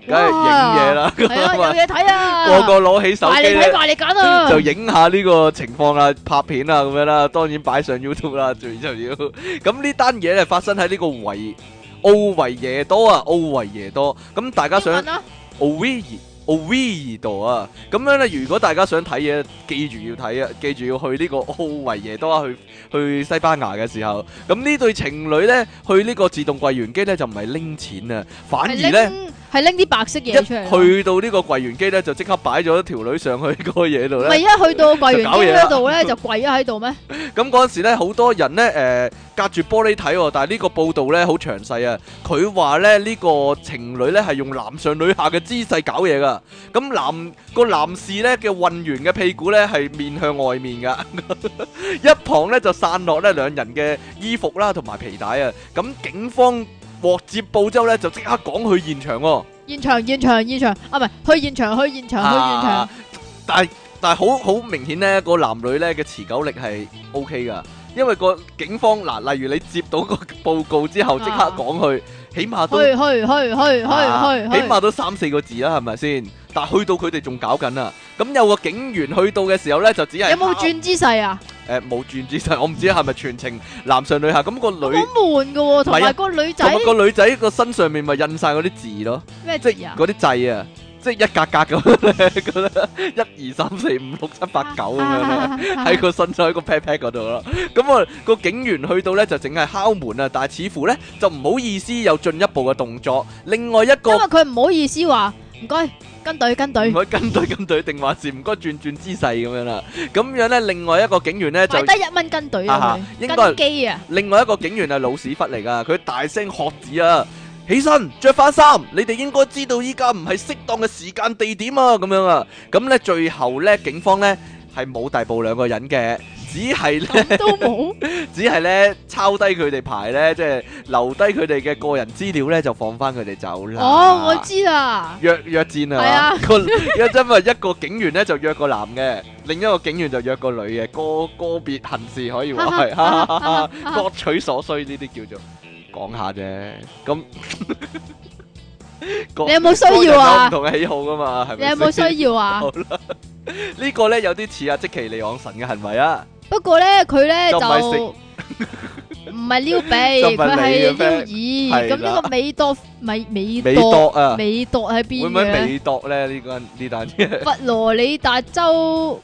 [SPEAKER 2] 梗係影嘢啦，
[SPEAKER 1] 係 啊，
[SPEAKER 2] 咁
[SPEAKER 1] 有
[SPEAKER 2] 啊，
[SPEAKER 1] 嘢睇啊，
[SPEAKER 2] 個個攞起手
[SPEAKER 1] 埋
[SPEAKER 2] 機
[SPEAKER 1] 嚟睇
[SPEAKER 2] 咧
[SPEAKER 1] 埋嚟揀啊，
[SPEAKER 2] 就影下呢個情況啦，拍片啊咁樣啦，當然擺上 YouTube 啦，最就要。 咁呢單嘢咧發生喺呢個維奧維耶多啊，奧維耶多。咁大家
[SPEAKER 1] 英
[SPEAKER 2] 想
[SPEAKER 1] 文？啊啦，
[SPEAKER 2] 奧維爾奧維爾度啊，咁樣咧，如果大家想睇嘢，記住要睇啊，記住要去呢個奧維耶多啊，去去西班牙嘅時候，咁呢對情侶咧去呢個自動櫃員機咧就唔係拎錢啊，反而
[SPEAKER 1] 係
[SPEAKER 2] 咧。
[SPEAKER 1] 拎係拎啲白色
[SPEAKER 2] 一
[SPEAKER 1] 嘢出嚟咯。
[SPEAKER 2] 去到呢個櫃員機咧，就即刻擺咗條女上去嗰個嘢度
[SPEAKER 1] 咪
[SPEAKER 2] 咧。
[SPEAKER 1] 一去到櫃員
[SPEAKER 2] 就搞嘢
[SPEAKER 1] 機
[SPEAKER 2] 啦
[SPEAKER 1] 嗰度咧，就跪咗喺度咩？
[SPEAKER 2] 咁嗰陣時咧，好多人咧誒、呃隔住玻璃睇喎，但係呢個報道咧好詳細啊。佢話咧呢、個情侶咧係用男上女下嘅姿勢搞嘢噶。咁男個男士咧嘅混元嘅屁股咧係面向外面噶， 一旁咧就散落咧兩人嘅衣服啦同埋皮帶啊。咁警方獲接報之後咧，就即刻趕去現場喎、
[SPEAKER 1] 現場現場現場啊，唔係去現場去現場去現
[SPEAKER 2] 啊
[SPEAKER 1] 場，
[SPEAKER 2] 但係但係好好明顯咧，個男女咧嘅持久力係 O K 噶，因為個警方嗱，例如你接到個報告之後，即刻
[SPEAKER 1] 啊
[SPEAKER 2] 講佢，起碼
[SPEAKER 1] 去
[SPEAKER 2] 都
[SPEAKER 1] 去去
[SPEAKER 2] 啊
[SPEAKER 1] 去去去
[SPEAKER 2] 起
[SPEAKER 1] 去。
[SPEAKER 2] 碼都三四個字啦，係咪先？但係去到佢哋仲搞緊啊！咁有個警員去到嘅時候咧，就只係
[SPEAKER 1] 有冇轉姿勢啊？
[SPEAKER 2] 誒冇轉姿勢，我唔知係咪全程男上女下。咁、個
[SPEAKER 1] 好
[SPEAKER 2] 女
[SPEAKER 1] 悶噶喎，同
[SPEAKER 2] 唔係啊
[SPEAKER 1] 埋個女
[SPEAKER 2] 同
[SPEAKER 1] 仔
[SPEAKER 2] 埋個女仔個身上面咪印晒嗰啲字咯。
[SPEAKER 1] 咩
[SPEAKER 2] 即
[SPEAKER 1] 字
[SPEAKER 2] 係
[SPEAKER 1] 啊？
[SPEAKER 2] 嗰啲掣啊，即係一格格咁樣咧，咁咧一二三四五六七八九咁
[SPEAKER 1] 啊
[SPEAKER 2] 樣咧，喺個身上喺個 pat pat 嗰度咯。咁啊個警員去到咧就淨係敲門啊，但係似乎咧就唔好意思有進一步嘅動作。另外一
[SPEAKER 1] 因
[SPEAKER 2] 個
[SPEAKER 1] 為佢唔好意思話唔該跟隊跟隊
[SPEAKER 2] 唔，可以跟隊跟隊，定還是唔該轉轉姿勢咁樣啦。咁樣咧，另外一個警員咧就
[SPEAKER 1] 買。低一蚊跟隊
[SPEAKER 2] 啊
[SPEAKER 1] 啊
[SPEAKER 2] 哈應該
[SPEAKER 1] 佢，跟機啊，
[SPEAKER 2] 另外一個警員係老屎忽嚟噶，佢大聲喝止啊！起身，着翻衫，你哋應該知道依家唔係適當嘅時間地點啊，咁樣啊，咁呢，最後呢，警方呢係冇逮捕兩個人嘅，只係呢。
[SPEAKER 1] 咁都冇，
[SPEAKER 2] 只係咧抄低佢哋牌咧，即係留低佢哋嘅個人資料咧，就放翻佢哋走啦。
[SPEAKER 1] 哦，我知啦，
[SPEAKER 2] 約約戰
[SPEAKER 1] 係
[SPEAKER 2] 啊
[SPEAKER 1] 啊
[SPEAKER 2] 嘛，個約真咪一個警員咧就約個男嘅，另一個警員就約個女嘅，個個別行事可以話係，各取所需呢啲叫做講下啫。咁各
[SPEAKER 1] 你有冇需要啊
[SPEAKER 2] 各人有唔同嘅喜好噶嘛，
[SPEAKER 1] 你
[SPEAKER 2] 係咪
[SPEAKER 1] 有
[SPEAKER 2] 先？
[SPEAKER 1] 冇需要啊
[SPEAKER 2] 好？呢個咧有啲似阿即其利昂神嘅行為啊，
[SPEAKER 1] 不過咧，佢咧
[SPEAKER 2] 就
[SPEAKER 1] 就
[SPEAKER 2] 唔係食
[SPEAKER 1] 唔係撩鼻，
[SPEAKER 2] 就唔係
[SPEAKER 1] 佢係
[SPEAKER 2] 你嘅咩
[SPEAKER 1] 撩
[SPEAKER 2] 係
[SPEAKER 1] 耳。咁
[SPEAKER 2] 啦
[SPEAKER 1] 呢個美度美美
[SPEAKER 2] 美度
[SPEAKER 1] 度
[SPEAKER 2] 啊，
[SPEAKER 1] 美度喺
[SPEAKER 2] 會
[SPEAKER 1] 邊
[SPEAKER 2] 唔會
[SPEAKER 1] 嘅咧？
[SPEAKER 2] 美度咧？呢個呢單嘢
[SPEAKER 1] 佛羅里達州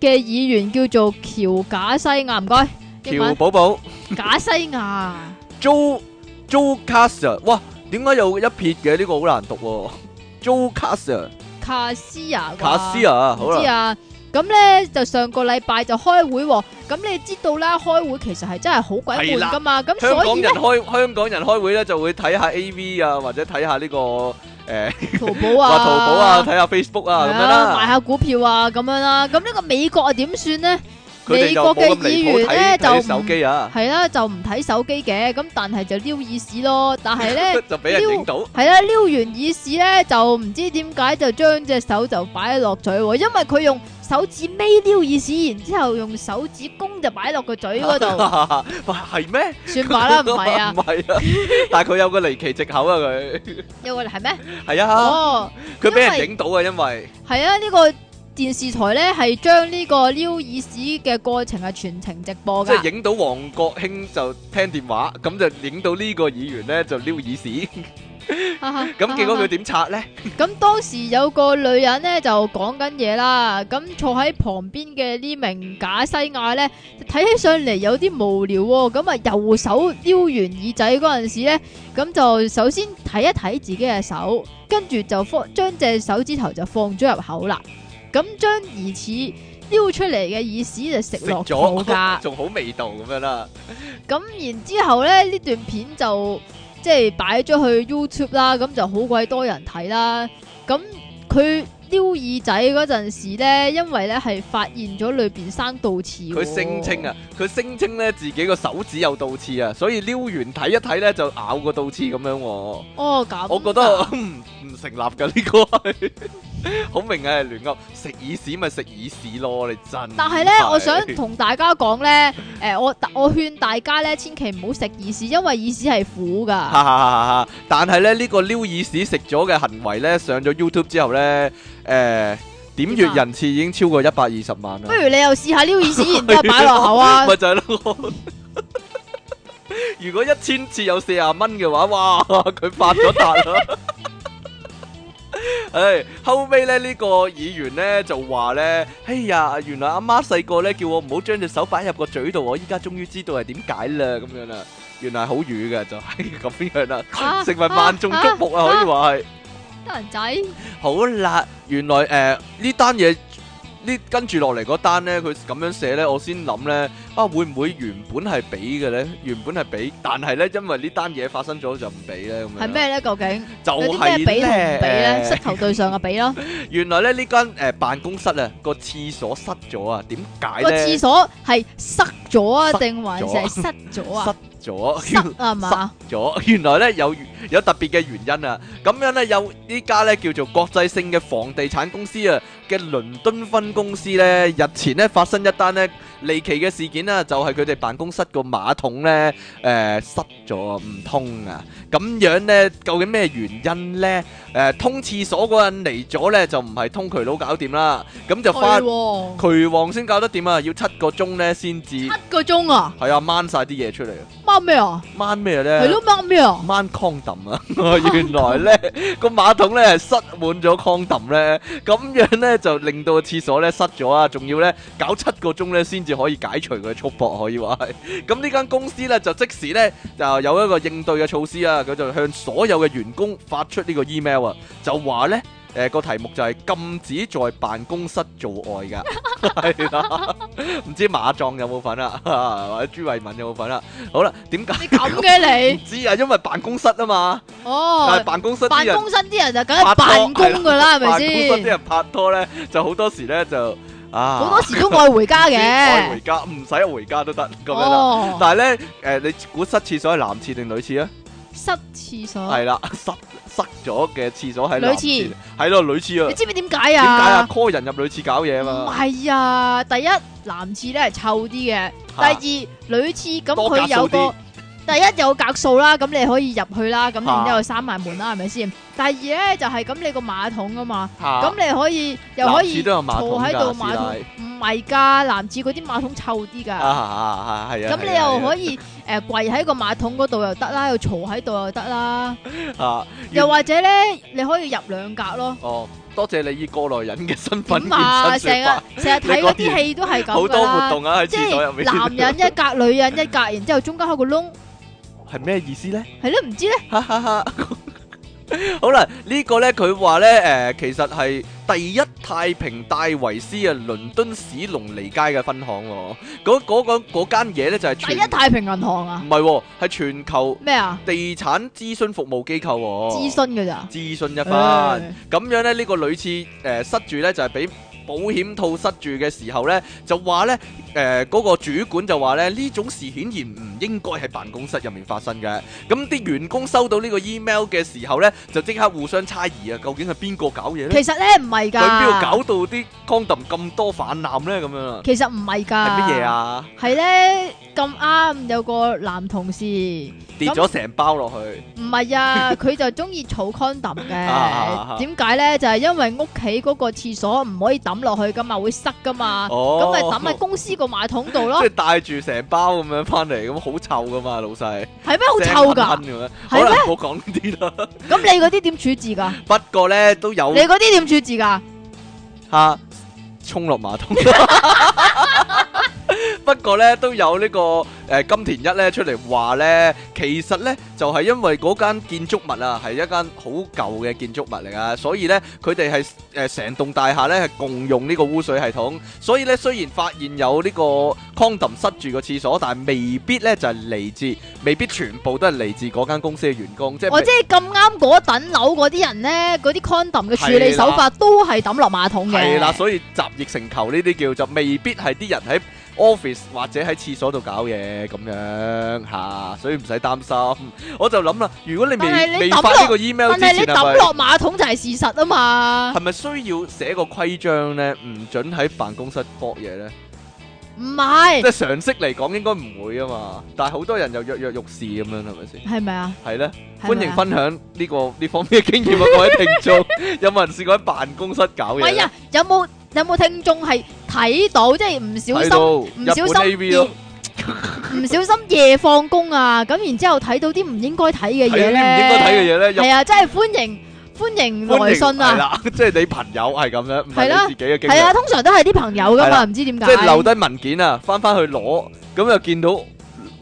[SPEAKER 1] 嘅議員叫做喬賈西亞，唔該，英
[SPEAKER 2] 喬
[SPEAKER 1] 文
[SPEAKER 2] 寶寶。
[SPEAKER 1] 賈西亞
[SPEAKER 2] Jo Jo Caster，哇，點解有一撇嘅？呢、個好難讀喎。Jo Caster，
[SPEAKER 1] 卡斯亞啩
[SPEAKER 2] 卡斯啊，好
[SPEAKER 1] 唔知
[SPEAKER 2] 啦，
[SPEAKER 1] 啊。咁咧就上個禮拜就開會喎，咁你知道啦，開會其實係真係好鬼
[SPEAKER 2] 係啦
[SPEAKER 1] 悶噶嘛，咁
[SPEAKER 2] 香
[SPEAKER 1] 所
[SPEAKER 2] 港
[SPEAKER 1] 以
[SPEAKER 2] 人
[SPEAKER 1] 咧，
[SPEAKER 2] 開香港人開會咧就會睇下 A V 啊，或者睇下呢、個誒
[SPEAKER 1] 淘寶
[SPEAKER 2] 話
[SPEAKER 1] 啊，
[SPEAKER 2] 淘寶啊，睇下 Facebook 啊咁樣
[SPEAKER 1] 係啊買
[SPEAKER 2] 啦。
[SPEAKER 1] 下股票啊咁樣啦。咁呢個美國啊點算呢？
[SPEAKER 2] 佢哋
[SPEAKER 1] 美
[SPEAKER 2] 就
[SPEAKER 1] 國嘅
[SPEAKER 2] 冇咁離
[SPEAKER 1] 議
[SPEAKER 2] 譜
[SPEAKER 1] 員
[SPEAKER 2] 睇
[SPEAKER 1] 咧
[SPEAKER 2] 睇
[SPEAKER 1] 就
[SPEAKER 2] 手
[SPEAKER 1] 唔
[SPEAKER 2] 機啊，
[SPEAKER 1] 係啦，就唔睇手機嘅，咁但係就撩耳屎咯。但係 呢，
[SPEAKER 2] 就俾人
[SPEAKER 1] 撩
[SPEAKER 2] 影到。
[SPEAKER 1] 係啦，撩完耳屎呢，就唔知點解就將隻手就擺落嘴喎，因為佢用手指尾撩耳屎，然之後用手指公就擺落個嘴嗰 度，
[SPEAKER 2] 哇係咩？
[SPEAKER 1] 算罷 啦，唔係啊
[SPEAKER 2] 唔，係啊，但係佢有個離奇藉口啊，佢
[SPEAKER 1] 有個係咩？
[SPEAKER 2] 係 啊，
[SPEAKER 1] 哦，
[SPEAKER 2] 佢俾人
[SPEAKER 1] 因為
[SPEAKER 2] 影到啊，因為
[SPEAKER 1] 係啊，呢個電視台呢，係將呢個撩耳屎嘅過程係全程直播
[SPEAKER 2] 即
[SPEAKER 1] 噶。
[SPEAKER 2] 係影到黃國興就聽電話，咁就影到呢個議員咧就撩耳屎。 咁結果佢點拆咧？
[SPEAKER 1] 咁當時有個女人咧就講緊嘢啦，咁坐喺旁邊嘅呢名假西亞咧，睇起上嚟有啲無聊喎、咁啊右手撩完耳仔嗰陣時咧，咁就首先睇一睇自己嘅手，跟住就放將隻手指頭就放咗入口啦，咁將疑似撩出嚟嘅耳屎就食
[SPEAKER 2] 食
[SPEAKER 1] 落肚㗎
[SPEAKER 2] 咗，。 仲好味道咁樣啦。
[SPEAKER 1] 咁然之後咧，呢段片就即係擺咗去 YouTube 啦，咁就好鬼多人睇啦。咁佢撩耳仔嗰陣時咧，因為咧係發現咗裏邊生倒刺喎。
[SPEAKER 2] 佢聲稱啊，佢聲稱咧自己個手指有倒刺啊，所以撩完睇一睇咧就咬個倒刺咁樣喎。
[SPEAKER 1] 哦咁啊，
[SPEAKER 2] 我覺 得唔唔成立㗎呢個 係，好明啊亂噏，食耳屎咪食耳屎咯，你真。
[SPEAKER 1] 但係咧，我想同大家講咧，诶、我我劝大家咧，千祈唔好食耳屎，因為耳屎係苦噶。
[SPEAKER 2] 哈哈哈哈哈！但係咧呢、個撩耳屎食咗嘅行為咧，上咗 YouTube 之後咧，誒、點
[SPEAKER 1] 點啊
[SPEAKER 2] 閱人次已經超過一百二十萬啦！
[SPEAKER 1] 不。如你又試下撩耳屎，然之后擺落口啊
[SPEAKER 2] 咪就係咯。如果一千次有四廿蚊嘅話，哇！佢發咗達啦。 唉，後尾咧呢、個議員咧就話咧：，哎呀，原來阿媽細個咧叫我唔好將隻手擺入個嘴度，我依家終於知道係點解啦，咁樣啦。原來係好魚嘅，就係、咁樣啦，
[SPEAKER 1] 啊
[SPEAKER 2] 成為萬眾矚目啊，可以話係。
[SPEAKER 1] 得人仔，
[SPEAKER 2] 好啦，原來诶呢單嘢呢跟住落嚟嗰單咧，佢咁樣寫咧，我先諗咧啊，會唔會原本係俾嘅咧？原本係俾，但係咧因為呢單嘢發生咗就唔俾咧咁樣。
[SPEAKER 1] 係？咩咧？究竟
[SPEAKER 2] 就
[SPEAKER 1] 有啲
[SPEAKER 2] 係
[SPEAKER 1] 咩比同唔比咧？膝
[SPEAKER 2] 咧，
[SPEAKER 1] 頭對上嘅比咯，
[SPEAKER 2] 原來咧呢間诶辦公室啊個廁所塞咗啊，點解
[SPEAKER 1] 個
[SPEAKER 2] 咧
[SPEAKER 1] 廁？所係塞咗啊，
[SPEAKER 2] 塞
[SPEAKER 1] 定還是係塞咗啊？
[SPEAKER 2] 塞咗，
[SPEAKER 1] 塞啊嘛，
[SPEAKER 2] 咗，原來咧有有特別嘅原因啊！咁樣咧有呢家咧叫做國際性嘅房地產公司啊嘅倫敦分公司咧，日前咧發生一單咧離奇嘅事件啦，就係佢哋辦公室個馬桶咧誒、呃塞咗啊唔通啊！咁樣咧究竟咩原因咧？誒、通廁所嗰人嚟咗咧就唔係通渠佬搞掂啦，咁就翻
[SPEAKER 1] 係喎
[SPEAKER 2] 渠王先搞得掂啊！要七個鐘咧先至
[SPEAKER 1] 七個鐘啊，
[SPEAKER 2] 係啊掹晒啲嘢出嚟啊，
[SPEAKER 1] 掹咩啊？
[SPEAKER 2] 掹咩咧？
[SPEAKER 1] 係咯，掹咩 啊？
[SPEAKER 2] 掹 condom 啊！原來咧個馬桶咧係塞滿咗 condom 咧，咁樣咧就令到個廁所咧塞咗啊！仲要咧搞七個鐘咧先至可以解除佢嘅束縛， 可以話係。咁呢間公司咧就即時咧就有一個應對嘅措施啊！佢就向所有嘅員工發出呢個 email 啊，就話咧。誒、個題目就係禁止在辦公室做愛㗎， 係啦，唔知馬壯有冇份啊， 或者朱慧敏有冇份啊？好啦，點解？
[SPEAKER 1] 你咁嘅你，
[SPEAKER 2] 知啊，因為辦公室啊嘛，但係
[SPEAKER 1] 哎哦，
[SPEAKER 2] 辦公室啲
[SPEAKER 1] 辦
[SPEAKER 2] 人
[SPEAKER 1] 公室啲人就梗係
[SPEAKER 2] 拍拖
[SPEAKER 1] 辦公噶啦，係
[SPEAKER 2] 辦
[SPEAKER 1] 咪
[SPEAKER 2] 公室啲
[SPEAKER 1] 先？
[SPEAKER 2] 人拍拖咧，就好多時咧就啊，
[SPEAKER 1] 好多時都愛回家
[SPEAKER 2] 唔知 愛回
[SPEAKER 1] 嘅，
[SPEAKER 2] 家唔使回家都得咁樣啦。
[SPEAKER 1] 哦，
[SPEAKER 2] 但係咧，誒、你估塞廁所係男廁定女廁啊？
[SPEAKER 1] 塞廁所，
[SPEAKER 2] 係啊啦，塞塞咗嘅廁所喺
[SPEAKER 1] 哦女
[SPEAKER 2] 男
[SPEAKER 1] 廁
[SPEAKER 2] 廁，係咯，女廁
[SPEAKER 1] 你
[SPEAKER 2] 啊。
[SPEAKER 1] 知唔知點解
[SPEAKER 2] 點解啊
[SPEAKER 1] 啊？
[SPEAKER 2] ？call 人入女廁搞嘢啊
[SPEAKER 1] 唔
[SPEAKER 2] 嘛，
[SPEAKER 1] 係啊，第一男廁咧係臭啲
[SPEAKER 2] 嚇
[SPEAKER 1] 嘅，第二女廁咁
[SPEAKER 2] 多格
[SPEAKER 1] 佢有
[SPEAKER 2] 數啲
[SPEAKER 1] 個。第一有格數啦，咁你可以入去啦，咁
[SPEAKER 2] 嚇
[SPEAKER 1] 然之後閂埋門啦，係咪先？第二咧就係咁，你個馬桶啊嘛，
[SPEAKER 2] 嚇
[SPEAKER 1] 咁你可以又可
[SPEAKER 2] 男廁
[SPEAKER 1] 以
[SPEAKER 2] 都有
[SPEAKER 1] 坐
[SPEAKER 2] 馬桶㗎
[SPEAKER 1] 喺度馬
[SPEAKER 2] 師
[SPEAKER 1] 桶，唔係㗎，男廁嗰啲馬桶臭啲㗎。
[SPEAKER 2] 啊啊啊係啊。
[SPEAKER 1] 咁你又可
[SPEAKER 2] 以
[SPEAKER 1] 以誒跪喺個馬桶嗰度又得啦，又坐喺度又得 啦，
[SPEAKER 2] 啊？
[SPEAKER 1] 又或者咧你可以入兩格咯。
[SPEAKER 2] 哦，多謝你以過來人嘅身份
[SPEAKER 1] 點啊？
[SPEAKER 2] 現
[SPEAKER 1] 成
[SPEAKER 2] 身
[SPEAKER 1] 日
[SPEAKER 2] 說法，
[SPEAKER 1] 成日睇嗰啲戲都係
[SPEAKER 2] 好
[SPEAKER 1] 咁
[SPEAKER 2] 多
[SPEAKER 1] 噶
[SPEAKER 2] 活
[SPEAKER 1] 啦，
[SPEAKER 2] 動啊喺
[SPEAKER 1] 即
[SPEAKER 2] 廁所入面。
[SPEAKER 1] 係男人一格，女人一格，然之後中間開個窿，
[SPEAKER 2] 係咩意思咧？
[SPEAKER 1] 係咯？唔知咧，
[SPEAKER 2] 哈哈哈！ 好啦，呢個呢，佢話呢，誒、其實係第一太平戴維斯啊，倫敦史隆尼街嘅分行喎、嗰嗰嗰嗰間嘢呢，就係
[SPEAKER 1] 第
[SPEAKER 2] 全
[SPEAKER 1] 一太平銀行啊
[SPEAKER 2] 唔，係喎，係全球
[SPEAKER 1] 咩啊？
[SPEAKER 2] 地產諮詢服務機構
[SPEAKER 1] 諮
[SPEAKER 2] 喎、
[SPEAKER 1] 詢㗎咋？
[SPEAKER 2] 諮詢一番。
[SPEAKER 1] 唉
[SPEAKER 2] 咁樣咧，呢、個女廁誒、呃塞住咧，就係、俾保險套塞住嘅時候咧，就話咧誒嗰個主管就話咧呢種事顯然唔應該喺辦公室入面發生嘅。咁啲員工收到呢個 email 嘅時候咧，就即刻互相猜疑啊，究竟係邊個搞嘢咧？
[SPEAKER 1] 其實咧唔係
[SPEAKER 2] 佢邊度
[SPEAKER 1] 㗎，
[SPEAKER 2] 搞到啲 condom 咁多泛濫咧？咁樣啊，
[SPEAKER 1] 其實唔係㗎。
[SPEAKER 2] 係乜嘢？啊？
[SPEAKER 1] 係咧咁啱有個男同事，唔
[SPEAKER 2] 跌咗成包落去，
[SPEAKER 1] 係 啊，佢就中意儲 condom
[SPEAKER 2] 啊
[SPEAKER 1] 嘅。點解咧？就係因為屋企嗰個廁所唔可以抌落去㗎嘛，會塞㗎嘛。啊
[SPEAKER 2] 哦，
[SPEAKER 1] 咁咪抌喺公司個馬桶度咯
[SPEAKER 2] 即係。帶住成包咁樣翻嚟，咁好臭噶嘛，老細，
[SPEAKER 1] 係咩好臭㗎？
[SPEAKER 2] 腥噴噴咁樣
[SPEAKER 1] 係
[SPEAKER 2] 好
[SPEAKER 1] 咩
[SPEAKER 2] 啦，唔好講呢啲啦。
[SPEAKER 1] 咁你嗰啲點處置㗎？
[SPEAKER 2] 不過咧都有
[SPEAKER 1] 你嗰啲點處置㗎？
[SPEAKER 2] 吓沖落馬桶。不過咧都有呢、個誒、呃金田一咧出嚟話咧，其實咧就係、因為嗰間建築物啊係一間好舊嘅建築物嚟啊，所以咧佢哋係誒成棟大廈咧係共用呢個污水系統，所以咧雖然發現有呢個 condom 塞住個廁所，但係未必咧就係、嚟自，未必全部都係嚟自嗰間公司嘅員工，即係
[SPEAKER 1] 我即係咁啱嗰等樓嗰啲人咧，嗰啲 condom 嘅處理手法都係抌落馬桶嘅。
[SPEAKER 2] 係啦，所以集腋成裘呢啲叫做未必係啲人喺 office 或者喺廁所度搞嘢咁樣嚇、所以唔使擔心。我就諗啦，如果你
[SPEAKER 1] 但係你
[SPEAKER 2] 未未
[SPEAKER 1] 抌
[SPEAKER 2] 發呢
[SPEAKER 1] 落
[SPEAKER 2] 個 email
[SPEAKER 1] 但
[SPEAKER 2] 之
[SPEAKER 1] 係你
[SPEAKER 2] 前，
[SPEAKER 1] 抌
[SPEAKER 2] 係咪
[SPEAKER 1] 落馬桶就係事實啊嘛
[SPEAKER 2] 係，咪需要寫個規章咧？唔准喺辦公室搏 嘢咧？
[SPEAKER 1] 唔係
[SPEAKER 2] 即係常識嚟講應該唔會啊嘛，但係好多人又躍躍欲試咁樣係咪先？
[SPEAKER 1] 係咪啊？
[SPEAKER 2] 係咧，
[SPEAKER 1] 係
[SPEAKER 2] 歡
[SPEAKER 1] 咪
[SPEAKER 2] 迎
[SPEAKER 1] 啊。
[SPEAKER 2] 分享呢、個 呢方面嘅經驗啊，各位聽 眾，有冇人試過喺辦公室搞
[SPEAKER 1] 唔
[SPEAKER 2] 嘢
[SPEAKER 1] 係
[SPEAKER 2] 呢？
[SPEAKER 1] 啊，有冇有冇聽眾係睇到即係唔小
[SPEAKER 2] 睇
[SPEAKER 1] 心
[SPEAKER 2] 到
[SPEAKER 1] 唔
[SPEAKER 2] 日
[SPEAKER 1] 小
[SPEAKER 2] 本
[SPEAKER 1] 心
[SPEAKER 2] AV 咯。
[SPEAKER 1] 唔小心夜放工啊，咁然之後睇到啲唔應該睇嘅嘢
[SPEAKER 2] 睇啲
[SPEAKER 1] 咧，
[SPEAKER 2] 唔應該睇嘅嘢咧，入
[SPEAKER 1] 係啊，真係歡迎歡迎來信
[SPEAKER 2] 係
[SPEAKER 1] 啊，
[SPEAKER 2] 啦， 即係你朋友係咁樣，唔
[SPEAKER 1] 係啦
[SPEAKER 2] 係你自己嘅經
[SPEAKER 1] 係啊，
[SPEAKER 2] 歷，
[SPEAKER 1] 通常都係啲朋友
[SPEAKER 2] 係
[SPEAKER 1] 噶
[SPEAKER 2] 啦
[SPEAKER 1] 嘛，唔知點解
[SPEAKER 2] 即係留低文件啊，翻翻去攞，咁又見到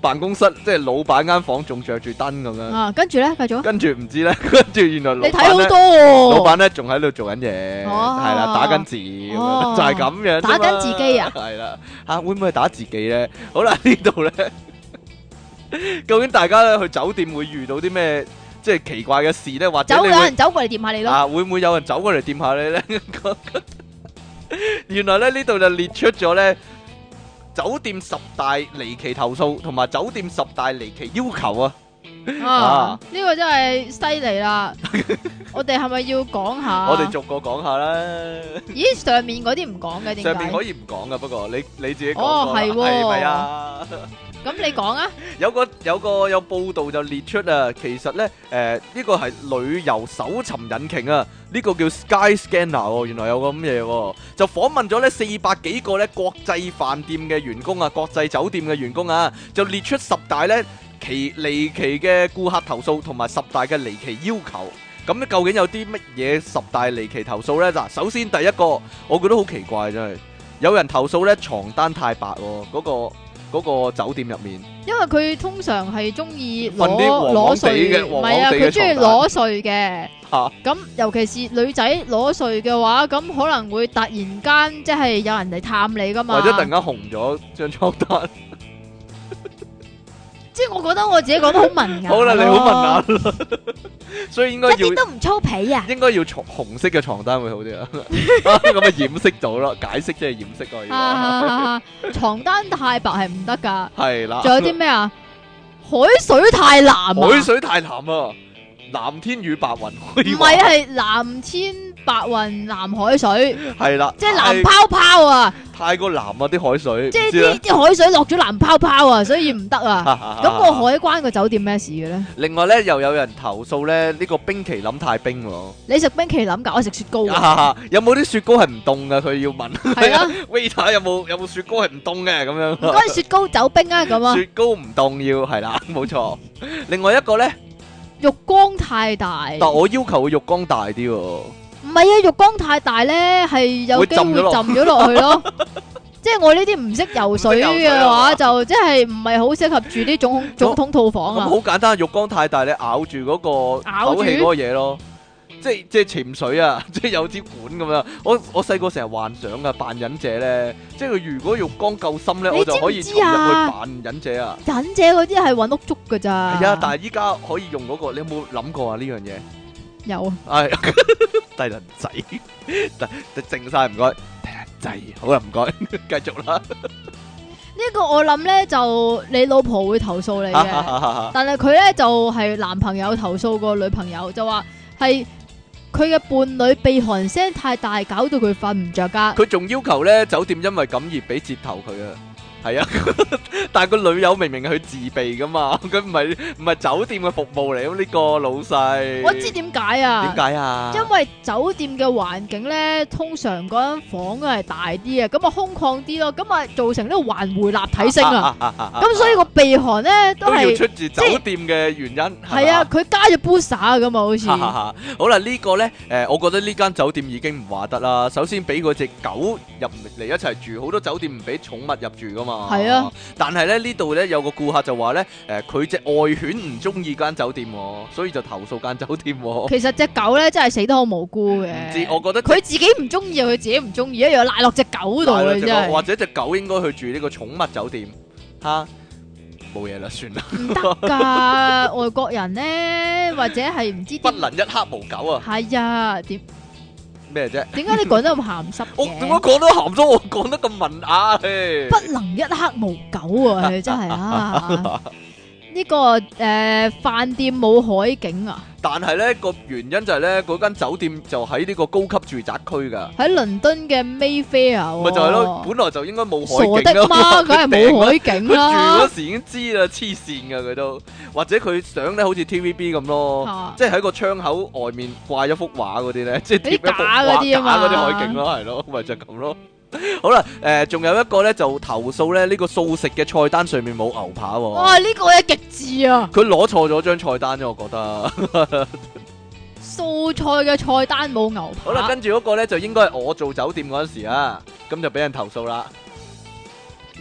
[SPEAKER 2] 辦公室即係老闆間房仲着住燈咁樣，
[SPEAKER 1] 啊，跟住咧繼續啊，
[SPEAKER 2] 跟住唔知咧， 跟住原來
[SPEAKER 1] 你
[SPEAKER 2] 老
[SPEAKER 1] 睇好
[SPEAKER 2] 闆
[SPEAKER 1] 多
[SPEAKER 2] 咧，老
[SPEAKER 1] 喎，
[SPEAKER 2] 闆咧仲喺度做緊嘢，係
[SPEAKER 1] 哦
[SPEAKER 2] 啦，打緊字咁
[SPEAKER 1] 哦
[SPEAKER 2] 樣，就係咁樣啫嘛，
[SPEAKER 1] 打緊自己啊
[SPEAKER 2] 係啦，嚇會唔會係打自己咧？好啦， 呢度咧，究竟大家咧去酒店會遇到啲咩即係奇怪嘅事咧，或者
[SPEAKER 1] 走
[SPEAKER 2] 你
[SPEAKER 1] 有
[SPEAKER 2] 會？
[SPEAKER 1] 人走過嚟掂下你咯，
[SPEAKER 2] 啊，會唔會有人走過嚟掂下你咧？ 原來咧呢度就列出咗咧酒店十大離奇投訴同埋酒店十大離奇要求啊！
[SPEAKER 1] 啊，呢個真係犀利 啦，我哋係咪要講下？
[SPEAKER 2] 我哋逐個講下啦，
[SPEAKER 1] 咦上面嗰啲唔講嘅點
[SPEAKER 2] 上面
[SPEAKER 1] 解
[SPEAKER 2] 可？以唔講噶，不過你你自己講
[SPEAKER 1] 哦
[SPEAKER 2] 過啦
[SPEAKER 1] 係喎
[SPEAKER 2] 係咪啊？
[SPEAKER 1] 咁你講啊，
[SPEAKER 2] 有個有個有報道就列出啊，其實咧誒呢個係旅遊搜尋引擎啊，呢、個叫 Sky Scanner 喎，原來有個咁嘢喎，就訪問咗咧四百幾個咧國際飯店嘅員工啊，國際酒店嘅員工啊，就列出十大咧奇離奇嘅顧客投訴同埋十大嘅離奇要求。咁咧究竟有啲乜嘢十大離奇投訴呢？嗱，首先第一個，我覺得好奇怪真係，有人投訴咧床單太白喎、嗰、個嗰個酒店入面。
[SPEAKER 1] 因為佢通常係中意攞
[SPEAKER 2] 瞓啲黃黃
[SPEAKER 1] 攞
[SPEAKER 2] 地嘅
[SPEAKER 1] 睡，
[SPEAKER 2] 黃
[SPEAKER 1] 唔
[SPEAKER 2] 黃
[SPEAKER 1] 係啊，
[SPEAKER 2] 地嘅
[SPEAKER 1] 佢中意
[SPEAKER 2] 床單
[SPEAKER 1] 攞睡嘅。
[SPEAKER 2] 啊
[SPEAKER 1] 咁尤其是女仔攞睡嘅話，咁可能會突然間即係有人嚟探你噶嘛。
[SPEAKER 2] 或者突然間紅咗張床 單，
[SPEAKER 1] 即係我覺得我自己講得好文雅。
[SPEAKER 2] 好啦，你好文雅啦， 所以應該
[SPEAKER 1] 一
[SPEAKER 2] 要
[SPEAKER 1] 啲都唔粗鄙啊！
[SPEAKER 2] 應該要床紅色嘅床單會好 啲啊，咁啊掩飾到咯，解釋即係掩飾我要
[SPEAKER 1] 啊床單太白係唔得㗎，
[SPEAKER 2] 係啦，
[SPEAKER 1] 仲有啲咩啊？海水太藍啊！
[SPEAKER 2] 海水太藍啊，藍天與白雲可以
[SPEAKER 1] 唔
[SPEAKER 2] 話
[SPEAKER 1] 係啊係藍天白雲藍海水，
[SPEAKER 2] 係啦，
[SPEAKER 1] 即係藍
[SPEAKER 2] 太
[SPEAKER 1] 泡泡啊！
[SPEAKER 2] 太過藍啊啲海水，
[SPEAKER 1] 即係
[SPEAKER 2] 知啦
[SPEAKER 1] 啲啲海水落咗藍泡泡啊，所以唔得啊。咁個
[SPEAKER 2] 我
[SPEAKER 1] 海關個酒店咩事嘅咧？
[SPEAKER 2] 另外咧又有人投訴咧呢個冰淇淋太冰喎，
[SPEAKER 1] 你食冰淇淋㗎，我食雪糕㗎，
[SPEAKER 2] 有冇啲雪糕係唔凍噶？佢要問
[SPEAKER 1] 係啊，
[SPEAKER 2] waiter 有冇有冇雪糕係唔凍嘅咁樣。
[SPEAKER 1] 唔該雪糕走冰啊咁啊，
[SPEAKER 2] 雪糕唔當要 係啦，冇錯。另外一個咧，
[SPEAKER 1] 啊浴缸太大，
[SPEAKER 2] 但我要求個浴缸大啲喎，
[SPEAKER 1] 唔係啊，浴缸太大咧係有
[SPEAKER 2] 會
[SPEAKER 1] 機
[SPEAKER 2] 浸咗
[SPEAKER 1] 會
[SPEAKER 2] 落
[SPEAKER 1] 浸咗落去 咯。即係我呢啲唔識游水
[SPEAKER 2] 唔識游水
[SPEAKER 1] 嘅
[SPEAKER 2] 啊
[SPEAKER 1] 話，就即係唔係好適合住啲總總統套
[SPEAKER 2] 咁
[SPEAKER 1] 房
[SPEAKER 2] 好
[SPEAKER 1] 啊。
[SPEAKER 2] 簡單。浴缸太大，你咬住嗰個
[SPEAKER 1] 咬住
[SPEAKER 2] 唞氣嗰個嘢咯，即係即係潛水啊， 即係有支管咁樣。我我細個成日幻想啊，扮忍者咧，即係如果浴缸夠深咧，
[SPEAKER 1] 你
[SPEAKER 2] 我就可以
[SPEAKER 1] 知唔
[SPEAKER 2] 沉入去
[SPEAKER 1] 知啊
[SPEAKER 2] 扮忍者啊。
[SPEAKER 1] 忍者嗰啲係揾屋捉㗎咋。
[SPEAKER 2] 係啊，但係依家可以用嗰個，你有冇諗過啊呢樣嘢？
[SPEAKER 1] 有啊，
[SPEAKER 2] 唉， 低能仔， 低靜晒唔該，低能仔，好啦唔該， 繼續啦。
[SPEAKER 1] 呢個我諗咧就你老婆會投 訴你嘅。但係啊佢咧就係、男朋友投訴個女朋友，就話係佢嘅伴侶鼻鼾聲太大，搞到佢瞓唔着噶。
[SPEAKER 2] 佢仲要求咧酒店因為咁而俾折頭佢啊，係啊， 但係個女友明明係佢自備噶嘛，佢唔係唔係酒店嘅服務嚟，咁呢個老細
[SPEAKER 1] 我知點解啊
[SPEAKER 2] 點？解啊？
[SPEAKER 1] 因為酒店嘅環境咧，通常嗰間房係大啲啊，咁啊空曠啲咯，咁啊造成呢個環回立體聲啊，
[SPEAKER 2] 啊
[SPEAKER 1] 咁所以個鼻鼾咧都
[SPEAKER 2] 都要
[SPEAKER 1] 係
[SPEAKER 2] 出自酒店嘅原因
[SPEAKER 1] 係啊，。佢加咗 booster 咁啊，好似
[SPEAKER 2] 哈哈哈！好啦，呢個呢，誒，我覺得呢間酒店已經唔話得啦。首先俾嗰只狗入嚟一齊住，好多酒店唔俾寵物入住噶嘛。
[SPEAKER 1] 係啊。
[SPEAKER 2] 但係咧呢度咧有個顧客就話咧，誒佢只愛犬唔中意間酒店喎，所以就投訴間酒店喎。
[SPEAKER 1] 其實只狗咧真係死得好無辜嘅。
[SPEAKER 2] 唔知，我覺得
[SPEAKER 1] 佢自己唔中意，佢自己唔中意，一樣賴落只狗度
[SPEAKER 2] 大
[SPEAKER 1] 啊！
[SPEAKER 2] 啦隻
[SPEAKER 1] 真
[SPEAKER 2] 狗
[SPEAKER 1] 係
[SPEAKER 2] 或者只狗應該去住呢個寵物酒店嚇。冇嘢啦，算啦，
[SPEAKER 1] 唔得 㗎。外國人咧，或者係唔知
[SPEAKER 2] 不
[SPEAKER 1] 點
[SPEAKER 2] 能一刻無狗 啊！
[SPEAKER 1] 係啊？點
[SPEAKER 2] 咩啫？
[SPEAKER 1] 點解你講得咁鹹濕
[SPEAKER 2] 我點解
[SPEAKER 1] 嘅？
[SPEAKER 2] 講得鹹濕？我講得咁文雅，嘿
[SPEAKER 1] 不能一刻無狗啊！佢真係 啊！呢個誒飯店冇海景啊，
[SPEAKER 2] 但係咧個原因就係咧嗰間酒店就喺呢個高級住宅區㗎。
[SPEAKER 1] 喺倫敦嘅 Mayfair 喎
[SPEAKER 2] 咪就係咯，本來就應該冇海
[SPEAKER 1] 傻
[SPEAKER 2] 景
[SPEAKER 1] 的
[SPEAKER 2] 咯。
[SPEAKER 1] 嘛，
[SPEAKER 2] 佢
[SPEAKER 1] 梗係
[SPEAKER 2] 訂
[SPEAKER 1] 冇海景
[SPEAKER 2] 佢住
[SPEAKER 1] 啦
[SPEAKER 2] 嗰。時已經知啦，黐線噶佢都，或者佢想咧好似 TVB 咁咯，
[SPEAKER 1] 嚇
[SPEAKER 2] 即係喺個窗口外面掛一幅畫嗰啲咧，即係貼一幅
[SPEAKER 1] 哦嗰啲假嗰
[SPEAKER 2] 畫
[SPEAKER 1] 啲啊嘛
[SPEAKER 2] 假嗰啲海景咯，係咯，咪就係咁咯。好啦，誒、仲有一個咧就投訴咧，呢、個素食嘅菜單上面冇牛扒喎、
[SPEAKER 1] 哇！呢個嘢極致啊！
[SPEAKER 2] 佢攞錯咗張菜單啫，我覺得。
[SPEAKER 1] 素菜嘅菜單冇牛
[SPEAKER 2] 好啦，
[SPEAKER 1] 扒，
[SPEAKER 2] 跟住嗰個咧就應該係我做酒店嗰陣時啊，咁就俾人投訴啦。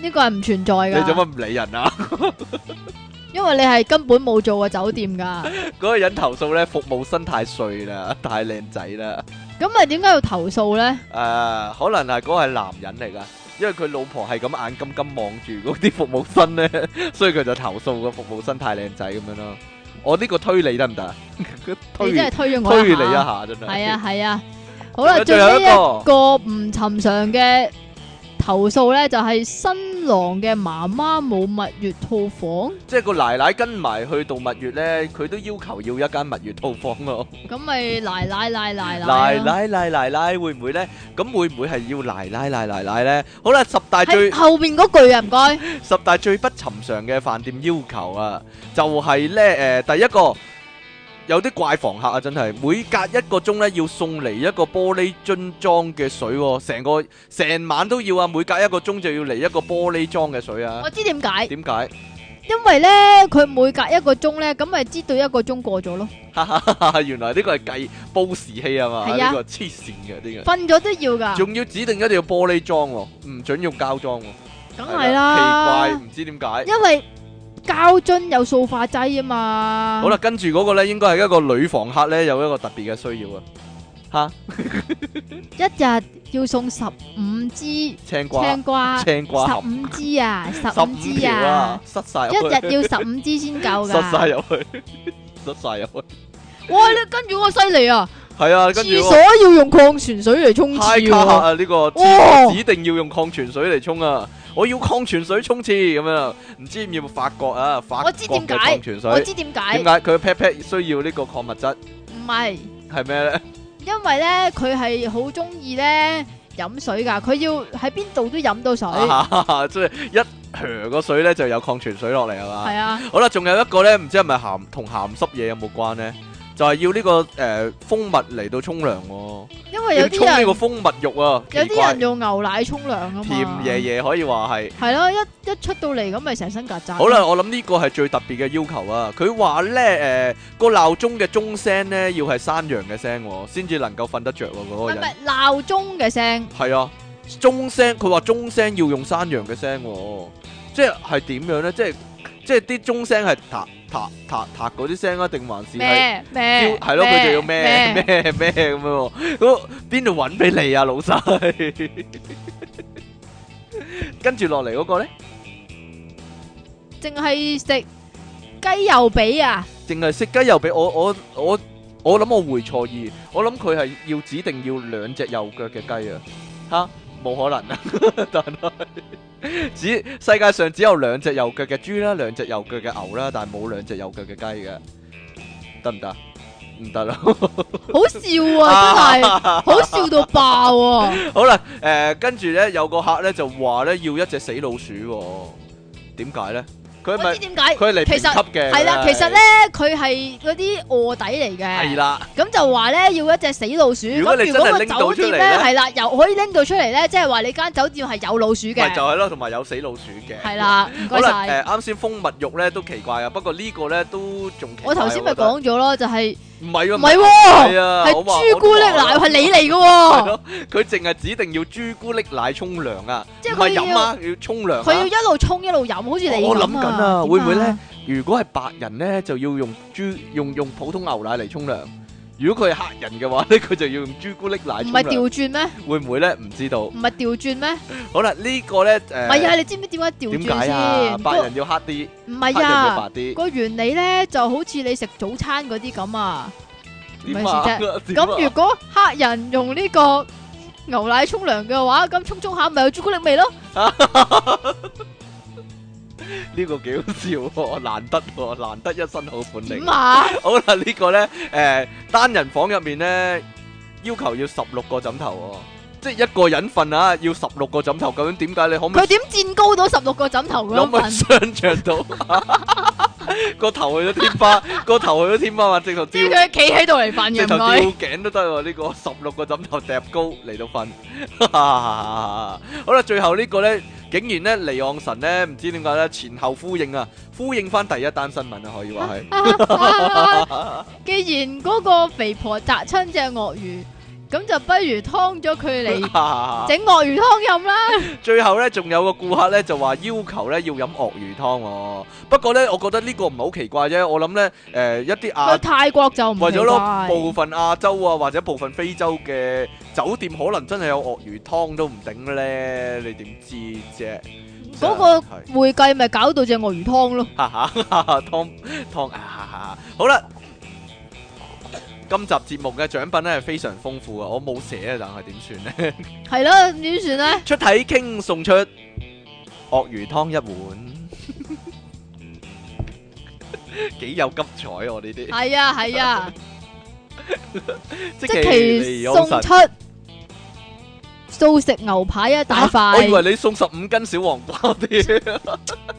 [SPEAKER 1] 呢個係唔存在
[SPEAKER 2] 你
[SPEAKER 1] 㗎，
[SPEAKER 2] 做乜唔理人啊？
[SPEAKER 1] 因為你係根本冇做過酒店 㗎。
[SPEAKER 2] 嗰個人投訴咧，服務生太帥啦，太靚仔啦。
[SPEAKER 1] 咁咪點解要投訴咧？
[SPEAKER 2] 誒、可能係嗰個係男人嚟噶，因為佢老婆係咁眼金金望住嗰啲服務生咧， 所以佢就投訴個服務生太靚仔咁樣咯。我呢個推理得唔得啊？ 推
[SPEAKER 1] 你真係推咗我
[SPEAKER 2] 推
[SPEAKER 1] 一
[SPEAKER 2] 你一
[SPEAKER 1] 下。
[SPEAKER 2] 下真係。
[SPEAKER 1] 係啊係啊，好啦，
[SPEAKER 2] 仲
[SPEAKER 1] 最
[SPEAKER 2] 有
[SPEAKER 1] 尾
[SPEAKER 2] 一
[SPEAKER 1] 一
[SPEAKER 2] 個
[SPEAKER 1] 個唔尋常嘅投訴咧，就係新郎嘅媽媽冇蜜月套房，
[SPEAKER 2] 即係個奶奶跟埋去度蜜月咧，佢都要求要一間蜜月套房咯。
[SPEAKER 1] 咁咪奶奶奶奶
[SPEAKER 2] 奶
[SPEAKER 1] 啦。
[SPEAKER 2] 奶奶奶奶會唔會咧？咁會唔會係要奶奶奶奶奶咧？好啦，十大最
[SPEAKER 1] 喺。後邊嗰句啊， 唔該。
[SPEAKER 2] 十大最不尋常嘅飯店要求啊，就係呢。誒第一個有啲怪房客啊，真係每隔一個鐘呢要送嚟一個玻璃樽裝嘅水喎，成個成晚都要啊，每隔一個鐘就要嚟一個玻璃裝嘅水啊
[SPEAKER 1] 我，知點解，
[SPEAKER 2] 點解？
[SPEAKER 1] 因為咧佢每隔一個鐘咧，咁咪知道一個鐘過咗咯，
[SPEAKER 2] 原來呢個係計煲時器啊嘛，
[SPEAKER 1] 係啊
[SPEAKER 2] 呢個黐線嘅呢個，
[SPEAKER 1] 瞓咗都要㗎，
[SPEAKER 2] 仲要指定一定要玻璃裝喎，唔準用膠裝喎，
[SPEAKER 1] 梗係
[SPEAKER 2] 係
[SPEAKER 1] 啦
[SPEAKER 2] 奇怪，。唔知點解。
[SPEAKER 1] 因為膠樽有塑化劑啊嘛。
[SPEAKER 2] 好啦，，跟住嗰個呢應該係一個女房客呢，有一個特別嘅需要啊，嚇。
[SPEAKER 1] 一日要送十五支
[SPEAKER 2] 青瓜、
[SPEAKER 1] 青瓜，十
[SPEAKER 2] 青瓜盒
[SPEAKER 1] 五支啊，十
[SPEAKER 2] 十
[SPEAKER 1] 五
[SPEAKER 2] 五
[SPEAKER 1] 支
[SPEAKER 2] 條
[SPEAKER 1] 啊
[SPEAKER 2] 啊，，塞晒
[SPEAKER 1] 一
[SPEAKER 2] 入去，
[SPEAKER 1] 日要十五支先 夠
[SPEAKER 2] 塞晒
[SPEAKER 1] 㗎。
[SPEAKER 2] 入去，塞晒入去，
[SPEAKER 1] 哇！你跟住我犀利啊，
[SPEAKER 2] 係啊，跟
[SPEAKER 1] 廁
[SPEAKER 2] 住
[SPEAKER 1] 所
[SPEAKER 2] 我
[SPEAKER 1] 要用礦泉水嚟沖
[SPEAKER 2] 太
[SPEAKER 1] 廁
[SPEAKER 2] 卡客
[SPEAKER 1] 喎。
[SPEAKER 2] 啊！呢個
[SPEAKER 1] 哦
[SPEAKER 2] 指定要用礦泉水嚟沖啊！我要礦泉水沖廁咁樣啊，唔知要唔要法國啊？法國
[SPEAKER 1] 我知
[SPEAKER 2] 嘅
[SPEAKER 1] 點解
[SPEAKER 2] 礦泉
[SPEAKER 1] 我
[SPEAKER 2] 水
[SPEAKER 1] 知點
[SPEAKER 2] 點
[SPEAKER 1] 解，
[SPEAKER 2] 解佢 pat pat 需要呢個礦物質
[SPEAKER 1] 唔係
[SPEAKER 2] 係咩咧？
[SPEAKER 1] 因為咧佢係好中意咧飲水㗎，佢要喺邊度都飲到水。
[SPEAKER 2] 啊 即係一啜個水咧就有礦泉水落嚟係嘛？
[SPEAKER 1] 係啊，
[SPEAKER 2] 好啦，仲有一個咧，唔知係咪鹹同鹹濕嘢有冇關咧？就係要呢個誒蜂蜜嚟到沖涼喎。
[SPEAKER 1] 因為有
[SPEAKER 2] 要沖
[SPEAKER 1] 啲
[SPEAKER 2] 呢個
[SPEAKER 1] 人
[SPEAKER 2] 蜂蜜浴啊，
[SPEAKER 1] 有
[SPEAKER 2] 奇
[SPEAKER 1] 啲
[SPEAKER 2] 怪
[SPEAKER 1] 人用牛奶沖涼啊嘛。
[SPEAKER 2] 甜爺爺可以話係。
[SPEAKER 1] 系咯，一一出到嚟咁咪成身曱甴。
[SPEAKER 2] 好，啦，我諗呢個係最特別嘅要求啊！佢話咧誒個鬧鐘嘅鐘聲咧要係山羊嘅聲喎，先至能夠瞓得着喎嗰
[SPEAKER 1] 唔
[SPEAKER 2] 個
[SPEAKER 1] 係唔
[SPEAKER 2] 人。
[SPEAKER 1] 係鬧鐘嘅聲，
[SPEAKER 2] 係啊，鐘聲佢話鐘聲要用山羊嘅聲喎，即係係點樣咧？即係即係啲鐘聲係嗒嗒嗒嗒嗰啲聲啊，定還是係？
[SPEAKER 1] 咩咩
[SPEAKER 2] 係咯，佢就要咩咩咩咁樣喎，咁邊度揾俾你啊，老細？ 跟住落嚟嗰個咧，
[SPEAKER 1] 净系食雞油髀啊！
[SPEAKER 2] 淨係食雞又俾我我我我諗我會錯意，我諗佢係要指定要兩隻右腳嘅雞啊，吓冇可能啊， 但係 只世界上只有兩隻右腳嘅豬啦，兩隻右腳嘅牛啦，但係冇兩隻右腳嘅雞嘅，得唔得？唔得啦。
[SPEAKER 1] 好笑啊，真係好笑到爆啊！
[SPEAKER 2] 好啦，誒、跟住咧有個客咧就話咧要一隻死老鼠喎、點解咧？佢係
[SPEAKER 1] 我
[SPEAKER 2] 咪
[SPEAKER 1] 知點解，
[SPEAKER 2] 佢係嚟
[SPEAKER 1] 其實
[SPEAKER 2] 評級嘅？
[SPEAKER 1] 係啦，
[SPEAKER 2] 佢
[SPEAKER 1] 其實咧佢係嗰啲卧底嚟
[SPEAKER 2] 係
[SPEAKER 1] 嘅，
[SPEAKER 2] 啦，
[SPEAKER 1] 咁就話咧要一隻死老鼠。
[SPEAKER 2] 如果你
[SPEAKER 1] 咁如果
[SPEAKER 2] 真係
[SPEAKER 1] 個
[SPEAKER 2] 拎到
[SPEAKER 1] 酒
[SPEAKER 2] 出嚟
[SPEAKER 1] 店
[SPEAKER 2] 呢
[SPEAKER 1] 咧係啦，又可以拎到出嚟咧，即係話你間酒店係有老鼠
[SPEAKER 2] 咪就
[SPEAKER 1] 嘅，
[SPEAKER 2] 係咯，同埋有死老鼠嘅。
[SPEAKER 1] 係，啦，唔
[SPEAKER 2] 好
[SPEAKER 1] 該
[SPEAKER 2] 啦，
[SPEAKER 1] 晒
[SPEAKER 2] 誒、。啱先蜂蜜肉咧都奇怪啊，不過呢個咧都仲奇怪。
[SPEAKER 1] 我頭先咪
[SPEAKER 2] 覺得
[SPEAKER 1] 講咗咯，就係
[SPEAKER 2] 唔係喎，
[SPEAKER 1] 唔係
[SPEAKER 2] 係
[SPEAKER 1] 喎，
[SPEAKER 2] 啊，
[SPEAKER 1] 係
[SPEAKER 2] 我話
[SPEAKER 1] 朱古力奶係。你嚟嘅
[SPEAKER 2] 我都話
[SPEAKER 1] 喎
[SPEAKER 2] 係。咯，佢淨係指定要朱古力奶沖涼啊，
[SPEAKER 1] 即係
[SPEAKER 2] 唔係飲啊，要沖涼
[SPEAKER 1] 佢要
[SPEAKER 2] 啊。
[SPEAKER 1] 一路沖一路飲，好似你
[SPEAKER 2] 我諗
[SPEAKER 1] 諗
[SPEAKER 2] 緊啊，會唔會咧
[SPEAKER 1] 呢？？
[SPEAKER 2] 如果係白人咧，就要用豬用用普通牛奶嚟沖涼；如果佢係黑人嘅話咧， 佢就要用朱古力奶
[SPEAKER 1] 唔
[SPEAKER 2] 沖
[SPEAKER 1] 係
[SPEAKER 2] 涼。
[SPEAKER 1] 調轉咩？
[SPEAKER 2] 會唔會咧？唔知道。
[SPEAKER 1] 唔係調轉咩？
[SPEAKER 2] 好啦，呢個咧
[SPEAKER 1] 唔係啊！
[SPEAKER 2] 誒，
[SPEAKER 1] 你知唔知點解調
[SPEAKER 2] 點
[SPEAKER 1] 轉
[SPEAKER 2] 解啊？
[SPEAKER 1] 先？
[SPEAKER 2] 白
[SPEAKER 1] 個
[SPEAKER 2] 人要黑啲，
[SPEAKER 1] 唔
[SPEAKER 2] 黑
[SPEAKER 1] 係
[SPEAKER 2] 人要
[SPEAKER 1] 啊！
[SPEAKER 2] 白啲。
[SPEAKER 1] 個原理咧就好似你食早餐嗰啲咁啊。
[SPEAKER 2] 點
[SPEAKER 1] 咩事
[SPEAKER 2] 啊？ 點啊
[SPEAKER 1] 咁如果黑人用呢個牛奶沖涼嘅話，咁沖沖下咪有朱古力味咯？
[SPEAKER 2] 呢個幾好笑喎，難得喎，難得一身好本
[SPEAKER 1] 點
[SPEAKER 2] 領。
[SPEAKER 1] 啊？
[SPEAKER 2] 好啦，呢個咧，誒單人房入面咧，要求要十六個枕頭喎，即係一個人瞓啊，要十六個枕頭，究竟點解你可唔可
[SPEAKER 1] 佢
[SPEAKER 2] 以
[SPEAKER 1] 點墊高到十六個枕頭
[SPEAKER 2] 可
[SPEAKER 1] 嗰
[SPEAKER 2] 唔可以
[SPEAKER 1] 份？
[SPEAKER 2] 想 像到個頭去咗天花，個頭去咗天花或直頭
[SPEAKER 1] 即係
[SPEAKER 2] 吊，
[SPEAKER 1] 佢企喺度嚟瞓
[SPEAKER 2] 直
[SPEAKER 1] 嘅，
[SPEAKER 2] 頭
[SPEAKER 1] 唔
[SPEAKER 2] 吊
[SPEAKER 1] 該。
[SPEAKER 2] 頸都得喎，呢個十六個枕頭揼高嚟到瞓。 好啦，最後呢個咧，竟然咧，尼昂神咧，唔知點解咧，前後呼應啊，呼應翻第一單新聞啊，可以話係。
[SPEAKER 1] 既然嗰個肥婆砸親只鱷魚，咁就不如劏咗佢 嚟
[SPEAKER 2] 啊
[SPEAKER 1] 整鱷魚湯飲啦。
[SPEAKER 2] 最後咧，仲有個顧客咧就話要求咧要飲鱷魚湯喎。不過咧，我覺得呢個唔係好奇怪啫。我諗咧，誒、一啲
[SPEAKER 1] 去
[SPEAKER 2] 亞
[SPEAKER 1] 泰國就唔
[SPEAKER 2] 啊為
[SPEAKER 1] 奇
[SPEAKER 2] 咗咯部
[SPEAKER 1] 怪。
[SPEAKER 2] 分亞洲啊，或者部分非洲嘅酒店，可能真係有鱷魚湯都唔定咧。你點知啫？
[SPEAKER 1] 嗰個
[SPEAKER 2] 真係
[SPEAKER 1] 會計咪搞到只鱷魚湯咯。
[SPEAKER 2] 哈哈哈哈，湯湯啊哈哈！好啦，今集節目嘅獎品咧係非常豐富啊！我冇寫啊，但係點 算咧？
[SPEAKER 1] 係啦，咁點算咧？
[SPEAKER 2] 出體傾送出鱷魚 湯一碗，幾有急彩我呢啲，
[SPEAKER 1] 係啊係啊， 即
[SPEAKER 2] 即其
[SPEAKER 1] 其
[SPEAKER 2] 利
[SPEAKER 1] 送
[SPEAKER 2] 神。
[SPEAKER 1] 出素食牛排一大
[SPEAKER 2] 啊我以
[SPEAKER 1] 塊，
[SPEAKER 2] 為你送十五斤小黃瓜啲，十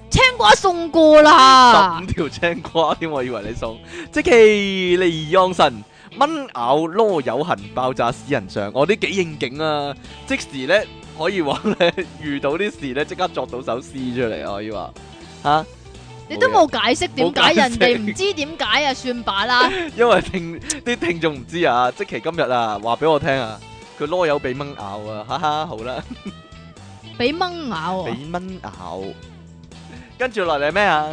[SPEAKER 1] 青瓜送過啦
[SPEAKER 2] 五。啊條青瓜添，我以為你送。即其利昂神蚊咬啰柚痕爆炸私人相，我啲幾應景啊！即時咧可以話咧 遇到啲事咧即刻作到首詩出嚟啊，可以話啊嚇。
[SPEAKER 1] 你都冇解釋點解
[SPEAKER 2] 冇解釋
[SPEAKER 1] 人哋唔知點解啊？算罷 啦，
[SPEAKER 2] 因為聽啲聽眾唔知啊，即其今日啊，話俾我聽啊，佢啰柚俾蚊咬啊，哈哈，好啦，
[SPEAKER 1] 俾蚊咬
[SPEAKER 2] 俾
[SPEAKER 1] 啊！
[SPEAKER 2] 蚊咬，跟住落嚟咩啊？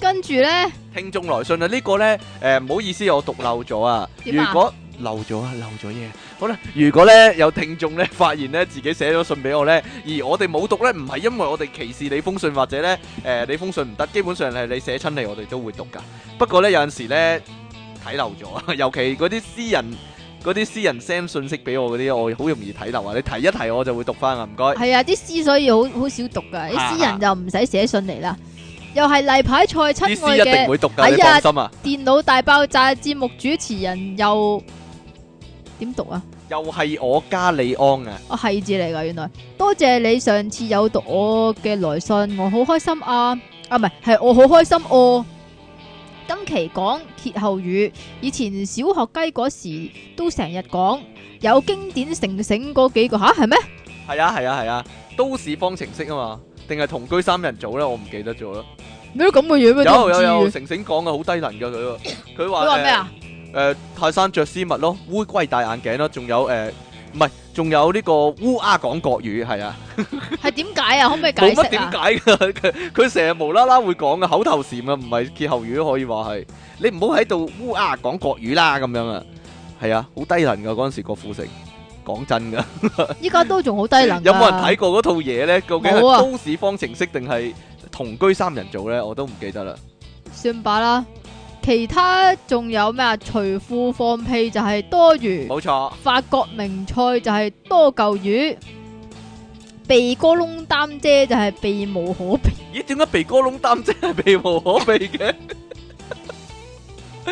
[SPEAKER 1] 跟住咧，
[SPEAKER 2] 聽眾來信啊，呢個呢，誒唔好意思，我讀漏咗啊。
[SPEAKER 1] 點
[SPEAKER 2] 如
[SPEAKER 1] 啊
[SPEAKER 2] 果漏咗啊，漏咗嘢。好啦，如果呢有聽眾呢發現呢自己寫咗信俾我呢，而我哋冇讀呢，唔係因為我哋歧視你封信或者呢誒你封信唔得，基本上係你寫親嚟我哋都會讀噶。不過呢，有陣時呢睇漏咗啊， 尤其嗰啲私人嗰啲私人 send 信息俾我嗰啲，我好容易睇漏啊。你提一提我就會讀翻啊，唔該。
[SPEAKER 1] 係啊，啲詩所以好好少讀噶，
[SPEAKER 2] 啊
[SPEAKER 1] 啲詩人就唔使寫信嚟啦。又係例牌菜，
[SPEAKER 2] 啲
[SPEAKER 1] 親
[SPEAKER 2] 詩
[SPEAKER 1] 愛
[SPEAKER 2] 一定
[SPEAKER 1] 嘅
[SPEAKER 2] 會讀
[SPEAKER 1] 哎
[SPEAKER 2] 㗎，你
[SPEAKER 1] 呀
[SPEAKER 2] 放心啊。
[SPEAKER 1] 電腦大爆炸節目主持人又點讀啊？
[SPEAKER 2] 又係我加利安啊！
[SPEAKER 1] 啊係字嚟噶，原來多謝你上次有讀我嘅來信，我好開心啊！啊唔係，係我好開心哦、今期講歇後語，以前小學雞嗰時都成日講，有經典成醒嗰幾個吓係咩？
[SPEAKER 2] 係啊係啊係啊，都市方程式啊嘛，定係同居三人組咧？我唔記得咗啦。
[SPEAKER 1] 你都咁嘅樣咩？都
[SPEAKER 2] 有
[SPEAKER 1] 唔
[SPEAKER 2] 有
[SPEAKER 1] 知
[SPEAKER 2] 有，
[SPEAKER 1] 嘅
[SPEAKER 2] 成成講嘅好低能嘅佢喎，佢話
[SPEAKER 1] 佢話咩啊？
[SPEAKER 2] 誒誒泰山着絲襪咯，烏龜戴眼鏡咯，仲有誒唔係，仲有呢個烏鴉講國語係啊，
[SPEAKER 1] 係點解啊？可唔可以
[SPEAKER 2] 冇
[SPEAKER 1] 解
[SPEAKER 2] 乜
[SPEAKER 1] 釋
[SPEAKER 2] 點
[SPEAKER 1] 啊？
[SPEAKER 2] 解㗎，佢佢成日無啦啦會講嘅口頭禪啊，唔係歇後語可以話係。你唔好喺度烏鴉講國語啦咁樣啊，係啊，好低能嘅嗰陣時郭富城，講真㗎。
[SPEAKER 1] 依家都仲好低能㗎。
[SPEAKER 2] 有冇人睇過嗰套嘢咧？究竟係
[SPEAKER 1] 冇啊
[SPEAKER 2] 都市方程式定係同居三人組咧？我都唔記得啦。
[SPEAKER 1] 算吧啦。其他仲有咩啊？除褲放屁就係多餘，
[SPEAKER 2] 冇錯，
[SPEAKER 1] 法國名菜就係多嚿魚，鼻哥窿擔遮就係避無可避。
[SPEAKER 2] 咦？點解鼻哥窿擔遮係避無可避嘅？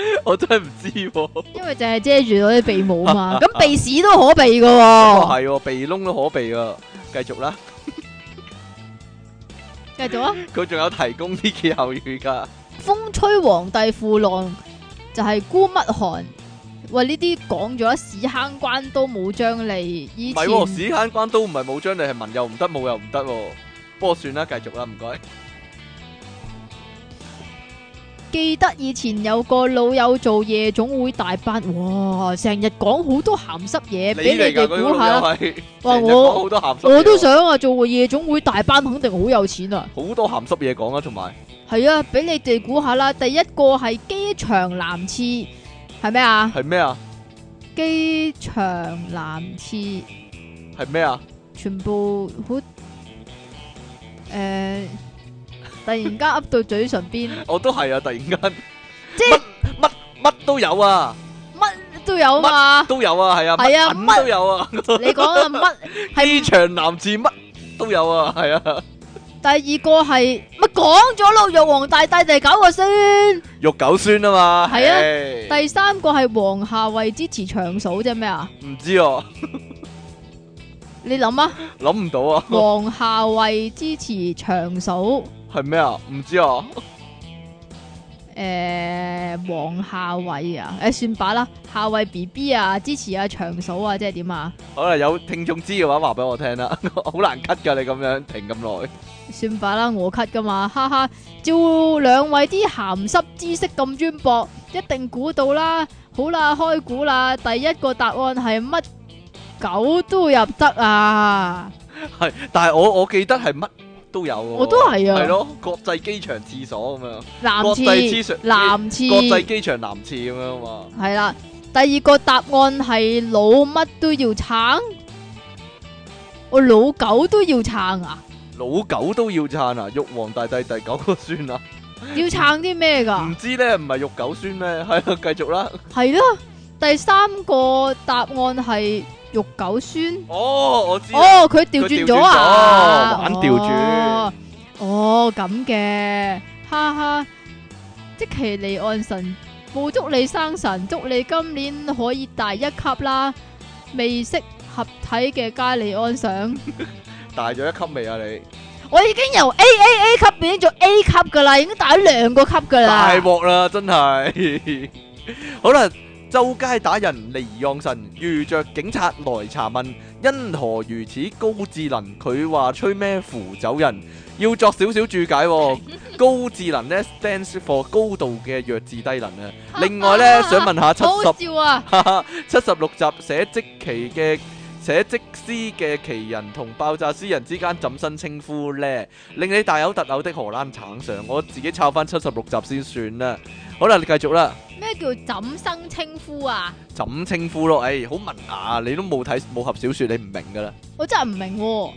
[SPEAKER 2] 我真係唔知喎。
[SPEAKER 1] 因為淨係遮住咗啲鼻毛啊 嘛，咁鼻屎都可避噶、
[SPEAKER 2] 哦，
[SPEAKER 1] 喎。
[SPEAKER 2] 係喎，鼻窿都可避啊！繼續啦，
[SPEAKER 1] 繼續啊，
[SPEAKER 2] 佢仲有提供啲歇後語㗎。
[SPEAKER 1] 風吹皇帝褲浪就係孤乜寒。喂，呢啲講咗屎坑關都冇張利，以
[SPEAKER 2] 唔
[SPEAKER 1] 前
[SPEAKER 2] 係喎，屎坑關都唔係冇張，你係文又唔得，武又唔得喎。不過算啦，繼續啦，唔該。
[SPEAKER 1] 記得以前有個老友做夜總會大班，哇！成日講好多鹹濕嘢，俾你哋估下啦。 哇！我我都想啊，做夜總會大班肯定好有錢啊。係啊，俾你哋估下啦。第一個係機場男廁，係咩啊？機場男廁全部好誒、呃突然間噏到嘴唇邊，即係乜都有嘛。係啊，乜-你講啊乜？ 第 二個係乜講咗咯？玉皇大帝第九個先，係啊，第三個係皇下為支持長嫂啫咩啊？你諗啊，皇下為支持長嫂， 诶、皇下為啊，诶、算罢啦，下為 B B 啊，支持啊長嫂啊，即係點啊？算罢啦，我 cut 噶嘛，哈哈！照兩位啲鹹濕知識咁淵博，一定估到啦。好啦，開估啦，第一個答案係乜狗都入得啊！我都係啊。男
[SPEAKER 2] 國際之
[SPEAKER 1] 廁
[SPEAKER 2] 上，
[SPEAKER 1] 男
[SPEAKER 2] 國際
[SPEAKER 1] 廁
[SPEAKER 2] 機場男廁咁樣嘛，
[SPEAKER 1] 係啦。第二個答案係老乜都要撐，我老狗都要撐啊！
[SPEAKER 2] 老狗都要撐啊！玉皇大帝第九個孫啊，
[SPEAKER 1] 要撐啲咩㗎？
[SPEAKER 2] 唔知咧唔係玉狗孫咩？ 係啊，繼續啦。
[SPEAKER 1] 係啦。第三個答案係肉狗酸。
[SPEAKER 2] 哦，我知啦，
[SPEAKER 1] 哦，佢調轉咗啊，
[SPEAKER 2] 佢調轉咗玩調轉
[SPEAKER 1] 哦。哦，咁嘅，哈哈，即其離岸神，冇祝你生神，祝你今年可以大一級啦。未識合體嘅加利安 上，
[SPEAKER 2] 大咗一級未啊你？
[SPEAKER 1] 我已經由 A A A 級變咗 A 級噶啦，已經大咗兩個級噶
[SPEAKER 2] 大
[SPEAKER 1] 啦。
[SPEAKER 2] 鑊啦，真係。 好啦，周街打人，離岸神遇着警察來查問，因何如此高智能？佢話吹咩扶走人？要作少少注解 喎。高智能呢 stands for 高度嘅弱智低能 啊。另外呢，想問下七
[SPEAKER 1] 好
[SPEAKER 2] 十
[SPEAKER 1] 好。笑啊！
[SPEAKER 2] 七十六集寫即奇嘅寫即詩嘅奇人同爆炸詩人之間怎新稱呼呢？令你大有特有的荷蘭橙上，我自己抄翻七十六集先算啦。好啦，你繼續啦，
[SPEAKER 1] 咩叫怎生稱呼啊？
[SPEAKER 2] 怎稱呼咯？誒、好文雅，你都冇睇武俠小說，你唔明噶啦。
[SPEAKER 1] 我真係唔明、喎。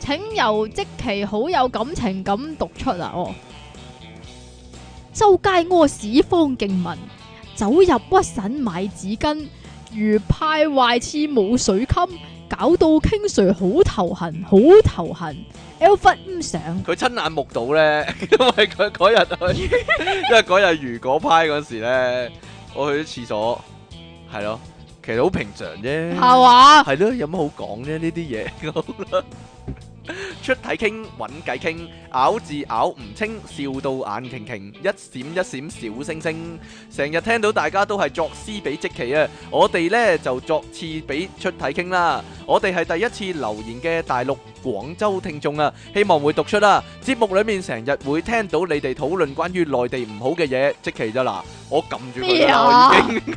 [SPEAKER 1] 請由即其好有感情咁讀出啊！哦，周街屙屎方敬文，走入屈臣買紙巾，如派壞次冇水襟，搞到 King Sir 好頭痕，好頭痕，L 分唔上。
[SPEAKER 2] 佢親眼目睹呢， 因為佢嗰日去， 因為嗰日如果派嗰時呢，我去咗廁所，係咯，其實好平常啫。
[SPEAKER 1] 係話
[SPEAKER 2] 系咯，有乜好講啫？呢啲嘢好啦，出體傾，揾偈傾，咬字咬唔清，笑到眼擎擎，一閃一閃小星星，成日聽到大家都係作詩俾即期啊！我哋呢就作詞俾出體傾啦。我哋係第一次留言嘅大陸廣州聽眾啊，希望會讀出啦。節目裏面成日會聽到你哋討論關於內地唔好嘅嘢，即期咋嗱，我撳住佢
[SPEAKER 1] 咩
[SPEAKER 2] 啦，我已
[SPEAKER 1] 啊
[SPEAKER 2] 經？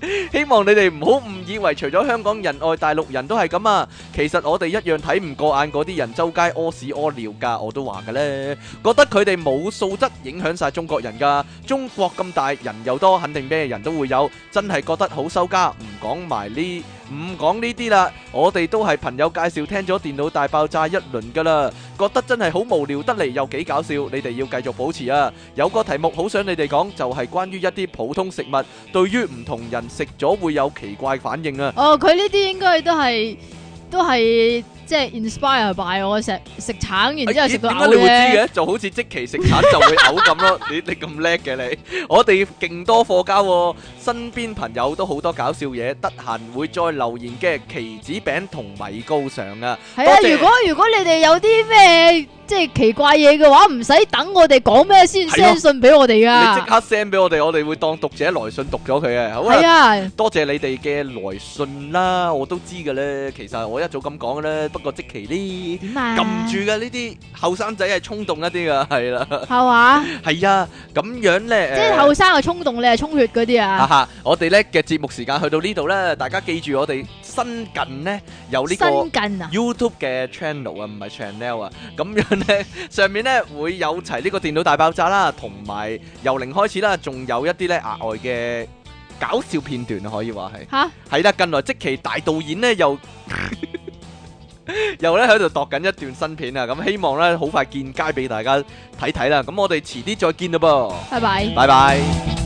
[SPEAKER 2] 希望你哋唔好誤以為除咗香港人外，大陸人都係咁啊！其實我哋一樣睇唔過眼嗰啲人周街屙屎屙尿㗎，我都話㗎咧，覺得佢哋冇素質，影響晒中國人㗎。中國咁大，人又多，肯定咩人都會有，真係覺得好收家。唔講埋呢，唔講呢啲啦，我哋都係朋友介紹聽咗電腦大爆炸一輪㗎啦，覺得真係好無聊得嚟又幾搞笑，你哋要繼續保持啊！有個題目好想你哋講，就係、關於一啲普通食物。對於唔同人食咗會有奇怪反應啊！
[SPEAKER 1] 哦，佢呢啲應該都係都係即係 inspire by 我食食橙，然之後
[SPEAKER 2] 哎
[SPEAKER 1] 食到
[SPEAKER 2] 點解
[SPEAKER 1] 嘔
[SPEAKER 2] 你會
[SPEAKER 1] 啫。
[SPEAKER 2] 知嘅？就好似即期食橙就會嘔咁咯。你你咁叻嘅你，我哋勁多貨交喎，身邊朋友都好多搞笑嘢，得閒會再留言嘅棋子餅同米糕上啊！
[SPEAKER 1] 係啊，
[SPEAKER 2] 多謝
[SPEAKER 1] 如果如果你哋有啲咩即係奇怪嘢嘅話，唔使等我哋講咩先
[SPEAKER 2] 係咯
[SPEAKER 1] send 信俾我哋啊
[SPEAKER 2] 你即
[SPEAKER 1] 噶。
[SPEAKER 2] 刻 send 俾我哋，我哋會當讀者來信讀咗佢嘅。好
[SPEAKER 1] 係
[SPEAKER 2] 啊，
[SPEAKER 1] 啊，
[SPEAKER 2] 多謝你哋嘅來信啦，我都知嘅咧。其實我一早咁講嘅咧，不過即期呢
[SPEAKER 1] 點啊？
[SPEAKER 2] 撳住嘅呢啲後生仔係衝動一啲噶，係啦，
[SPEAKER 1] 係嘛？
[SPEAKER 2] 係啊，咁樣咧，
[SPEAKER 1] 即係
[SPEAKER 2] 誒
[SPEAKER 1] 後生嘅衝動，你係充血嗰啲
[SPEAKER 2] 哈
[SPEAKER 1] 啊？
[SPEAKER 2] 哈，我哋咧嘅節目時間去到呢度咧，大家記住我哋新近咧有呢個
[SPEAKER 1] 新近啊？
[SPEAKER 2] YouTube 嘅 channel 啊，唔係 channel 啊，咁樣咧上面咧會有齊呢個電腦大爆炸啦，同埋由零開始啦，仲有一啲咧額外嘅搞笑片段啊，可以話係。
[SPEAKER 1] 吓？
[SPEAKER 2] 係啦，近來即期大導演咧又 又咧喺度度緊一段新片啊，咁希望咧好快見街俾大家睇睇啦。咁我哋遲啲再見啦噃，
[SPEAKER 1] 拜拜。
[SPEAKER 2] 拜拜。